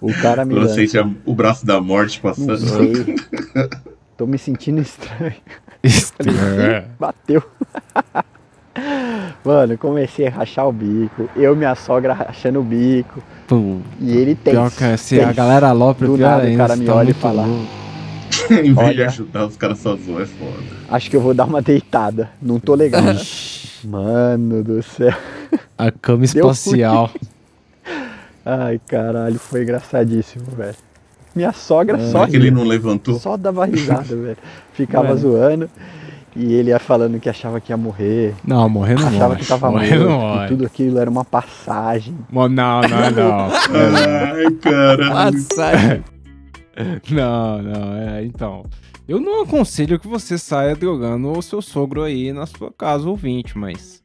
Speaker 21: o cara me
Speaker 4: Eu não
Speaker 21: lança.
Speaker 4: sei se é o braço da morte passando.
Speaker 21: Não
Speaker 4: *laughs*
Speaker 21: sei. Tô me sentindo estranho. Falei,
Speaker 2: é.
Speaker 21: "Ih, Bateu. *laughs* Mano, comecei a rachar o bico. Eu e minha sogra rachando o bico.
Speaker 2: Pô,
Speaker 21: E ele tem.
Speaker 2: pior que é, se a galera alopra,
Speaker 21: Do
Speaker 2: pior
Speaker 21: nada,
Speaker 2: ainda,
Speaker 21: o cara
Speaker 2: você
Speaker 21: me
Speaker 2: tá
Speaker 21: olha e
Speaker 2: muito
Speaker 21: fala.
Speaker 4: *laughs* em vez de
Speaker 21: Olha.
Speaker 4: ajudar, os caras só zoam, é foda.
Speaker 21: Acho que eu vou dar uma deitada. Não tô legal. Mano do céu.
Speaker 2: A cama
Speaker 21: Deu ruim.
Speaker 2: espacial.
Speaker 21: Ai, caralho, foi engraçadíssimo, velho. Minha sogra
Speaker 4: Como
Speaker 21: só.
Speaker 4: é que ele
Speaker 21: ria.
Speaker 4: não levantou?
Speaker 21: Só dava risada, velho. Ficava
Speaker 2: Mano.
Speaker 21: zoando. E ele ia falando que achava que ia morrer.
Speaker 2: Não, morrer não
Speaker 21: Achava
Speaker 2: morre,
Speaker 21: que tava
Speaker 2: morrer
Speaker 21: morto,
Speaker 2: não
Speaker 21: que
Speaker 2: morre.
Speaker 21: tudo aquilo era uma passagem.
Speaker 2: Mo- Não, não, não.
Speaker 4: Ai, cara.
Speaker 2: Passagem. *laughs* Não, não, é, então. Eu não aconselho que você saia drogando o seu sogro aí na sua casa, ouvinte, mas.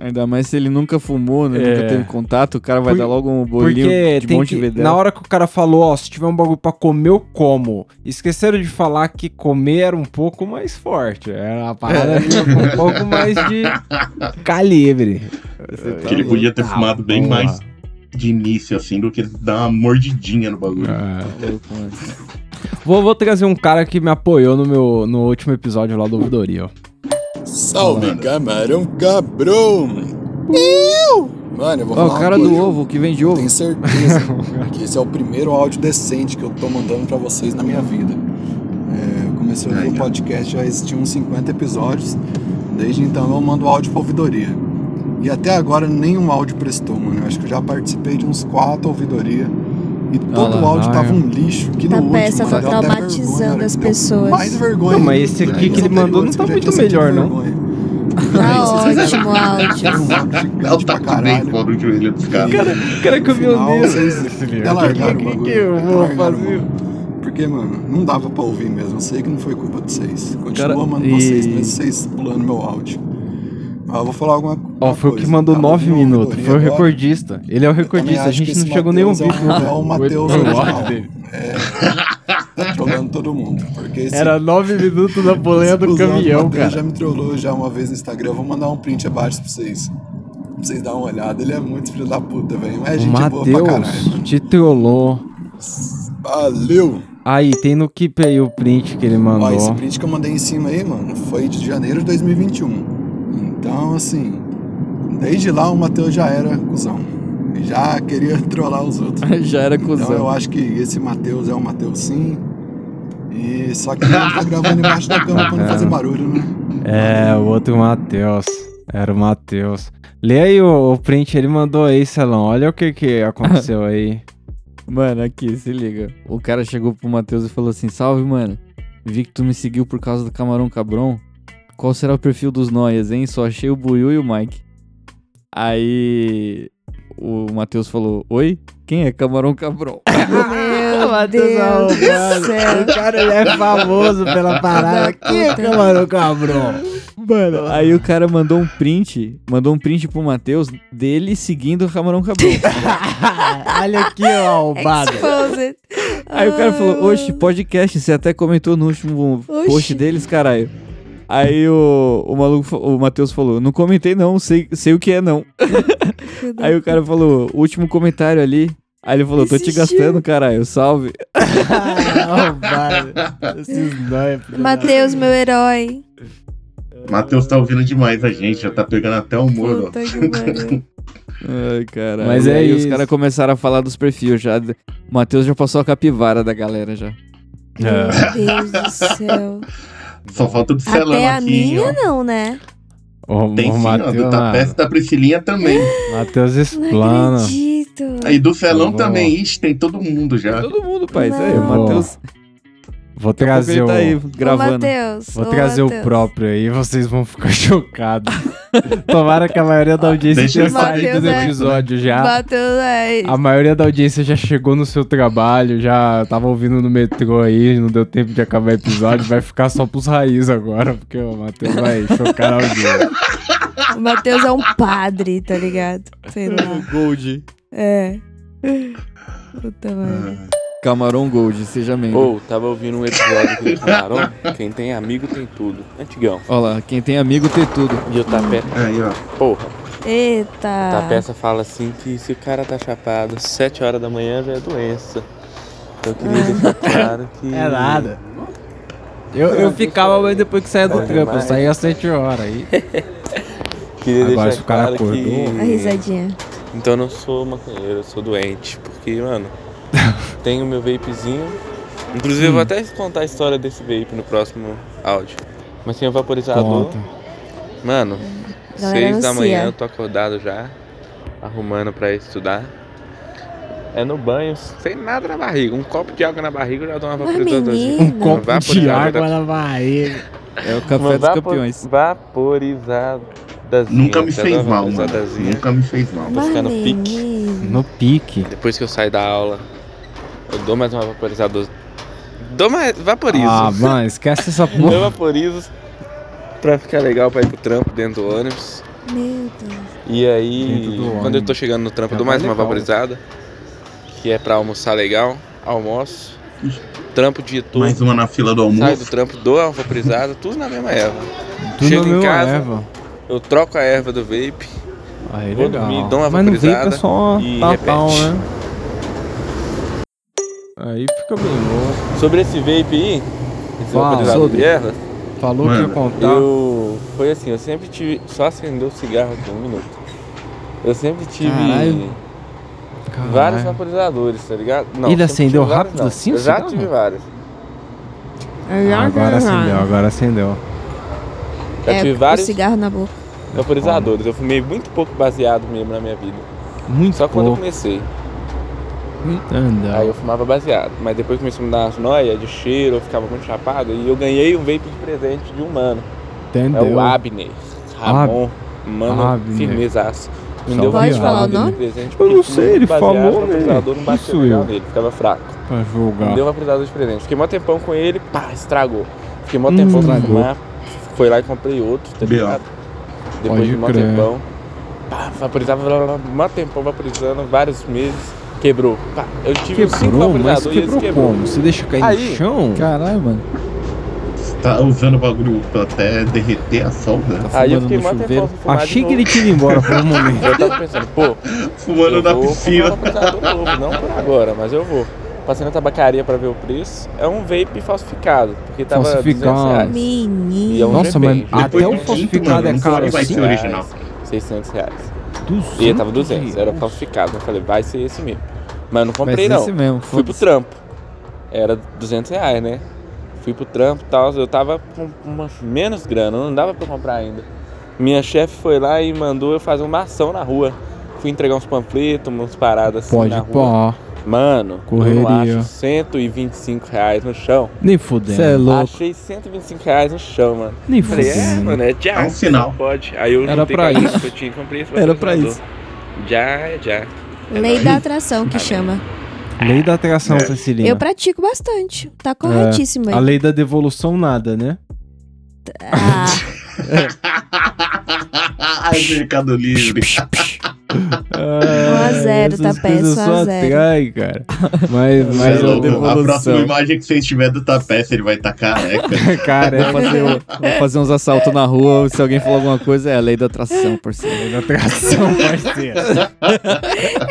Speaker 3: Ainda mais se ele nunca fumou, né?
Speaker 2: É.
Speaker 3: Nunca teve contato, o cara vai
Speaker 2: Por-
Speaker 3: dar logo um bolinho
Speaker 2: porque
Speaker 3: de
Speaker 2: tem
Speaker 3: monte
Speaker 2: que-
Speaker 3: de
Speaker 2: Na hora que o cara falou, ó, se tiver um bagulho pra comer, eu como. Esqueceram de falar que comer era um pouco mais forte. Era uma parada
Speaker 4: *laughs*
Speaker 2: minha com um pouco mais de calibre.
Speaker 4: Acho que ele podia ter
Speaker 2: Tá
Speaker 4: fumado bem
Speaker 2: bom,
Speaker 4: mais de início, assim, do que dar uma mordidinha no bagulho.
Speaker 20: Tá
Speaker 2: Vou, vou trazer um cara que me apoiou no meu no último episódio lá do Ouvidoria, ó.
Speaker 20: Salve, camarão cabrão! Eu! Mano, eu vou
Speaker 3: Ó, o
Speaker 20: falar
Speaker 3: cara
Speaker 20: uma
Speaker 3: do
Speaker 20: coisa.
Speaker 3: ovo, que vende ovo.
Speaker 20: Tenho
Speaker 3: *laughs*
Speaker 20: certeza que esse é o primeiro áudio decente que eu tô mandando pra vocês na minha vida. É, eu comecei a ouvir o podcast, já existiam uns 50 episódios. Desde então eu mando áudio pra ouvidoria. E até agora nenhum áudio prestou, mano. Eu acho que eu já participei de uns quatro ouvidoria. E todo
Speaker 2: lá,
Speaker 20: o áudio
Speaker 2: ah,
Speaker 20: tava
Speaker 2: é.
Speaker 20: um lixo. Que
Speaker 11: Tá
Speaker 20: no
Speaker 11: peça,
Speaker 20: último, mano,
Speaker 11: tá
Speaker 20: deu até vergonha,
Speaker 11: traumatizando
Speaker 20: olha,
Speaker 11: as
Speaker 20: deu
Speaker 11: pessoas.
Speaker 20: Mais vergonha.
Speaker 2: Não, mas esse aqui que ele mandou não tá muito melhor, não.
Speaker 4: *laughs*
Speaker 11: Tá ótimo o áudio.
Speaker 4: Ela tá com bem fora o joelho dos caras.
Speaker 2: Cara, cara que eu vi
Speaker 20: Final,
Speaker 2: odeio
Speaker 20: vocês
Speaker 2: esse livro.
Speaker 20: alargaram
Speaker 2: Que-
Speaker 20: o
Speaker 2: que-
Speaker 20: bagulho.
Speaker 2: que eu vou
Speaker 20: Alargaram o
Speaker 2: fazer?
Speaker 20: bagulho. porque, mano, não dava pra ouvir mesmo. Eu sei que não foi culpa de vocês. Continua,
Speaker 2: Cara,
Speaker 20: mano,
Speaker 2: e-
Speaker 20: vocês, mesmo vocês pulando meu áudio. Mas eu vou falar alguma coisa.
Speaker 2: Ó, foi o que
Speaker 20: Tá
Speaker 2: mandou nove minutos. Foi o recordista. Ele é o recordista. A
Speaker 20: acho que
Speaker 2: gente não
Speaker 20: esse
Speaker 2: chegou nem a
Speaker 20: Matheus
Speaker 2: ouvir.
Speaker 20: é um- é um Matheus
Speaker 2: Foi o
Speaker 20: original.
Speaker 2: áudio dele.
Speaker 20: Tá trolando todo mundo. Porque esse-
Speaker 2: Era nove minutos na boleia do
Speaker 20: Inclusive, o
Speaker 2: caminhão,
Speaker 20: Matheus já
Speaker 2: cara.
Speaker 20: me trollou já uma vez no Instagram. Eu vou mandar um print abaixo pra vocês. Pra vocês darem uma olhada. Ele é muito filho da puta, velho. Mas é
Speaker 2: O
Speaker 20: gente boa pra caralho.
Speaker 2: Matheus te trollou.
Speaker 20: Valeu!
Speaker 2: Aí, tem no Keep aí o print que ele mandou.
Speaker 20: Ó, esse print que eu mandei em cima aí, mano, foi de janeiro de 2021. Então, assim, desde lá o Matheus já era cuzão. Já queria *laughs* trollar os outros.
Speaker 3: *laughs* *laughs* Já era
Speaker 20: Então
Speaker 3: cuzão.
Speaker 20: eu acho que esse Matheus é o Matheus sim. E só que ele não tá gravando embaixo da cama pra não
Speaker 3: *laughs*
Speaker 20: fazer barulho, né?
Speaker 2: É, o outro Matheus. Era o Matheus. Lê aí o, o print, ele mandou aí, Celão. Olha o que que
Speaker 3: *laughs*
Speaker 2: aconteceu aí.
Speaker 3: Mano, aqui, se liga. O cara chegou pro Matheus e falou assim: Salve, mano. Vi que tu me seguiu por causa do Camarão Cabrão. Qual será o perfil dos noias, hein? Só achei o Buiu e o Mike. Aí o Matheus falou: Oi? Quem é
Speaker 2: *laughs*
Speaker 3: Camarão Cabrão?
Speaker 11: Meu
Speaker 2: Deus do céu. O cara ele é famoso pela *laughs* parada. Que é camarão cabrão?
Speaker 3: Mano, aí o cara mandou um print, mandou um print pro Matheus dele seguindo o Camarão Cabrão.
Speaker 2: *laughs* Olha aqui, ó, arrombado.
Speaker 11: Exposed.
Speaker 3: Aí o cara falou, oxe, podcast, você até comentou no último
Speaker 11: Ah. Oxe.
Speaker 3: post deles, caralho. Aí o, o maluco, fa- o Matheus falou, não comentei não, sei, sei o que é
Speaker 11: *laughs*
Speaker 3: não. Aí o cara falou, último comentário ali. Aí ele falou, tô te
Speaker 11: Insistiu.
Speaker 3: gastando, caralho, salve.
Speaker 11: Matheus, meu herói.
Speaker 4: Matheus tá ouvindo demais a gente, já tá pegando até o humor.
Speaker 11: Puta que
Speaker 2: *laughs*
Speaker 11: pariu.
Speaker 3: Ai, caralho.
Speaker 2: Mas
Speaker 3: E
Speaker 2: é
Speaker 3: aí os
Speaker 2: isso.
Speaker 3: caras começaram a falar dos perfis já. O Matheus já passou a capivara da galera já.
Speaker 11: *laughs* Meu Deus do céu.
Speaker 4: Só falta do Celão
Speaker 11: Até a
Speaker 4: aqui, hein,
Speaker 11: minha
Speaker 4: ó.
Speaker 11: não, né?
Speaker 2: Ô,
Speaker 4: Tem
Speaker 2: ô,
Speaker 4: sim, tá ó, do
Speaker 2: Matheus,
Speaker 4: Tapete e da Priscilinha também.
Speaker 2: Matheus explana.
Speaker 11: Acredito.
Speaker 4: E do Celão
Speaker 2: Tá bom.
Speaker 4: também, ixi, tem todo mundo já.
Speaker 3: Todo mundo, pai, isso
Speaker 2: aí, o Matheus- Vou trazer
Speaker 3: ele
Speaker 2: o.
Speaker 3: tá aí
Speaker 11: gravando. Matheus,
Speaker 2: Vou
Speaker 11: ô,
Speaker 2: trazer o
Speaker 11: Matheus.
Speaker 2: próprio aí, vocês vão ficar *laughs* chocados. Tomara que a maioria da audiência tenha
Speaker 4: Deixa ele
Speaker 2: saído
Speaker 4: sair
Speaker 2: do
Speaker 4: do
Speaker 2: episódio já.
Speaker 11: Matheus é.
Speaker 2: A maioria da audiência já chegou no seu trabalho, já tava ouvindo no metrô aí, não deu tempo de acabar o episódio, vai ficar só pros raiz agora, porque o Matheus vai chocar a audiência.
Speaker 11: O Matheus é um padre, tá ligado? Sei lá.
Speaker 3: Gold.
Speaker 11: É. Puta merda.
Speaker 3: Camarão Gold, seja membro.
Speaker 22: Ou, tava ouvindo um episódio com o Camarão. Quem tem amigo tem tudo. Antigão.
Speaker 3: Olha lá, quem tem amigo tem tudo.
Speaker 22: E o Tapé.
Speaker 4: Aí, ó.
Speaker 22: Porra.
Speaker 11: Eita.
Speaker 22: A peça fala assim que se o cara tá chapado 7 horas da manhã já é doença. Então eu queria deixar claro que.
Speaker 2: É nada. Eu, eu ficava, mas depois que saía do
Speaker 22: Bom
Speaker 2: trampo, eu
Speaker 22: demais.
Speaker 2: saía às 7 horas aí.
Speaker 22: Queria
Speaker 2: Agora, se
Speaker 22: deixar
Speaker 2: o cara
Speaker 22: claro que...
Speaker 2: acordou- né?
Speaker 11: A risadinha.
Speaker 22: Então eu não sou maconheiro, eu sou doente. Porque,
Speaker 2: *laughs*
Speaker 22: mano, tenho meu vapezinho. Inclusive, eu
Speaker 2: Hum.
Speaker 22: vou até contar a história desse vape no próximo áudio. Mas sem vaporizador.
Speaker 2: Conta.
Speaker 22: Mano,
Speaker 11: Hum, Galera,
Speaker 22: seis da
Speaker 11: anuncia.
Speaker 22: manhã eu tô acordado já, arrumando pra estudar. É no banho, sem nada na barriga. Um copo de água na barriga eu já dou uma vaporizadorzinha.
Speaker 2: Um copo de
Speaker 22: vaporizadora-
Speaker 2: água na barriga.
Speaker 3: É o
Speaker 22: uma
Speaker 3: café dos
Speaker 22: vapo-
Speaker 3: campeões.
Speaker 22: Vaporizadazinha.
Speaker 4: Nunca me
Speaker 22: já
Speaker 4: fez
Speaker 22: dou uma
Speaker 4: mal, mano.
Speaker 22: vaporizadazinha.
Speaker 4: Nunca me fez mal.
Speaker 22: Tô ficando pique.
Speaker 2: No pique.
Speaker 22: Depois que eu saio da aula, eu dou mais uma vaporizadora. Dou mais. Vaporizo.
Speaker 2: Ah, mano,
Speaker 22: *laughs*
Speaker 2: esquece essa
Speaker 22: Eu
Speaker 2: porra.
Speaker 22: vaporizo pra ficar legal pra ir pro trampo dentro do ônibus.
Speaker 11: Meu Deus.
Speaker 22: E
Speaker 2: Dentro
Speaker 22: aí,
Speaker 2: do
Speaker 22: quando
Speaker 2: ônibus.
Speaker 22: eu tô chegando no trampo, eu
Speaker 2: Já
Speaker 22: dou mais
Speaker 2: vai
Speaker 22: uma
Speaker 2: legal.
Speaker 22: vaporizada, que é pra almoçar legal, almoço, trampo de todo.
Speaker 4: Mais uma na fila do almoço.
Speaker 22: Saio do trampo, dou uma vaporizada, tudo na mesma erva.
Speaker 2: Tudo
Speaker 22: Chego
Speaker 2: na
Speaker 22: em
Speaker 2: mesma
Speaker 22: casa,
Speaker 2: erva.
Speaker 22: eu troco a erva do vape,
Speaker 2: Aí,
Speaker 22: vou
Speaker 2: É legal.
Speaker 22: dormir, dou uma
Speaker 2: Mas no vape é
Speaker 22: vaporizada
Speaker 2: só
Speaker 22: e
Speaker 2: tapar,
Speaker 22: repete.
Speaker 2: né? Aí fica bem louco.
Speaker 22: Sobre esse vape aí, esse
Speaker 2: Fala,
Speaker 22: vaporizador
Speaker 2: sobre.
Speaker 22: de erva,
Speaker 2: Falou que ia contar.
Speaker 22: Eu, foi assim, eu sempre tive, só acendeu o cigarro aqui, um minuto. Eu sempre tive
Speaker 2: Caralho.
Speaker 22: vários
Speaker 2: Caralho.
Speaker 22: vaporizadores, tá ligado?
Speaker 2: Ele
Speaker 22: sempre tive
Speaker 2: acendeu
Speaker 22: vários,
Speaker 2: rápido
Speaker 22: não.
Speaker 2: assim o
Speaker 22: Eu já
Speaker 2: cigarro?
Speaker 22: tive vários.
Speaker 2: Ah, Agora acendeu, agora acendeu.
Speaker 22: Já
Speaker 11: É,
Speaker 22: tive
Speaker 11: o
Speaker 22: vários
Speaker 11: cigarro na boca.
Speaker 22: vaporizadores. Eu fumei muito pouco baseado mesmo na minha vida.
Speaker 2: Muito
Speaker 22: Só quando eu
Speaker 2: pouco.
Speaker 22: comecei.
Speaker 2: Anda.
Speaker 22: Aí eu fumava baseado. Mas depois começou a me dar umas noias de cheiro, eu ficava muito chapado. E eu ganhei um vape de presente de um mano.
Speaker 2: Entendeu.
Speaker 22: É o Abner. Ramon.
Speaker 2: Ab-
Speaker 22: Mano,
Speaker 2: Ah, Abner.
Speaker 22: firmezaço. Não deu
Speaker 11: Pode
Speaker 22: pra
Speaker 11: falar
Speaker 22: nada
Speaker 11: o nome?
Speaker 22: de presente,
Speaker 2: Eu não
Speaker 22: porque
Speaker 2: sei, ele
Speaker 22: baseado,
Speaker 2: falou,
Speaker 22: O
Speaker 2: né?
Speaker 22: apresentador não
Speaker 2: Isso
Speaker 22: bateu legal
Speaker 2: eu.
Speaker 22: nele, ficava fraco.
Speaker 2: Pra
Speaker 22: Não
Speaker 2: julgar.
Speaker 22: deu uma apresentador de presente. Fiquei mó tempão com ele, pá, estragou. Fiquei mó tempão sem
Speaker 2: Hum. Estragou.
Speaker 22: fumar. Foi lá e comprei outro, tá
Speaker 2: B.O.
Speaker 22: ligado? Depois
Speaker 2: Pode
Speaker 22: de mó
Speaker 2: crer.
Speaker 22: tempão. Pá, vaporizava, blá, blá, blá, mó tempão vaporizando, vários meses. Quebrou. Pá, eu tive uns cinco
Speaker 2: Quebrou, mas
Speaker 22: vaporizadores e eles
Speaker 2: quebrou
Speaker 22: quebrou.
Speaker 2: como? Você deixa cair
Speaker 22: Aí-
Speaker 2: no chão? Caralho, mano.
Speaker 4: Tá usando o bagulho pra até derreter a solda.
Speaker 22: Aí eu fiquei mó tempão sem fumar de
Speaker 2: Achei que
Speaker 22: novo.
Speaker 2: ele tinha
Speaker 22: *laughs*
Speaker 2: ido embora por um momento.
Speaker 22: Eu tava pensando, pô,
Speaker 4: Fumando
Speaker 22: eu
Speaker 4: na
Speaker 22: vou
Speaker 4: piscina.
Speaker 22: comprar um vaporizador novo, não por agora, mas eu vou. Passei na tabacaria pra ver o preço. É um vape falsificado, porque tava
Speaker 2: Falsificado.
Speaker 22: 200 reais.
Speaker 11: Menino.
Speaker 22: E é um
Speaker 2: Nossa,
Speaker 22: GP.
Speaker 2: mas até o falsificado é caro assim.
Speaker 22: 600 reais. E eu tava 200, era falsificado. Eu falei, vai ser esse mesmo. Mas eu não comprei,
Speaker 2: Mas
Speaker 22: não.
Speaker 2: esse mesmo,
Speaker 22: Fui pro trampo. Era 200 reais, né? Fui pro trampo e tal. Eu tava com uma, menos grana, não dava pra comprar ainda. Minha chefe foi lá e mandou eu fazer uma ação na rua. Fui entregar uns panfletos, umas paradas assim
Speaker 2: Pode
Speaker 22: na rua.
Speaker 2: pá.
Speaker 22: Mano, eu não
Speaker 2: Correria.
Speaker 22: acho 125 reais no chão.
Speaker 2: Nem fudendo. Cê
Speaker 22: Você
Speaker 2: é louco.
Speaker 22: Achei 125 reais no chão, mano.
Speaker 2: Nem
Speaker 22: Falei, é,
Speaker 2: fudendo.
Speaker 22: mano, é já.
Speaker 2: É um sinal.
Speaker 22: Pode. Aí eu
Speaker 2: Era
Speaker 22: juntei com
Speaker 2: pra
Speaker 22: a
Speaker 2: isso.
Speaker 22: grana que Eu tinha que comprei esse
Speaker 2: Era pra
Speaker 22: patrocinador.
Speaker 2: isso.
Speaker 22: Já, é já. É
Speaker 11: Lei
Speaker 22: nóis.
Speaker 11: da atração que chama.
Speaker 2: Lei da
Speaker 4: É.
Speaker 2: atração, Priscilina.
Speaker 11: Eu pratico bastante.
Speaker 2: É,
Speaker 11: Tá corretíssimo
Speaker 2: A
Speaker 22: *laughs*
Speaker 11: aí.
Speaker 2: lei da devolução nada, né?
Speaker 4: Ai, mercado livre.
Speaker 11: 1 a 0, tá peça, 1 a 0.
Speaker 2: Ai, cara. Mas,
Speaker 4: Cê
Speaker 2: mas
Speaker 4: é
Speaker 2: a
Speaker 4: louco. a próxima
Speaker 2: devolução.
Speaker 4: imagem que vocês tiverem do Tapeça, ele vai estar tá
Speaker 2: *laughs*
Speaker 4: careca.
Speaker 2: Careca.
Speaker 3: É, Vou fazer, o- vou fazer uns assaltos na rua. Se alguém falar alguma coisa, é a lei da atração, parceiro. Lei da
Speaker 2: atração, *laughs* parceiro.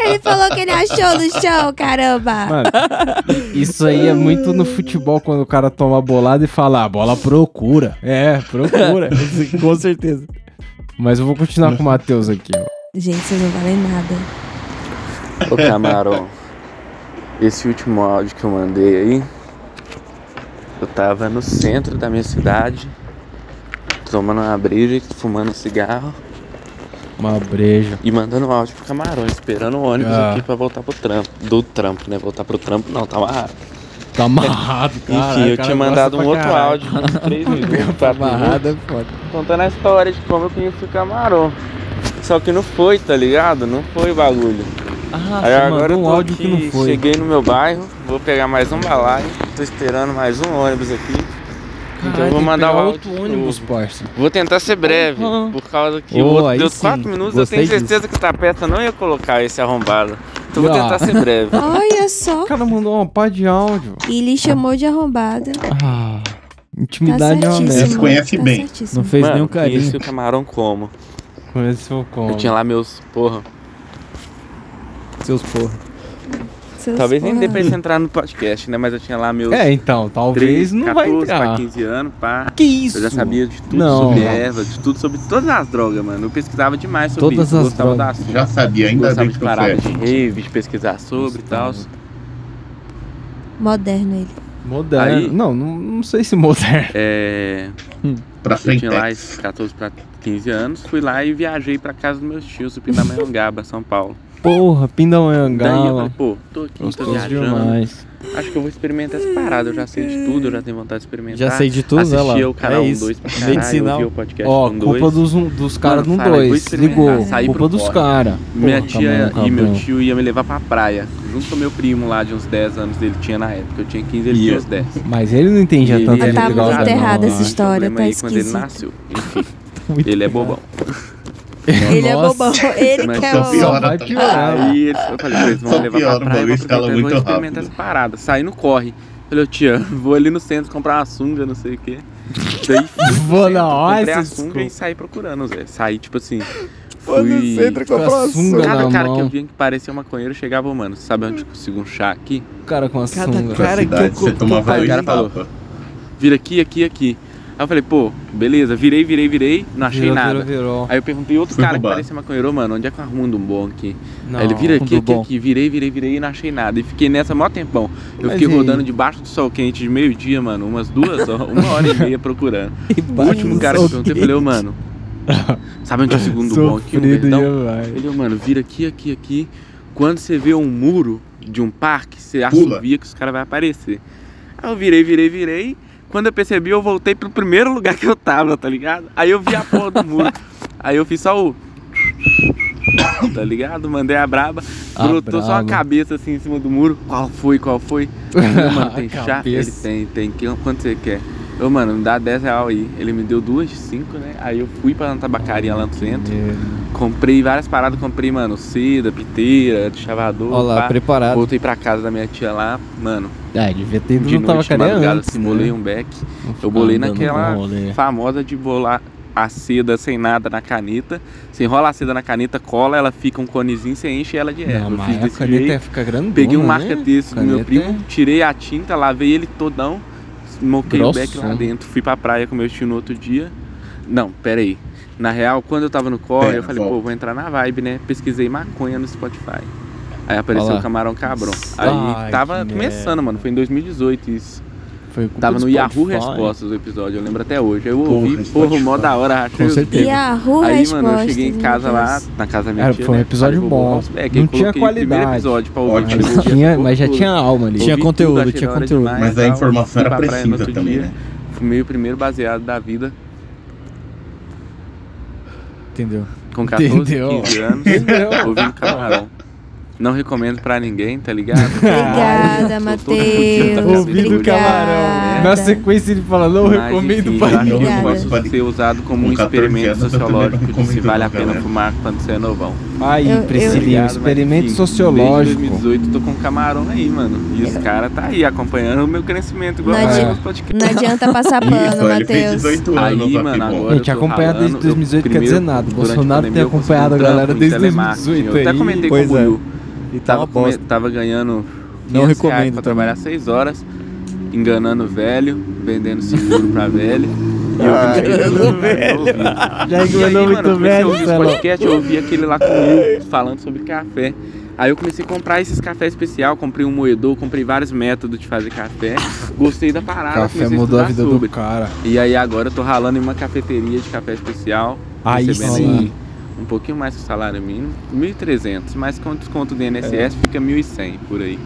Speaker 11: Ele falou que ele
Speaker 2: *laughs*
Speaker 11: achou no chão, caramba.
Speaker 2: Mano, *laughs* isso aí é muito no futebol quando o cara toma a bolada e fala, a bola procura. É,
Speaker 11: *laughs*
Speaker 2: procura. Com certeza. Mas eu vou continuar com o Matheus aqui, ó.
Speaker 11: Gente, vocês não valem nada.
Speaker 22: Ô Camarão, esse último áudio que eu mandei aí, eu tava no centro da minha cidade, tomando uma breja, fumando um cigarro.
Speaker 2: Uma breja.
Speaker 22: E mandando um áudio pro Camarão, esperando o ônibus
Speaker 2: Ah.
Speaker 22: aqui pra voltar pro trampo. Do trampo, né? Voltar pro trampo não, tá amarrado.
Speaker 2: Tá amarrado, cara.
Speaker 22: *laughs* Enfim, eu tinha
Speaker 2: O cara gosta
Speaker 22: mandado um
Speaker 2: pra
Speaker 22: outro
Speaker 2: caralho.
Speaker 22: áudio, uns
Speaker 2: *laughs*
Speaker 22: três minutos,
Speaker 2: Tá
Speaker 22: quatro
Speaker 2: amarrado é
Speaker 22: minutos,
Speaker 2: foda.
Speaker 22: contando a história de como eu conheci o Camarão. Só que não foi, tá ligado? Não foi o bagulho.
Speaker 2: Ah,
Speaker 22: Aí
Speaker 2: você
Speaker 22: agora
Speaker 2: mandou
Speaker 22: eu
Speaker 2: um
Speaker 22: tô
Speaker 2: áudio que
Speaker 22: aqui,
Speaker 2: não foi.
Speaker 22: cheguei no meu bairro, vou pegar mais um balaio, tô esperando mais um ônibus aqui. então eu
Speaker 2: Caralho,
Speaker 22: vou
Speaker 2: tem que
Speaker 22: mandar o
Speaker 2: pegar
Speaker 22: áudio
Speaker 2: outro
Speaker 22: de
Speaker 2: ônibus,
Speaker 22: novo.
Speaker 2: parça.
Speaker 22: Vou tentar ser breve, por causa que o
Speaker 2: Oh,
Speaker 22: outro
Speaker 2: aí
Speaker 22: deu
Speaker 2: sim,
Speaker 22: 4 minutos,
Speaker 2: gostei
Speaker 22: eu tenho certeza que o Tapeta não ia colocar esse arrombado. Então vou
Speaker 2: Ah.
Speaker 22: tentar ser
Speaker 11: *laughs*
Speaker 22: breve.
Speaker 11: Olha só. O
Speaker 2: cara mandou uma pá de áudio.
Speaker 11: E ele chamou de arrombada.
Speaker 2: Ah, intimidade
Speaker 11: Tá
Speaker 2: é
Speaker 11: certíssimo,
Speaker 2: honesta.
Speaker 11: Você conhece tá bem. certíssimo.
Speaker 2: Não fez
Speaker 22: Mano,
Speaker 2: nenhum carinho.
Speaker 22: Conheci o camarão como?
Speaker 2: Conheceu como?
Speaker 22: Eu tinha lá meus, porra,
Speaker 2: Seus porra.
Speaker 11: Seus
Speaker 22: Talvez nem dê pra
Speaker 2: porra.
Speaker 22: isso entrar no podcast, né? Mas eu tinha lá meus.
Speaker 2: É, então, talvez
Speaker 22: 13,
Speaker 2: não vai
Speaker 22: 14 pra
Speaker 2: entrar.
Speaker 22: 15 anos, pá.
Speaker 2: Que isso?
Speaker 22: Eu já sabia de tudo
Speaker 2: Não.
Speaker 22: sobre erva, de tudo sobre todas as drogas, mano. Eu pesquisava demais sobre
Speaker 2: Todas
Speaker 22: isso.
Speaker 2: as
Speaker 22: gostava
Speaker 2: drogas.
Speaker 22: da assunto.
Speaker 4: Já sabia, ainda
Speaker 22: gostava
Speaker 4: bem
Speaker 22: de
Speaker 4: que eu
Speaker 22: parada de
Speaker 4: fui
Speaker 22: rave, de pesquisar sobre e tal.
Speaker 11: Moderno ele.
Speaker 2: Moderno.
Speaker 22: Tá Aí-
Speaker 2: É, Não, não, não sei se moderno.
Speaker 22: É.
Speaker 2: Hum.
Speaker 4: Pra
Speaker 22: eu tinha
Speaker 4: Frentex.
Speaker 22: lá esses 14 pra 15 anos, fui lá e viajei pra casa dos meus tios, Pindamonhangaba, São Paulo.
Speaker 2: Porra,
Speaker 22: Daí eu
Speaker 2: pindamonhangala.
Speaker 22: falei, pô, tô aqui,
Speaker 2: Gostoso
Speaker 22: tô viajando.
Speaker 2: demais.
Speaker 22: Acho que eu vou experimentar essa parada. Eu já sei de tudo, eu já tenho vontade de experimentar.
Speaker 3: Já sei de tudo,
Speaker 22: Assistia
Speaker 3: olha lá.
Speaker 22: o canal
Speaker 3: É
Speaker 22: 1,
Speaker 3: isso.
Speaker 22: 2 pra
Speaker 3: Vem de
Speaker 22: caralho,
Speaker 3: sinal.
Speaker 22: ouvi o podcast
Speaker 2: Ó,
Speaker 22: 1,
Speaker 2: culpa
Speaker 22: 2.
Speaker 2: dos- um, dos caras
Speaker 22: Mano,
Speaker 2: no
Speaker 22: falei, vou
Speaker 2: dois,
Speaker 22: experimentar,
Speaker 2: ligou.
Speaker 22: saí
Speaker 2: Culpa
Speaker 22: pro
Speaker 2: dos
Speaker 22: corre.
Speaker 2: cara. tá
Speaker 22: Minha
Speaker 2: Porra,
Speaker 22: tia
Speaker 2: Camarão
Speaker 22: e meu
Speaker 2: Cabrão.
Speaker 22: tio ia me levar pra praia. Junto com meu primo lá de uns 10 anos, ele tinha na época. Eu tinha 15, ele tinha uns 10.
Speaker 2: Mas ele não entendia
Speaker 22: E
Speaker 2: tanto
Speaker 22: ele-
Speaker 2: de
Speaker 11: Tá
Speaker 2: droga,
Speaker 11: muito
Speaker 2: não, Ah, então
Speaker 11: errada
Speaker 2: eu
Speaker 11: essa
Speaker 2: acho.
Speaker 11: história,
Speaker 22: problema
Speaker 11: tá
Speaker 22: aí quando ele
Speaker 2: *laughs*
Speaker 11: esquisito.
Speaker 22: nasceu. Enfim,
Speaker 2: Tá
Speaker 22: ele é bobão.
Speaker 11: Ele é bobão, ele
Speaker 22: Mas
Speaker 11: que é
Speaker 22: só piora,
Speaker 11: bobão.
Speaker 22: tá ligado? Aí eles, eu falei, pô, eles vão
Speaker 4: Só
Speaker 22: me levar
Speaker 4: piora, o
Speaker 22: pra praia,
Speaker 4: bagulho
Speaker 22: vou
Speaker 4: escala
Speaker 22: aproveitar,
Speaker 4: muito
Speaker 22: vou experimentar
Speaker 4: rápido.
Speaker 22: essa parada. Saí no corre. Falei, ô tia, vou ali no centro comprar uma sunga, não sei o quê. Daí fui no
Speaker 2: *laughs* Vou na
Speaker 22: centro,
Speaker 2: hora,
Speaker 22: comprei a
Speaker 2: esse
Speaker 22: sunga e
Speaker 2: desculpa.
Speaker 22: saí procurando, Zé. Saí, tipo assim...
Speaker 2: Vou no centro comprar Com a uma sunga sunga.
Speaker 22: Cada
Speaker 2: na
Speaker 22: cara que eu
Speaker 2: mão.
Speaker 22: via que parecia um maconheiro chegava, mano, sabe onde eu consigo um chá aqui?
Speaker 2: O cara com a
Speaker 22: Cada
Speaker 2: sunga.
Speaker 22: cara que eu co- Aí o cara falou, vira aqui, aqui, aqui. Aí eu falei, pô, beleza, virei, virei, virei, não achei
Speaker 2: Virou,
Speaker 22: nada.
Speaker 2: virou, virou.
Speaker 22: Aí eu perguntei outro
Speaker 2: Fui
Speaker 22: cara
Speaker 2: roubado.
Speaker 22: que parecia maconheiro, "Ô, mano, onde é que eu arrumo um do bom aqui?
Speaker 2: Não,
Speaker 22: Aí ele vira aqui,
Speaker 2: um do
Speaker 22: aqui,
Speaker 2: bom.
Speaker 22: aqui, virei, virei, virei e não achei nada. E fiquei nessa mó tempão. Eu
Speaker 2: Mas
Speaker 22: fiquei
Speaker 2: e aí?
Speaker 22: rodando debaixo do sol quente de meio-dia, mano, umas duas horas, uma hora e meia procurando. O
Speaker 2: *laughs* Debaixo
Speaker 22: último
Speaker 2: do
Speaker 22: cara que
Speaker 2: sol
Speaker 22: eu perguntei, eu falei, ô,
Speaker 2: quente."
Speaker 22: mano, sabe onde é o
Speaker 2: *laughs*
Speaker 22: segundo bom aqui? Um
Speaker 2: Sofrido
Speaker 22: verdão?
Speaker 2: demais.
Speaker 22: Ele, ô, mano, vira aqui, aqui, aqui. Quando você vê um muro de um parque, você
Speaker 2: Pula.
Speaker 22: assovia que os caras vão aparecer. Aí eu virei, virei, virei. Quando eu percebi, eu voltei pro primeiro
Speaker 2: *laughs*
Speaker 22: lugar que eu tava, tá ligado? Aí eu vi a porra do muro. Aí eu fiz só o. *coughs* tá ligado? Mandei a braba,
Speaker 2: A
Speaker 22: brotou só uma
Speaker 2: braba.
Speaker 22: cabeça assim em cima do muro. Qual foi, qual foi? Meu, mano, tem
Speaker 2: A
Speaker 22: chá? Ele
Speaker 2: cabeça.
Speaker 22: tem, tem. Que- Quanto você quer? Ô, mano, me dá 10 real aí. Ele me deu duas de 5, né? Aí eu fui pra uma tabacaria lá no centro. Comprei várias paradas, comprei, mano, seda, piteira, chavador.
Speaker 3: Ó lá, preparado.
Speaker 22: Voltei pra casa da minha tia lá, mano.
Speaker 2: É, devia ter ido
Speaker 22: De
Speaker 2: numa
Speaker 22: noite,
Speaker 2: tabacaria
Speaker 22: madrugada,
Speaker 2: antes,
Speaker 22: assim, bolei
Speaker 2: né?
Speaker 22: um beck.
Speaker 2: Não
Speaker 22: Eu bolei
Speaker 2: ficar andando
Speaker 22: naquela
Speaker 2: com rolê.
Speaker 22: famosa de bolar a seda sem nada na caneta. Você enrola a seda na caneta, cola, ela fica um conezinho, você enche ela de erva.
Speaker 2: Não,
Speaker 22: Eu
Speaker 2: mas
Speaker 22: fiz
Speaker 2: a
Speaker 22: desse
Speaker 2: caneta é
Speaker 22: jeito.
Speaker 2: ia ficar grandona,
Speaker 22: Peguei um
Speaker 2: né?
Speaker 22: marca-texto do meu
Speaker 2: Caneta é.
Speaker 22: primo, tirei a tinta, lavei ele todão, moquei o beck lá
Speaker 2: Grossão.
Speaker 22: dentro. Fui pra praia com meu tio no outro dia. Não, pera aí. Na real, quando eu tava no core,
Speaker 2: Pera,
Speaker 22: eu falei,
Speaker 2: volta.
Speaker 22: pô, vou entrar na vibe, né? Pesquisei maconha no Spotify. Aí apareceu
Speaker 2: Olha lá.
Speaker 22: o Camarão Cabrão.
Speaker 2: Ai,
Speaker 22: Aí
Speaker 2: que
Speaker 22: tava
Speaker 2: merda.
Speaker 22: começando, mano. Foi em 2018 isso.
Speaker 2: Foi culpa
Speaker 22: Tava
Speaker 2: do
Speaker 22: no Yahoo
Speaker 2: Spotify.
Speaker 22: Respostas o episódio, eu lembro até hoje. Eu
Speaker 2: Porra,
Speaker 22: ouvi, porra, mó
Speaker 2: Spotify.
Speaker 22: da hora, rachei
Speaker 2: Com
Speaker 22: os
Speaker 2: certeza.
Speaker 22: bicos.
Speaker 11: Yahoo
Speaker 22: Aí, mano, eu
Speaker 11: Respostas,
Speaker 22: cheguei em
Speaker 11: meu
Speaker 22: casa lá,
Speaker 11: Deus.
Speaker 22: na casa da minha
Speaker 2: Era,
Speaker 22: tia,
Speaker 2: foi um
Speaker 22: né?
Speaker 2: episódio
Speaker 22: Falei, vou
Speaker 2: bom.
Speaker 22: botar uns back. Aí
Speaker 2: Não tinha
Speaker 22: coloquei o primeiro
Speaker 2: qualidade.
Speaker 22: episódio pra ouvir.
Speaker 2: Ótimo.
Speaker 22: Falei, vou
Speaker 2: Tinha-
Speaker 22: ouvir
Speaker 2: mas já
Speaker 22: tudo.
Speaker 2: tinha alma ali.
Speaker 22: Ouvi
Speaker 2: Tinha
Speaker 22: tudo,
Speaker 2: conteúdo,
Speaker 22: achei
Speaker 2: tinha
Speaker 22: da hora
Speaker 2: conteúdo.
Speaker 22: demais,
Speaker 2: Mas a
Speaker 22: tal.
Speaker 2: informação
Speaker 22: Fui
Speaker 2: era
Speaker 22: pra praia no
Speaker 2: precisa
Speaker 22: outro
Speaker 2: também,
Speaker 22: dia.
Speaker 2: né?
Speaker 22: Fumei o primeiro baseado da vida
Speaker 2: Entendeu?
Speaker 22: com 14,
Speaker 2: Entendeu?
Speaker 22: 15 anos,
Speaker 2: Entendeu?
Speaker 22: ouvindo Camarão. Não recomendo pra ninguém, tá
Speaker 2: *laughs*
Speaker 22: ligado?
Speaker 11: Obrigada, Matheus.
Speaker 2: Ouvindo o camarão. Na sequência ele fala, não
Speaker 22: Mas,
Speaker 2: recomendo
Speaker 22: enfim,
Speaker 2: pra
Speaker 22: eu acho que
Speaker 2: ninguém.
Speaker 22: eu posso ser usado como um
Speaker 2: Com 14
Speaker 22: experimento
Speaker 2: anos, eu também não
Speaker 22: sociológico de se
Speaker 2: recomendo,
Speaker 22: vale a
Speaker 2: não,
Speaker 22: pena
Speaker 2: galera.
Speaker 22: fumar quando você é novão.
Speaker 2: Aí,
Speaker 22: Obrigado,
Speaker 2: Priscilinha,
Speaker 22: mas,
Speaker 2: experimento
Speaker 22: enfim,
Speaker 2: sociológico.
Speaker 22: Desde 2018 eu tô com o camarão aí, mano. E os caras tá aí acompanhando o meu crescimento, igual
Speaker 11: Não
Speaker 22: eu
Speaker 11: adi-
Speaker 22: nos
Speaker 2: é.
Speaker 22: podcasts.
Speaker 11: não adianta passar tá pano,
Speaker 22: Isso, ele fez
Speaker 11: Matheus.
Speaker 22: 18 anos,
Speaker 2: Aí,
Speaker 22: ó,
Speaker 2: mano,
Speaker 22: Fabinho.
Speaker 2: agora Gente, eu tô acompanhar desde
Speaker 22: ralando. Eu
Speaker 2: 2018 quer
Speaker 22: primeiro,
Speaker 2: dizer nada.
Speaker 22: durante
Speaker 2: Bolsonaro
Speaker 22: a pandemia,
Speaker 2: tem
Speaker 22: eu consegui
Speaker 2: acompanhado a
Speaker 22: um trampo
Speaker 2: galera
Speaker 22: em
Speaker 2: desde
Speaker 22: telemarketing.
Speaker 2: 2018
Speaker 22: Eu até
Speaker 2: aí.
Speaker 22: comentei
Speaker 2: Pois
Speaker 22: com o
Speaker 2: é.
Speaker 22: Will.
Speaker 2: E tá
Speaker 22: tava,
Speaker 2: uma
Speaker 22: come-
Speaker 2: bosta.
Speaker 22: tava ganhando 500
Speaker 2: Não
Speaker 22: reais
Speaker 2: recomendo
Speaker 22: pra
Speaker 2: também.
Speaker 22: trabalhar 6 horas, enganando velho, vendendo seguro pra velho. E eu
Speaker 2: Ah,
Speaker 22: vi que
Speaker 2: enganou
Speaker 22: eu tava ouvindo.
Speaker 2: Já
Speaker 22: E
Speaker 2: enganou
Speaker 22: aí,
Speaker 2: muito
Speaker 22: mano, eu comecei a
Speaker 2: velho,
Speaker 22: ouvir esse
Speaker 2: Celão.
Speaker 22: podcast, eu ouvi aquele lá com o Will falando sobre café. Aí eu comecei a comprar esses cafés especial, comprei um moedor, comprei vários métodos de fazer café. Gostei da parada,
Speaker 2: Café
Speaker 22: comecei
Speaker 2: mudou a
Speaker 22: estudar
Speaker 2: vida
Speaker 22: sobre.
Speaker 2: do cara.
Speaker 22: E aí agora eu tô ralando em uma cafeteria de café especial.
Speaker 2: Aí
Speaker 22: recebendo
Speaker 2: sim.
Speaker 22: aí Um pouquinho mais que o salário mínimo. 1.300, mas com desconto do INSS
Speaker 2: É.
Speaker 22: fica 1.100 por aí.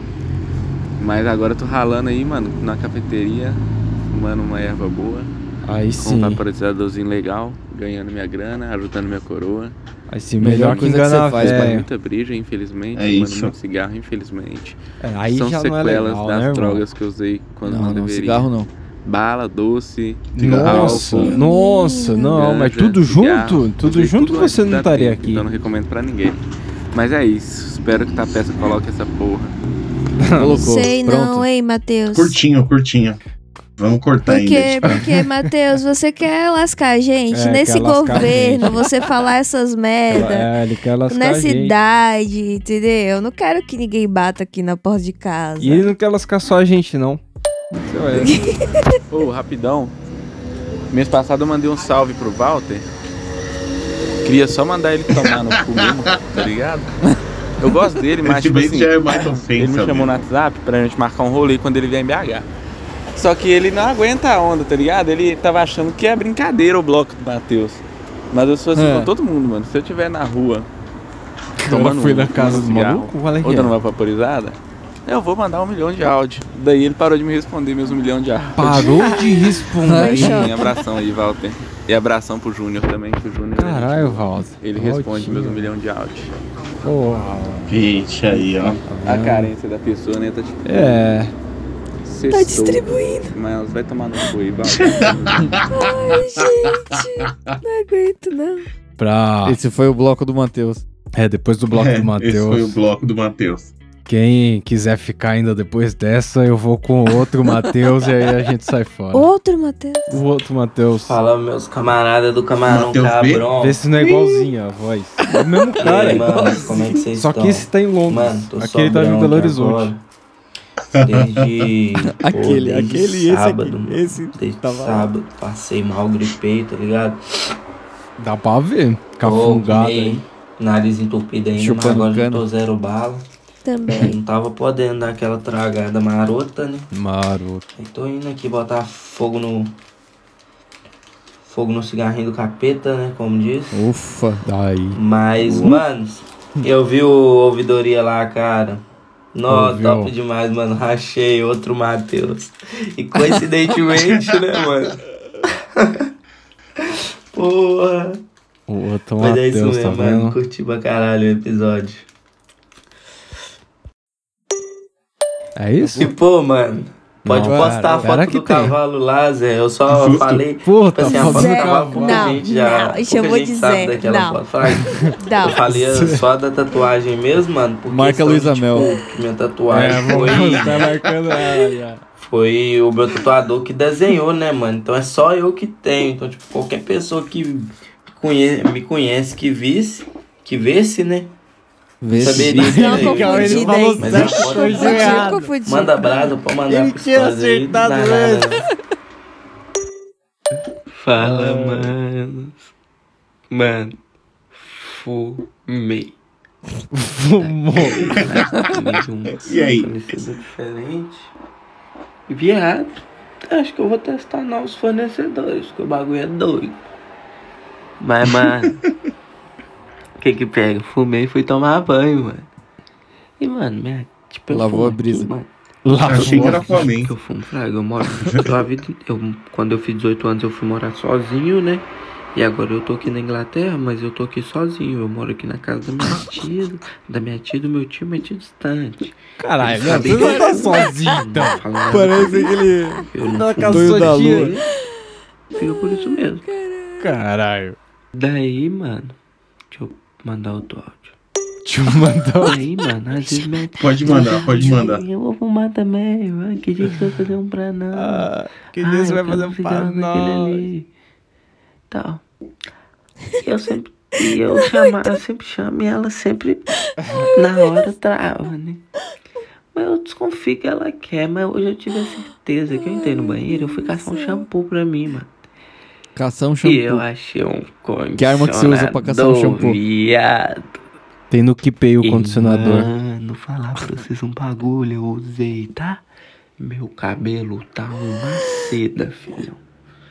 Speaker 22: Mas agora eu tô ralando aí, mano, na cafeteria, fumando uma erva boa.
Speaker 2: Aí
Speaker 22: Com um
Speaker 2: sim.
Speaker 22: vaporizadorzinho legal, ganhando minha grana, ajudando minha coroa.
Speaker 2: Aí sim, melhor que
Speaker 22: coisa
Speaker 2: enganar
Speaker 22: você faz,
Speaker 2: velho.
Speaker 22: mano. Muita briga, infelizmente.
Speaker 2: É
Speaker 22: fumando
Speaker 2: isso.
Speaker 22: muito cigarro, infelizmente.
Speaker 2: É, aí
Speaker 22: São
Speaker 2: já não é
Speaker 22: sequelas
Speaker 2: legal, né,
Speaker 22: das
Speaker 2: irmão?
Speaker 22: drogas que eu usei quando
Speaker 2: Não,
Speaker 22: não,
Speaker 2: não,
Speaker 22: deveria.
Speaker 2: cigarro não.
Speaker 22: Bala, doce,
Speaker 2: Nossa,
Speaker 22: álcool,
Speaker 2: nossa, não, mas
Speaker 22: ganja,
Speaker 2: tudo
Speaker 22: cigarro.
Speaker 2: junto? Tudo
Speaker 22: Usei
Speaker 2: junto
Speaker 22: antes
Speaker 2: você não
Speaker 22: da
Speaker 2: estaria
Speaker 22: tempo,
Speaker 2: aqui.
Speaker 22: Então não recomendo pra ninguém. Mas é isso. Espero que tá peça coloque essa porra.
Speaker 11: Sei não, hein, Matheus.
Speaker 4: Curtinho, curtinho. Vamos
Speaker 2: *laughs*
Speaker 4: cortar
Speaker 11: Porque,
Speaker 4: ainda. tipo.
Speaker 11: porque Matheus, você quer lascar a gente.
Speaker 4: É,
Speaker 11: Nesse
Speaker 4: quer lascar a
Speaker 11: governo, você falar essas merda.
Speaker 2: É, ele quer lascar a
Speaker 11: Nessa
Speaker 2: gente.
Speaker 11: idade, entendeu? Eu não quero que ninguém bata aqui na porta de casa.
Speaker 2: E ele não quer lascar só a gente, não. *laughs*
Speaker 22: Ô, rapidão. Mês passado eu mandei um salve pro Walter. Queria só mandar ele tomar no cu mesmo, tá ligado? Eu gosto dele, mas
Speaker 4: Esse
Speaker 22: tipo
Speaker 4: mês
Speaker 22: assim,
Speaker 4: já é mais
Speaker 22: ele
Speaker 4: ofensa
Speaker 22: me chamou no WhatsApp pra gente marcar um rolê quando ele vier em BH. Só que ele não aguenta a onda, tá ligado? Ele tava achando que é brincadeira o bloco do Matheus. Mas eu sou assim
Speaker 2: É.
Speaker 22: com todo mundo, mano. Se eu tiver na rua
Speaker 2: Eu
Speaker 22: tomando
Speaker 2: fui
Speaker 22: um-
Speaker 2: na casa
Speaker 22: um
Speaker 2: do
Speaker 22: cigarro,
Speaker 2: maluco, falei que
Speaker 22: ou dando
Speaker 2: é.
Speaker 22: uma vaporizada, eu vou mandar um milhão de áudio. Daí ele parou de me responder meus um milhão de áudio. *laughs*
Speaker 2: Parou de responder?
Speaker 22: Enfim, abração aí, Walter. E abração pro Júnior também, que o Júnior. né,
Speaker 2: Caralho, Walter.
Speaker 22: Ele
Speaker 2: Waltinho.
Speaker 22: responde meus um milhão de áudio.
Speaker 2: Porra.
Speaker 4: Vixe, aí, ó.
Speaker 22: A carência da pessoa, né? Tá tipo.
Speaker 2: É.
Speaker 22: Tá distribuindo. Mas vai tomar no cu aí, Walter.
Speaker 11: *laughs* Ai, gente, não aguento, não.
Speaker 2: Pra...
Speaker 3: Esse foi o bloco do Matheus.
Speaker 2: É, depois do bloco
Speaker 4: *laughs* É,
Speaker 2: do Matheus.
Speaker 4: Esse foi o bloco do Matheus.
Speaker 2: Quem quiser ficar ainda depois dessa, eu vou com outro Matheus e aí a gente sai fora.
Speaker 11: Outro, Matheus.
Speaker 2: O outro Matheus.
Speaker 16: Fala, meus camaradas do Camarão
Speaker 2: Matheus B?
Speaker 16: Cabrão.
Speaker 2: Vê se não é igualzinho a voz. É o mesmo
Speaker 16: E aí,
Speaker 2: cara.
Speaker 16: mano, como é que vocês
Speaker 2: Só que
Speaker 16: estão?
Speaker 2: esse tá em Londres.
Speaker 16: Mano, tô
Speaker 2: aqui ele tá
Speaker 16: sobrão
Speaker 2: em Belo
Speaker 16: aqui
Speaker 2: Horizonte. *laughs*
Speaker 16: agora. Desde. pô,
Speaker 2: Aquele,
Speaker 16: desde
Speaker 2: aquele, esse aqui,
Speaker 16: sábado, mano.
Speaker 2: esse
Speaker 16: Desde
Speaker 2: tava lá.
Speaker 16: sábado. Passei mal, gripei, tá ligado?
Speaker 2: Dá pra ver.
Speaker 16: Pô,
Speaker 2: Cafungado.
Speaker 16: meio
Speaker 2: aí.
Speaker 16: Nariz entupido ainda, mas
Speaker 2: Chupando
Speaker 16: agora já
Speaker 2: cana.
Speaker 16: tô zero bala. É,
Speaker 2: *laughs*
Speaker 11: Também.
Speaker 16: Não tava podendo dar aquela tragada marota, né?
Speaker 2: Maroto.
Speaker 16: Aí tô indo aqui botar fogo no. Fogo no cigarrinho do capeta, né? Como diz.
Speaker 3: Ufa.
Speaker 2: Daí.
Speaker 16: Mas,
Speaker 2: Uhum.
Speaker 16: mano, eu vi o ouvidoria lá, cara. Nó,
Speaker 2: Ouviu.
Speaker 16: top demais, mano. Rachei outro Matheus.
Speaker 2: *laughs*
Speaker 16: E coincidentemente, né, mano? Porra.
Speaker 2: O outro *laughs* é um
Speaker 10: Mas é isso
Speaker 2: ateus,
Speaker 10: mesmo,
Speaker 2: tá
Speaker 10: mano.
Speaker 2: vendo?
Speaker 10: Curti pra caralho o episódio.
Speaker 2: É isso?
Speaker 10: E pô, mano, pode
Speaker 2: Não,
Speaker 10: postar
Speaker 2: cara,
Speaker 10: a
Speaker 2: cara
Speaker 10: foto
Speaker 2: que
Speaker 10: do
Speaker 2: tem.
Speaker 10: cavalo lá, Zé. Eu só
Speaker 2: Justo.
Speaker 10: falei.
Speaker 2: Puta,
Speaker 10: assim, a
Speaker 2: foto
Speaker 10: foto
Speaker 2: do
Speaker 10: do cavalo,
Speaker 2: cavalo.
Speaker 10: pouca
Speaker 2: Não,
Speaker 10: gente já.
Speaker 2: não, isso
Speaker 10: pouca
Speaker 2: eu vou
Speaker 10: gente sabe
Speaker 2: dizer,
Speaker 10: daquela
Speaker 2: não.
Speaker 10: foto. Fala,
Speaker 2: Não.
Speaker 10: Eu falei
Speaker 2: *laughs*
Speaker 10: só da tatuagem mesmo, mano. Porque
Speaker 3: Marca Luísa
Speaker 10: Tipo,
Speaker 3: Mel.
Speaker 10: Que minha tatuagem
Speaker 3: É, vamos
Speaker 10: foi.
Speaker 3: postar
Speaker 2: marcando ela.
Speaker 10: Foi o meu tatuador que desenhou, né, mano? Então é só eu que tenho. Então, tipo, qualquer pessoa que conhe- me conhece, que visse, que vesse, né?
Speaker 3: Vesse.
Speaker 10: Saberia.
Speaker 3: Deu
Speaker 10: que
Speaker 3: uma
Speaker 10: era eu.
Speaker 3: confundida Ele aí. falou
Speaker 10: Mas é
Speaker 3: certo,
Speaker 10: foda.
Speaker 3: coisa errada.
Speaker 10: Confundi. Manda brasa, pode mandar
Speaker 3: Ele
Speaker 10: pros
Speaker 3: tinha
Speaker 10: fãs aí,
Speaker 3: acertado
Speaker 10: dá nada,
Speaker 3: antes. Ah.
Speaker 10: né? Fala, mano. Mano. Fumei.
Speaker 2: Fumou.
Speaker 10: *laughs* e aí? um diferente. Viado, acho que eu vou testar novos fornecedores, porque o bagulho é doido. Mas, *laughs* mano, o que que pega? Fumei e fui tomar banho, mano. E, mano, minha, tipo, eu
Speaker 3: Lavou
Speaker 10: fumo
Speaker 3: a brisa.
Speaker 10: aqui, mano.
Speaker 3: Lavou Achei que era a brisa. Aquaman.
Speaker 10: Que eu fumo, fraga, eu moro. eu tô a vida- eu- quando eu fiz 18 anos, eu fui morar sozinho, né? E agora eu tô aqui na Inglaterra, mas eu tô aqui sozinho. Eu moro aqui na casa da minha tia, da minha tia e do meu tio, mas tio distante.
Speaker 2: Caralho,
Speaker 10: Eles sabem
Speaker 2: você não
Speaker 10: que-
Speaker 2: tá sozinho, então.
Speaker 10: Falando-
Speaker 2: Parece aquele-
Speaker 10: Eu não
Speaker 2: da
Speaker 10: fumo.
Speaker 2: casa Doido da da tia. lua.
Speaker 10: Fica por isso mesmo.
Speaker 2: Caralho.
Speaker 10: Daí, mano, deixa eu mandar outro áudio.
Speaker 2: Deixa eu mandar
Speaker 10: outro. Daí, mano, às vezes minha
Speaker 4: Pode mandar, pode mandar.
Speaker 10: Eu vou fumar também, mano. Que dia que você vai fazer um pra
Speaker 3: *laughs*
Speaker 10: nós?
Speaker 3: Ah,
Speaker 2: que dia você vai fazer um pra nós?
Speaker 10: Tal. Eu sempre. Tá. E eu, chama, eu sempre chamo e ela sempre na hora trava, né? Mas eu desconfio que ela quer, mas hoje eu tive a certeza que eu entrei no banheiro, eu fui caçar um shampoo pra mim, mano.
Speaker 3: Caçar um shampoo.
Speaker 10: E eu achei um
Speaker 3: Que arma que você usa pra caçar um shampoo?
Speaker 10: Viado.
Speaker 2: Tem no Kipei o condicionador.
Speaker 10: Mano, falar pra vocês um bagulho, eu usei, tá? Meu cabelo tá uma seda, filho.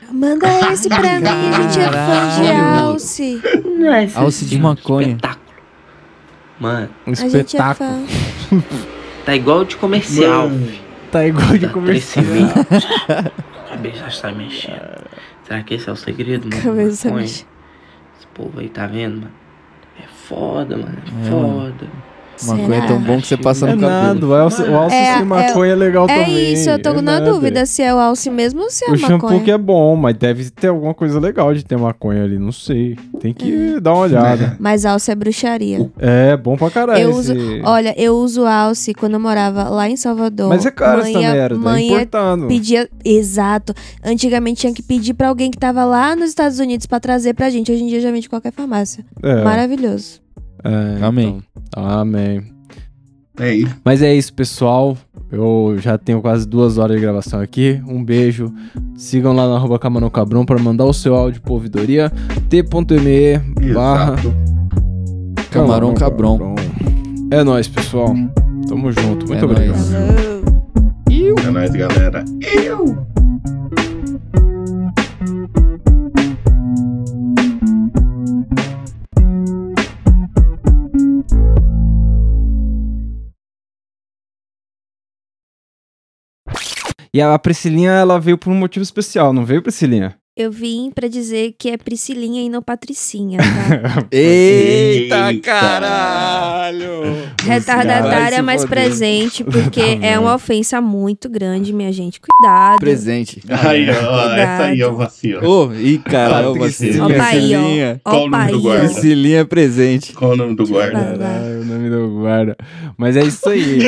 Speaker 11: Manda esse pra mim, a gente é fã de
Speaker 10: Caralho.
Speaker 11: Alce.
Speaker 10: assim.
Speaker 3: Alce
Speaker 11: é um
Speaker 3: de maconha.
Speaker 10: Mano.
Speaker 2: Um
Speaker 11: A gente é fã.
Speaker 10: *laughs* Tá igual de comercial.
Speaker 2: Mano,
Speaker 10: filho.
Speaker 2: Tá igual de
Speaker 10: Tá
Speaker 2: comercial.
Speaker 10: crescimento. *laughs* A cabeça está mexendo. Será que esse é o segredo, mano?
Speaker 11: Cabeça tá
Speaker 10: Maconha?
Speaker 11: mexe.
Speaker 10: Esse povo aí tá vendo, mano? É foda, mano. É
Speaker 3: É, mano.
Speaker 10: foda.
Speaker 3: Maconha é tão bom que você passa
Speaker 2: É
Speaker 3: no cabelo.
Speaker 2: nada, o Alce, o Alce sem maconha é, legal
Speaker 11: é
Speaker 2: também.
Speaker 11: isso, eu tô na
Speaker 2: nada.
Speaker 11: dúvida se é o Alce mesmo ou se é
Speaker 2: O
Speaker 11: a
Speaker 2: shampoo
Speaker 11: maconha.
Speaker 2: que é bom, mas deve ter alguma coisa legal de ter maconha ali, não sei. Tem que
Speaker 11: É.
Speaker 2: dar uma
Speaker 3: *laughs*
Speaker 2: olhada.
Speaker 11: Mas Alce é bruxaria.
Speaker 2: É, bom pra caralho
Speaker 11: Eu
Speaker 2: esse-
Speaker 11: uso, olha, eu uso alce quando eu morava lá em Salvador.
Speaker 2: Mas é caro essa
Speaker 11: ia-
Speaker 2: merda, é
Speaker 11: mãe ia-
Speaker 2: importado.
Speaker 11: Pedia, exato. Antigamente tinha que pedir pra alguém que tava lá nos Estados Unidos pra trazer pra gente. Hoje em dia já vem de qualquer farmácia.
Speaker 2: É.
Speaker 11: Maravilhoso.
Speaker 2: É,
Speaker 3: Amém.
Speaker 2: então. Amém.
Speaker 4: É isso.
Speaker 2: Mas é isso, pessoal. Eu já tenho quase duas horas de gravação aqui. Um beijo. Sigam lá na arroba Camarão Cabrão para mandar o seu áudio pra ouvidoria. t.me barra
Speaker 3: Camarão Cabrão.
Speaker 2: É nóis, pessoal. Tamo junto. Muito
Speaker 3: É
Speaker 2: obrigado.
Speaker 3: nóis.
Speaker 4: É nóis, galera.
Speaker 2: E a Priscilinha, ela veio por um motivo especial, não veio,
Speaker 4: *laughs*
Speaker 2: Priscilinha?
Speaker 11: Eu vim pra dizer que é Priscilinha e não Patricinha,
Speaker 2: *laughs*
Speaker 11: tá?
Speaker 2: Eita,
Speaker 3: caralho!
Speaker 11: Retardatária, mas
Speaker 2: *laughs*
Speaker 11: presente, porque é uma ofensa muito grande, minha gente.
Speaker 2: *laughs*
Speaker 11: Cuidado.
Speaker 3: Presente.
Speaker 4: Aí, ó, essa aí é o vacilo.
Speaker 3: Ô, ih, cara, é o vacilo.
Speaker 4: Patricinha. Opa aí, ó.
Speaker 3: Priscilinha.
Speaker 4: Tá Qual o nome do Opa aí, ó. guarda?
Speaker 2: é
Speaker 3: Priscilinha presente.
Speaker 4: Qual o nome do guarda?
Speaker 2: é
Speaker 4: *laughs*
Speaker 2: Caralho, o nome do guarda. Mas é isso aí.